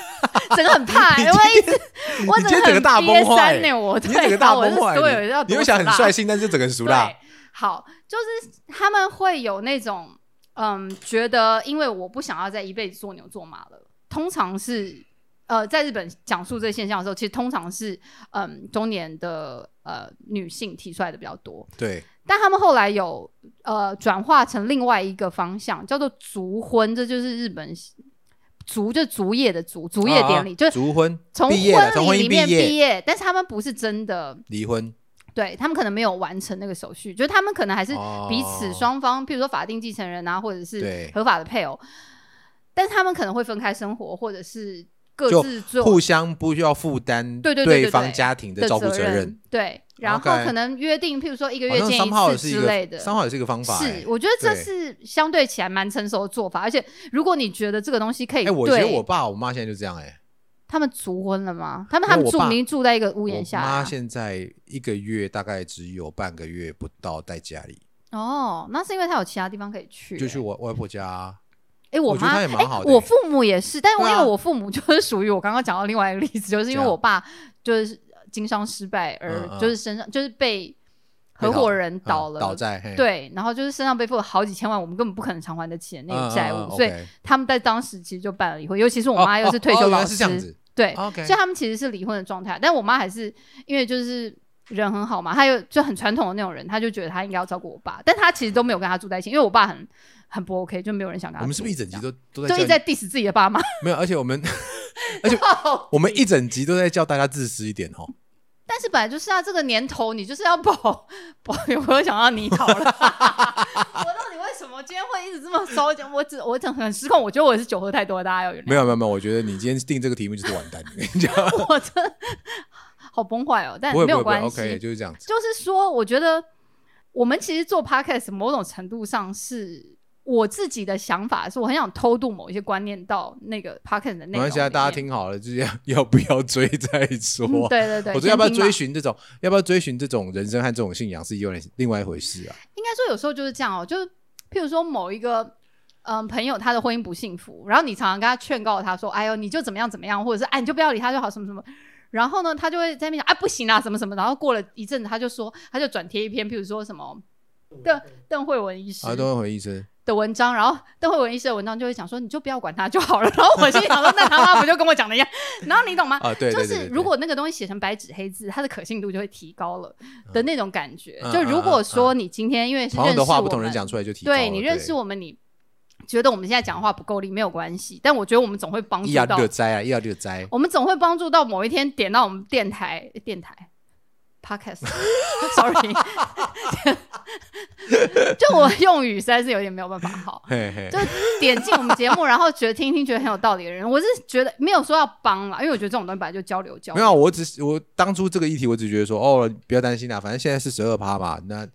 Speaker 1: 整个很 怕、欸，我一直我
Speaker 2: 你
Speaker 1: 整
Speaker 2: 今天整个大
Speaker 1: 很
Speaker 2: 崩
Speaker 1: 憋
Speaker 2: 坏
Speaker 1: 三呢、我
Speaker 2: 你整
Speaker 1: 对
Speaker 2: 个
Speaker 1: 啊，
Speaker 2: 大
Speaker 1: 我
Speaker 2: 崩
Speaker 1: 是
Speaker 2: 坏
Speaker 1: 所有人要
Speaker 2: 你，你会
Speaker 1: 毒
Speaker 2: 想
Speaker 1: 辣
Speaker 2: 很率性，但是整个很熟
Speaker 1: 对
Speaker 2: 啦。，
Speaker 1: 好，就是他们会有那种嗯，觉得因为我不想要再一辈子做牛做马了，通常是。呃，在日本讲述这个现象的时候，其实通常是嗯中年的呃女性提出来的比较多，
Speaker 2: 对，
Speaker 1: 但他们后来有呃转化成另外一个方向，叫做族婚，这就是日本族就是族业的族族业典礼，
Speaker 2: 啊啊
Speaker 1: 就是
Speaker 2: 族婚，
Speaker 1: 从
Speaker 2: 毕业了从
Speaker 1: 婚
Speaker 2: 婚
Speaker 1: 礼
Speaker 2: 姻
Speaker 1: 里面
Speaker 2: 毕业
Speaker 1: 业，但是他们不是真的，
Speaker 2: 离婚，
Speaker 1: 对他们可能没有完成那个手续，就是他们可能还是
Speaker 2: 哦
Speaker 1: 彼此双方，譬如说法定继承人啊，或者是
Speaker 2: 对
Speaker 1: 合法的配偶，但是他们可能会分开生活，或者是各
Speaker 2: 就
Speaker 1: 自做
Speaker 2: 互相不需要负担
Speaker 1: 对对对对对
Speaker 2: 方家庭的照顾
Speaker 1: 责
Speaker 2: 责任。，
Speaker 1: 对，然后
Speaker 2: OK
Speaker 1: 可能约定，譬如说一个
Speaker 2: 好
Speaker 1: 月
Speaker 2: 像
Speaker 1: 见
Speaker 2: 三号
Speaker 1: 一
Speaker 2: 也
Speaker 1: 次
Speaker 2: 是一
Speaker 1: 之
Speaker 2: 个
Speaker 1: 类的，
Speaker 2: 三号也是一个方法欸。
Speaker 1: 是，我觉得这
Speaker 2: 对
Speaker 1: 是相对起来蛮成熟的做法，而且如果你觉得这个东西可以
Speaker 2: 哎，我觉得
Speaker 1: 对
Speaker 2: 我爸我妈现在就这样哎，
Speaker 1: 他们族婚了吗？他们
Speaker 2: 因
Speaker 1: 他
Speaker 2: 为
Speaker 1: 们
Speaker 2: 哎我
Speaker 1: 住
Speaker 2: 爸
Speaker 1: 明明住在一个屋
Speaker 2: 我
Speaker 1: 檐下啊、
Speaker 2: 妈现在一个月大概只有半个月不到在家里，
Speaker 1: 哦，那是因为他有其他地方可以去、
Speaker 2: 就去
Speaker 1: 哎
Speaker 2: 我外婆家啊。
Speaker 1: 诶我
Speaker 2: 我觉得
Speaker 1: 妈
Speaker 2: 他也
Speaker 1: 哎、
Speaker 2: 蛮好的
Speaker 1: 我
Speaker 2: 欸
Speaker 1: 父母也是，但是
Speaker 2: 对
Speaker 1: 因
Speaker 2: 啊
Speaker 1: 为我父母就是属于我刚刚讲到另外一个例子，就是因
Speaker 2: 这
Speaker 1: 为
Speaker 2: 样
Speaker 1: 我爸就是经商失败而
Speaker 2: 嗯嗯
Speaker 1: 就是身上就是被
Speaker 2: 被
Speaker 1: 合
Speaker 2: 倒
Speaker 1: 伙人
Speaker 2: 啊
Speaker 1: 倒了，
Speaker 2: 倒债，嘿
Speaker 1: 对，然后就是身上背负了好几千万，我们根本不可能偿还得起的那个债务，
Speaker 2: 嗯嗯嗯
Speaker 1: 所以
Speaker 2: OK
Speaker 1: 他们在当时其实就办了离婚，尤其是我妈
Speaker 2: 哦
Speaker 1: 又是退休
Speaker 2: 哦哦原
Speaker 1: 老
Speaker 2: 来
Speaker 1: 师，
Speaker 2: 是这样子。
Speaker 1: 对，
Speaker 2: 哦 OK，
Speaker 1: 所以他们其实是离婚的状态。但我妈还是因为就是人很好嘛，她又就很传统的那种人，她就觉得她应该要照顾我爸，但她其实都没有跟他住在一起，因为我爸很很不 OK，就没有人想跟他
Speaker 2: 我
Speaker 1: 住。
Speaker 2: 们是不是一整集都
Speaker 1: 就
Speaker 2: 都在
Speaker 1: 一直
Speaker 2: 叫
Speaker 1: 在 diss 自己的爸妈？
Speaker 2: 没有？而且我们我们一整集都在叫大家自私一点哦。
Speaker 1: 但是本来就是啊，这个年头你就是要保 保，我又想到你讨了。 我到底为什么今天会一直这么烧焦？我只我整很失控，我觉得我也是酒喝太多，大家要原谅。
Speaker 2: 没有没有没有，我觉得你今天定这个题目就是完蛋，我 跟你讲，
Speaker 1: 我真的 好崩坏哦，但
Speaker 2: 不会
Speaker 1: 没有
Speaker 2: 不会不会
Speaker 1: 关系。
Speaker 2: ，OK，就是这样子。
Speaker 1: 就是说，我觉得我们其实做 podcast 某种程度上是我自己的想法，是我很想偷渡某一些观念到那个 podcast 的内容里面。
Speaker 2: 没关系啊，大家听好了，就是要 要不要追再说。
Speaker 1: 嗯。对对对，
Speaker 2: 我觉得要不要
Speaker 1: 先听嘛
Speaker 2: 追寻这种，要不要追寻这种人生和这种信仰是有点另外一回事啊。
Speaker 1: 应该说有时候就是这样哦，就是譬如说某一个。嗯，朋友他的婚姻不幸福，然后你常常跟他劝告他说：“哎呦，你就怎么样怎么样，或者是哎你就不要理他就好，什么什么。”然后呢，他就会在那边讲：“哎，不行啦，什么什么。”然后过了一阵子，他就说，他就转贴一篇，譬如说什么邓邓慧文医师
Speaker 2: 啊，都会回医生，
Speaker 1: 的文章，然后邓慧文医师的文章就会讲说，你就不要管他就好了。然后我心里想说，那他妈不就跟我讲的一样？然后你懂吗？
Speaker 2: 啊 对对对
Speaker 1: 就
Speaker 2: 对
Speaker 1: 是
Speaker 2: 对
Speaker 1: 如果那个东西写成白纸黑字，它的可信度就会提高了的那种感觉。
Speaker 2: 嗯
Speaker 1: 就如果说你今天因为是
Speaker 2: 同
Speaker 1: 认
Speaker 2: 样
Speaker 1: 识
Speaker 2: 的
Speaker 1: 我
Speaker 2: 话
Speaker 1: 们，
Speaker 2: 不同人讲出来就提高了。
Speaker 1: 对你认识我们，你觉得我们现在讲话不够力没有关系，但我觉得我们总会帮
Speaker 2: 一
Speaker 1: 助
Speaker 2: 要
Speaker 1: 到
Speaker 2: 六灾啊，一要六灾。
Speaker 1: 我们总会帮助到某一天点到我们电台电台 podcast，sorry，就我用语实在是有点没有办法好。
Speaker 2: 嘿嘿
Speaker 1: 就，点进我们节目，然后觉得听一听觉得很有道理的人，我是觉得没有说要帮啦，因为我觉得这种东西本来就交流交
Speaker 2: 没
Speaker 1: 流。
Speaker 2: 有，我只是我当初这个议题，我只觉得说，哦，不要担心啦，反正现在是十二趴嘛， 那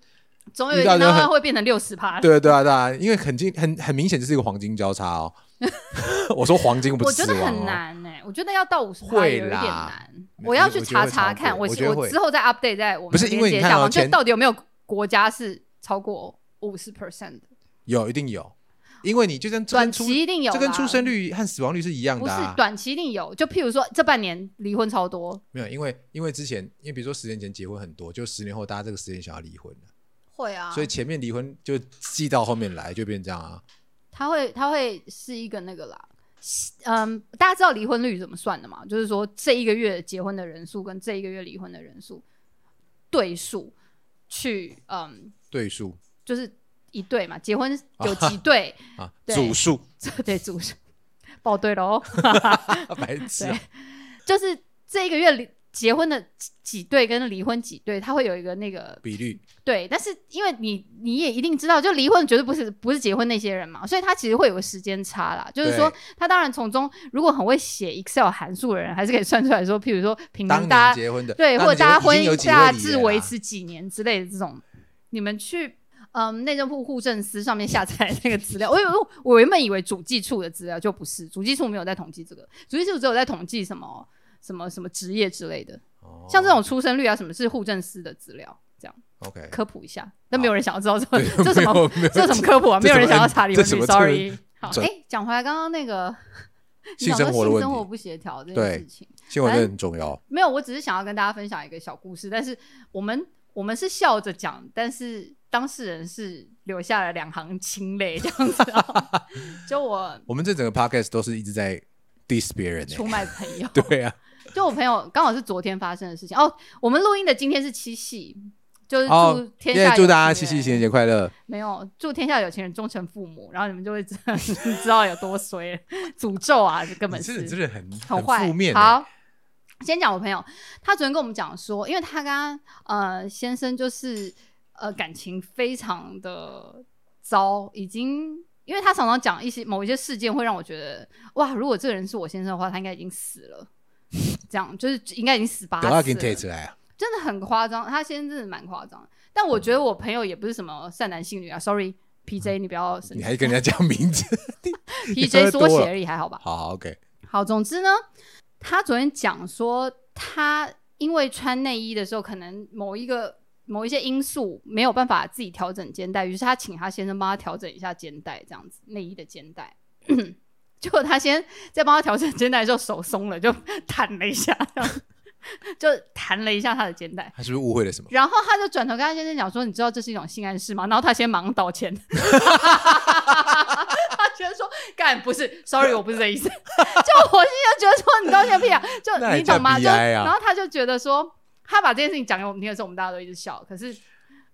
Speaker 1: 总有一
Speaker 2: 遇到
Speaker 1: 天
Speaker 2: 就很
Speaker 1: 它会变成六十趴。
Speaker 2: 对啊对啊对啊，因为很近很很明显就是一个黄金交叉 哦。我说黄金不
Speaker 1: 我
Speaker 2: 是
Speaker 1: 觉
Speaker 2: 死
Speaker 1: 得
Speaker 2: 亡、
Speaker 1: 很
Speaker 2: 哦，
Speaker 1: 难呢、我觉得要到五十趴
Speaker 2: 会
Speaker 1: 有一点
Speaker 2: 啦
Speaker 1: 难，我要去
Speaker 2: 我觉
Speaker 1: 查
Speaker 2: 得会
Speaker 1: 查
Speaker 2: 超过
Speaker 1: 看，我
Speaker 2: 我觉得
Speaker 1: 我
Speaker 2: 会
Speaker 1: 之后再 update 在我们
Speaker 2: 不是
Speaker 1: 的
Speaker 2: 因为
Speaker 1: 连
Speaker 2: 你
Speaker 1: 接
Speaker 2: 看
Speaker 1: 下
Speaker 2: 哦
Speaker 1: 方，就
Speaker 2: 前
Speaker 1: 到底有没有国家是超过五十 percent 的？
Speaker 2: 有一定有，因为你就跟这
Speaker 1: 短
Speaker 2: 跟出
Speaker 1: 期一定有啦，
Speaker 2: 这跟出生率和死亡率是一样
Speaker 1: 不
Speaker 2: 的、
Speaker 1: 是
Speaker 2: 啊，
Speaker 1: 短期一定有，就譬如说这半年离婚超多，
Speaker 2: 没有，因为因为之前因为比如说十年前结婚很多，就十年后大家这个时间想要离婚了，
Speaker 1: 会啊，
Speaker 2: 所以前面离婚就记到后面来，就变这样啊。
Speaker 1: 他会他会是一个那个啦，嗯，大家知道离婚率怎么算的嘛？就是说这一个月结婚的人数跟这一个月离婚的人数对数去，嗯，
Speaker 2: 对数
Speaker 1: 就是一对嘛，结婚有几对，
Speaker 2: 啊，
Speaker 1: 对
Speaker 2: 组数
Speaker 1: 这对组成报对喽，
Speaker 2: 白痴啊、
Speaker 1: 就是这一个月离结婚的几几对跟离婚几对，他会有一个那个
Speaker 2: 比率
Speaker 1: 对，但是因为你你也一定知道，就离婚绝对不是不是结婚那些人嘛，所以他其实会有个时间差啦。就是说
Speaker 2: 对，
Speaker 1: 他当然从中如果很会写 Excel 函数的人，还是可以算出来说，譬如说平
Speaker 2: 当
Speaker 1: 常嗯
Speaker 2: 年
Speaker 1: 大家
Speaker 2: 结婚的，
Speaker 1: 对，
Speaker 2: 当
Speaker 1: 或者
Speaker 2: 年结
Speaker 1: 大家
Speaker 2: 已
Speaker 1: 婚
Speaker 2: 经有
Speaker 1: 姻
Speaker 2: 几位
Speaker 1: 大
Speaker 2: 离
Speaker 1: 致
Speaker 2: 了
Speaker 1: 维
Speaker 2: 啦
Speaker 1: 持几年之类的这种，你们去嗯内政部户政司上面下载 那个资料，我以为我原本以为主计处的资料就不是，主计处没有在统计这个，主计处只有在统计什么什么什么职业之类的，
Speaker 2: 哦
Speaker 1: 像这种出生率啊什么是户政司的资料，这样。
Speaker 2: OK，
Speaker 1: 科普一下，但没有人想要知道这
Speaker 2: 对
Speaker 1: 这什
Speaker 2: 没
Speaker 1: 么
Speaker 2: 有没有
Speaker 1: 这什么科普啊，
Speaker 2: 这
Speaker 1: 没有人
Speaker 2: 这什么
Speaker 1: 想
Speaker 2: 哎
Speaker 1: 要查离
Speaker 2: 这
Speaker 1: 婚
Speaker 2: 什
Speaker 1: 率
Speaker 2: 么
Speaker 1: ，sorry。好，
Speaker 2: 这
Speaker 1: 哎，讲回来刚刚那 个，你
Speaker 2: 性
Speaker 1: 讲
Speaker 2: 生
Speaker 1: 说
Speaker 2: 活的
Speaker 1: 性
Speaker 2: 问
Speaker 1: 生活
Speaker 2: 题，
Speaker 1: 不协调这
Speaker 2: 对
Speaker 1: 件事情，
Speaker 2: 新闻真的很重要。
Speaker 1: 没有，我只是想要跟大家分享一个小故事，但是我们我们是笑着讲，但是当事人是留下了两行清泪这样子 哦。就我
Speaker 2: 我们这整个 podcast 都是一直在 diss 别人、
Speaker 1: 出
Speaker 2: 欸，
Speaker 1: 卖朋友，
Speaker 2: 对啊，
Speaker 1: 就我朋友刚好是昨天发生的事情哦。我们录音的今天是七夕，就是祝
Speaker 2: 哦
Speaker 1: 天
Speaker 2: 耶
Speaker 1: 下有
Speaker 2: 祝大家
Speaker 1: 情
Speaker 2: 七夕
Speaker 1: 人
Speaker 2: 情人节快乐！
Speaker 1: 没有，祝天下有情人终成父母，然后你们就会知知道有 多衰了，诅咒啊，这根本
Speaker 2: 你
Speaker 1: 是
Speaker 2: 真的真的很
Speaker 1: 很坏。
Speaker 2: 负面、欸，
Speaker 1: 好，先讲我朋友，他昨天跟我们讲说，因为他跟他呃先生就是呃感情非常的糟，已经。因为他常常讲一些某一些事件，会让我觉得哇，如果这个人是我先生的话，他应该已经死了，这样就是应该已经死八
Speaker 2: 等下
Speaker 1: 次
Speaker 2: 给你
Speaker 1: 了
Speaker 2: take 出来啊！
Speaker 1: 真的很夸张，他先生真的蛮夸张的。但我
Speaker 2: 嗯
Speaker 1: 觉得我朋友也不是什么善男信女啊，sorry。P J，你不要生
Speaker 2: 你
Speaker 1: 气。
Speaker 2: 还跟人家讲名字，
Speaker 1: P
Speaker 2: 你
Speaker 1: J
Speaker 2: 喝
Speaker 1: 缩
Speaker 2: 多
Speaker 1: 写
Speaker 2: 了
Speaker 1: 而已，还好吧。
Speaker 2: 好好 OK，
Speaker 1: 好，总之呢，他昨天讲说，他因为穿内衣的时候，可能某一个某一些因素没有办法自己调整肩带，于是他请他先生帮他调整一下肩带，这样子内衣的肩带。 结果他先在帮他调整肩带的时候，手松了，就弹了一下，这样 就弹了一下他的肩带。
Speaker 2: 他是不是误会了什么？
Speaker 1: 然后他就转头跟他先生讲说：“你知道这是一种性暗示吗？”然后他先忙道歉， 他先说：“干不是，sorry，我不是这意思。” 就我心里就觉得说：“你道歉屁啊！”就
Speaker 2: 那
Speaker 1: 你
Speaker 2: 人家
Speaker 1: 懂吗？就
Speaker 2: BI 啊
Speaker 1: 然后他就觉得说，他把这件事情讲给我们听的时候，我们大家都一直笑。可是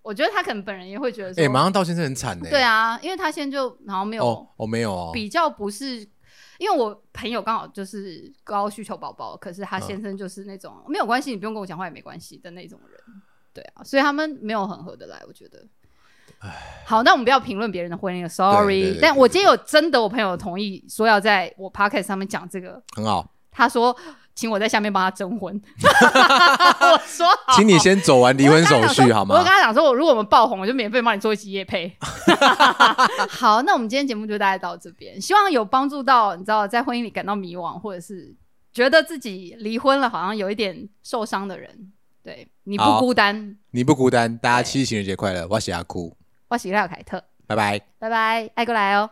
Speaker 1: 我觉得他可能本人也会觉得说：“
Speaker 2: 哎、马上道歉是很惨的、
Speaker 1: 对，啊，因为他现在就好像没有、
Speaker 2: 哦，我、哦、没有哦，
Speaker 1: 比较不是。”因为我朋友刚好就是高需求宝宝，可是
Speaker 2: 嗯
Speaker 1: 他先生就是那种、没有关系，你不用跟我讲话也没关系的那种人，对啊，所以他们没有很合得来，我觉得。好，那我们不要评论别人的婚姻了
Speaker 2: 对对
Speaker 1: ，sorry
Speaker 2: 对。
Speaker 1: 但我今天有真的，我朋友同意说要在我 podcast 上面讲这个，
Speaker 2: 很好，
Speaker 1: 他说请我在下面帮他征婚， 我说好。
Speaker 2: 请你先走完离婚手续好
Speaker 1: 我就
Speaker 2: 吗
Speaker 1: 跟？他讲说，我如果我们爆红，我就免费帮你做一集夜配。 好，那我们今天节目就大概到这边，希望有帮助到你知道在婚姻里感到迷惘，或者是觉得自己离婚了好像有一点受伤的人，对你不
Speaker 2: 好
Speaker 1: 孤单。
Speaker 2: 你不孤单，大家七夕情人节快乐！我是阿哭，
Speaker 1: 我是廖凯特，
Speaker 2: 拜拜。
Speaker 1: 拜拜，爱过来哦。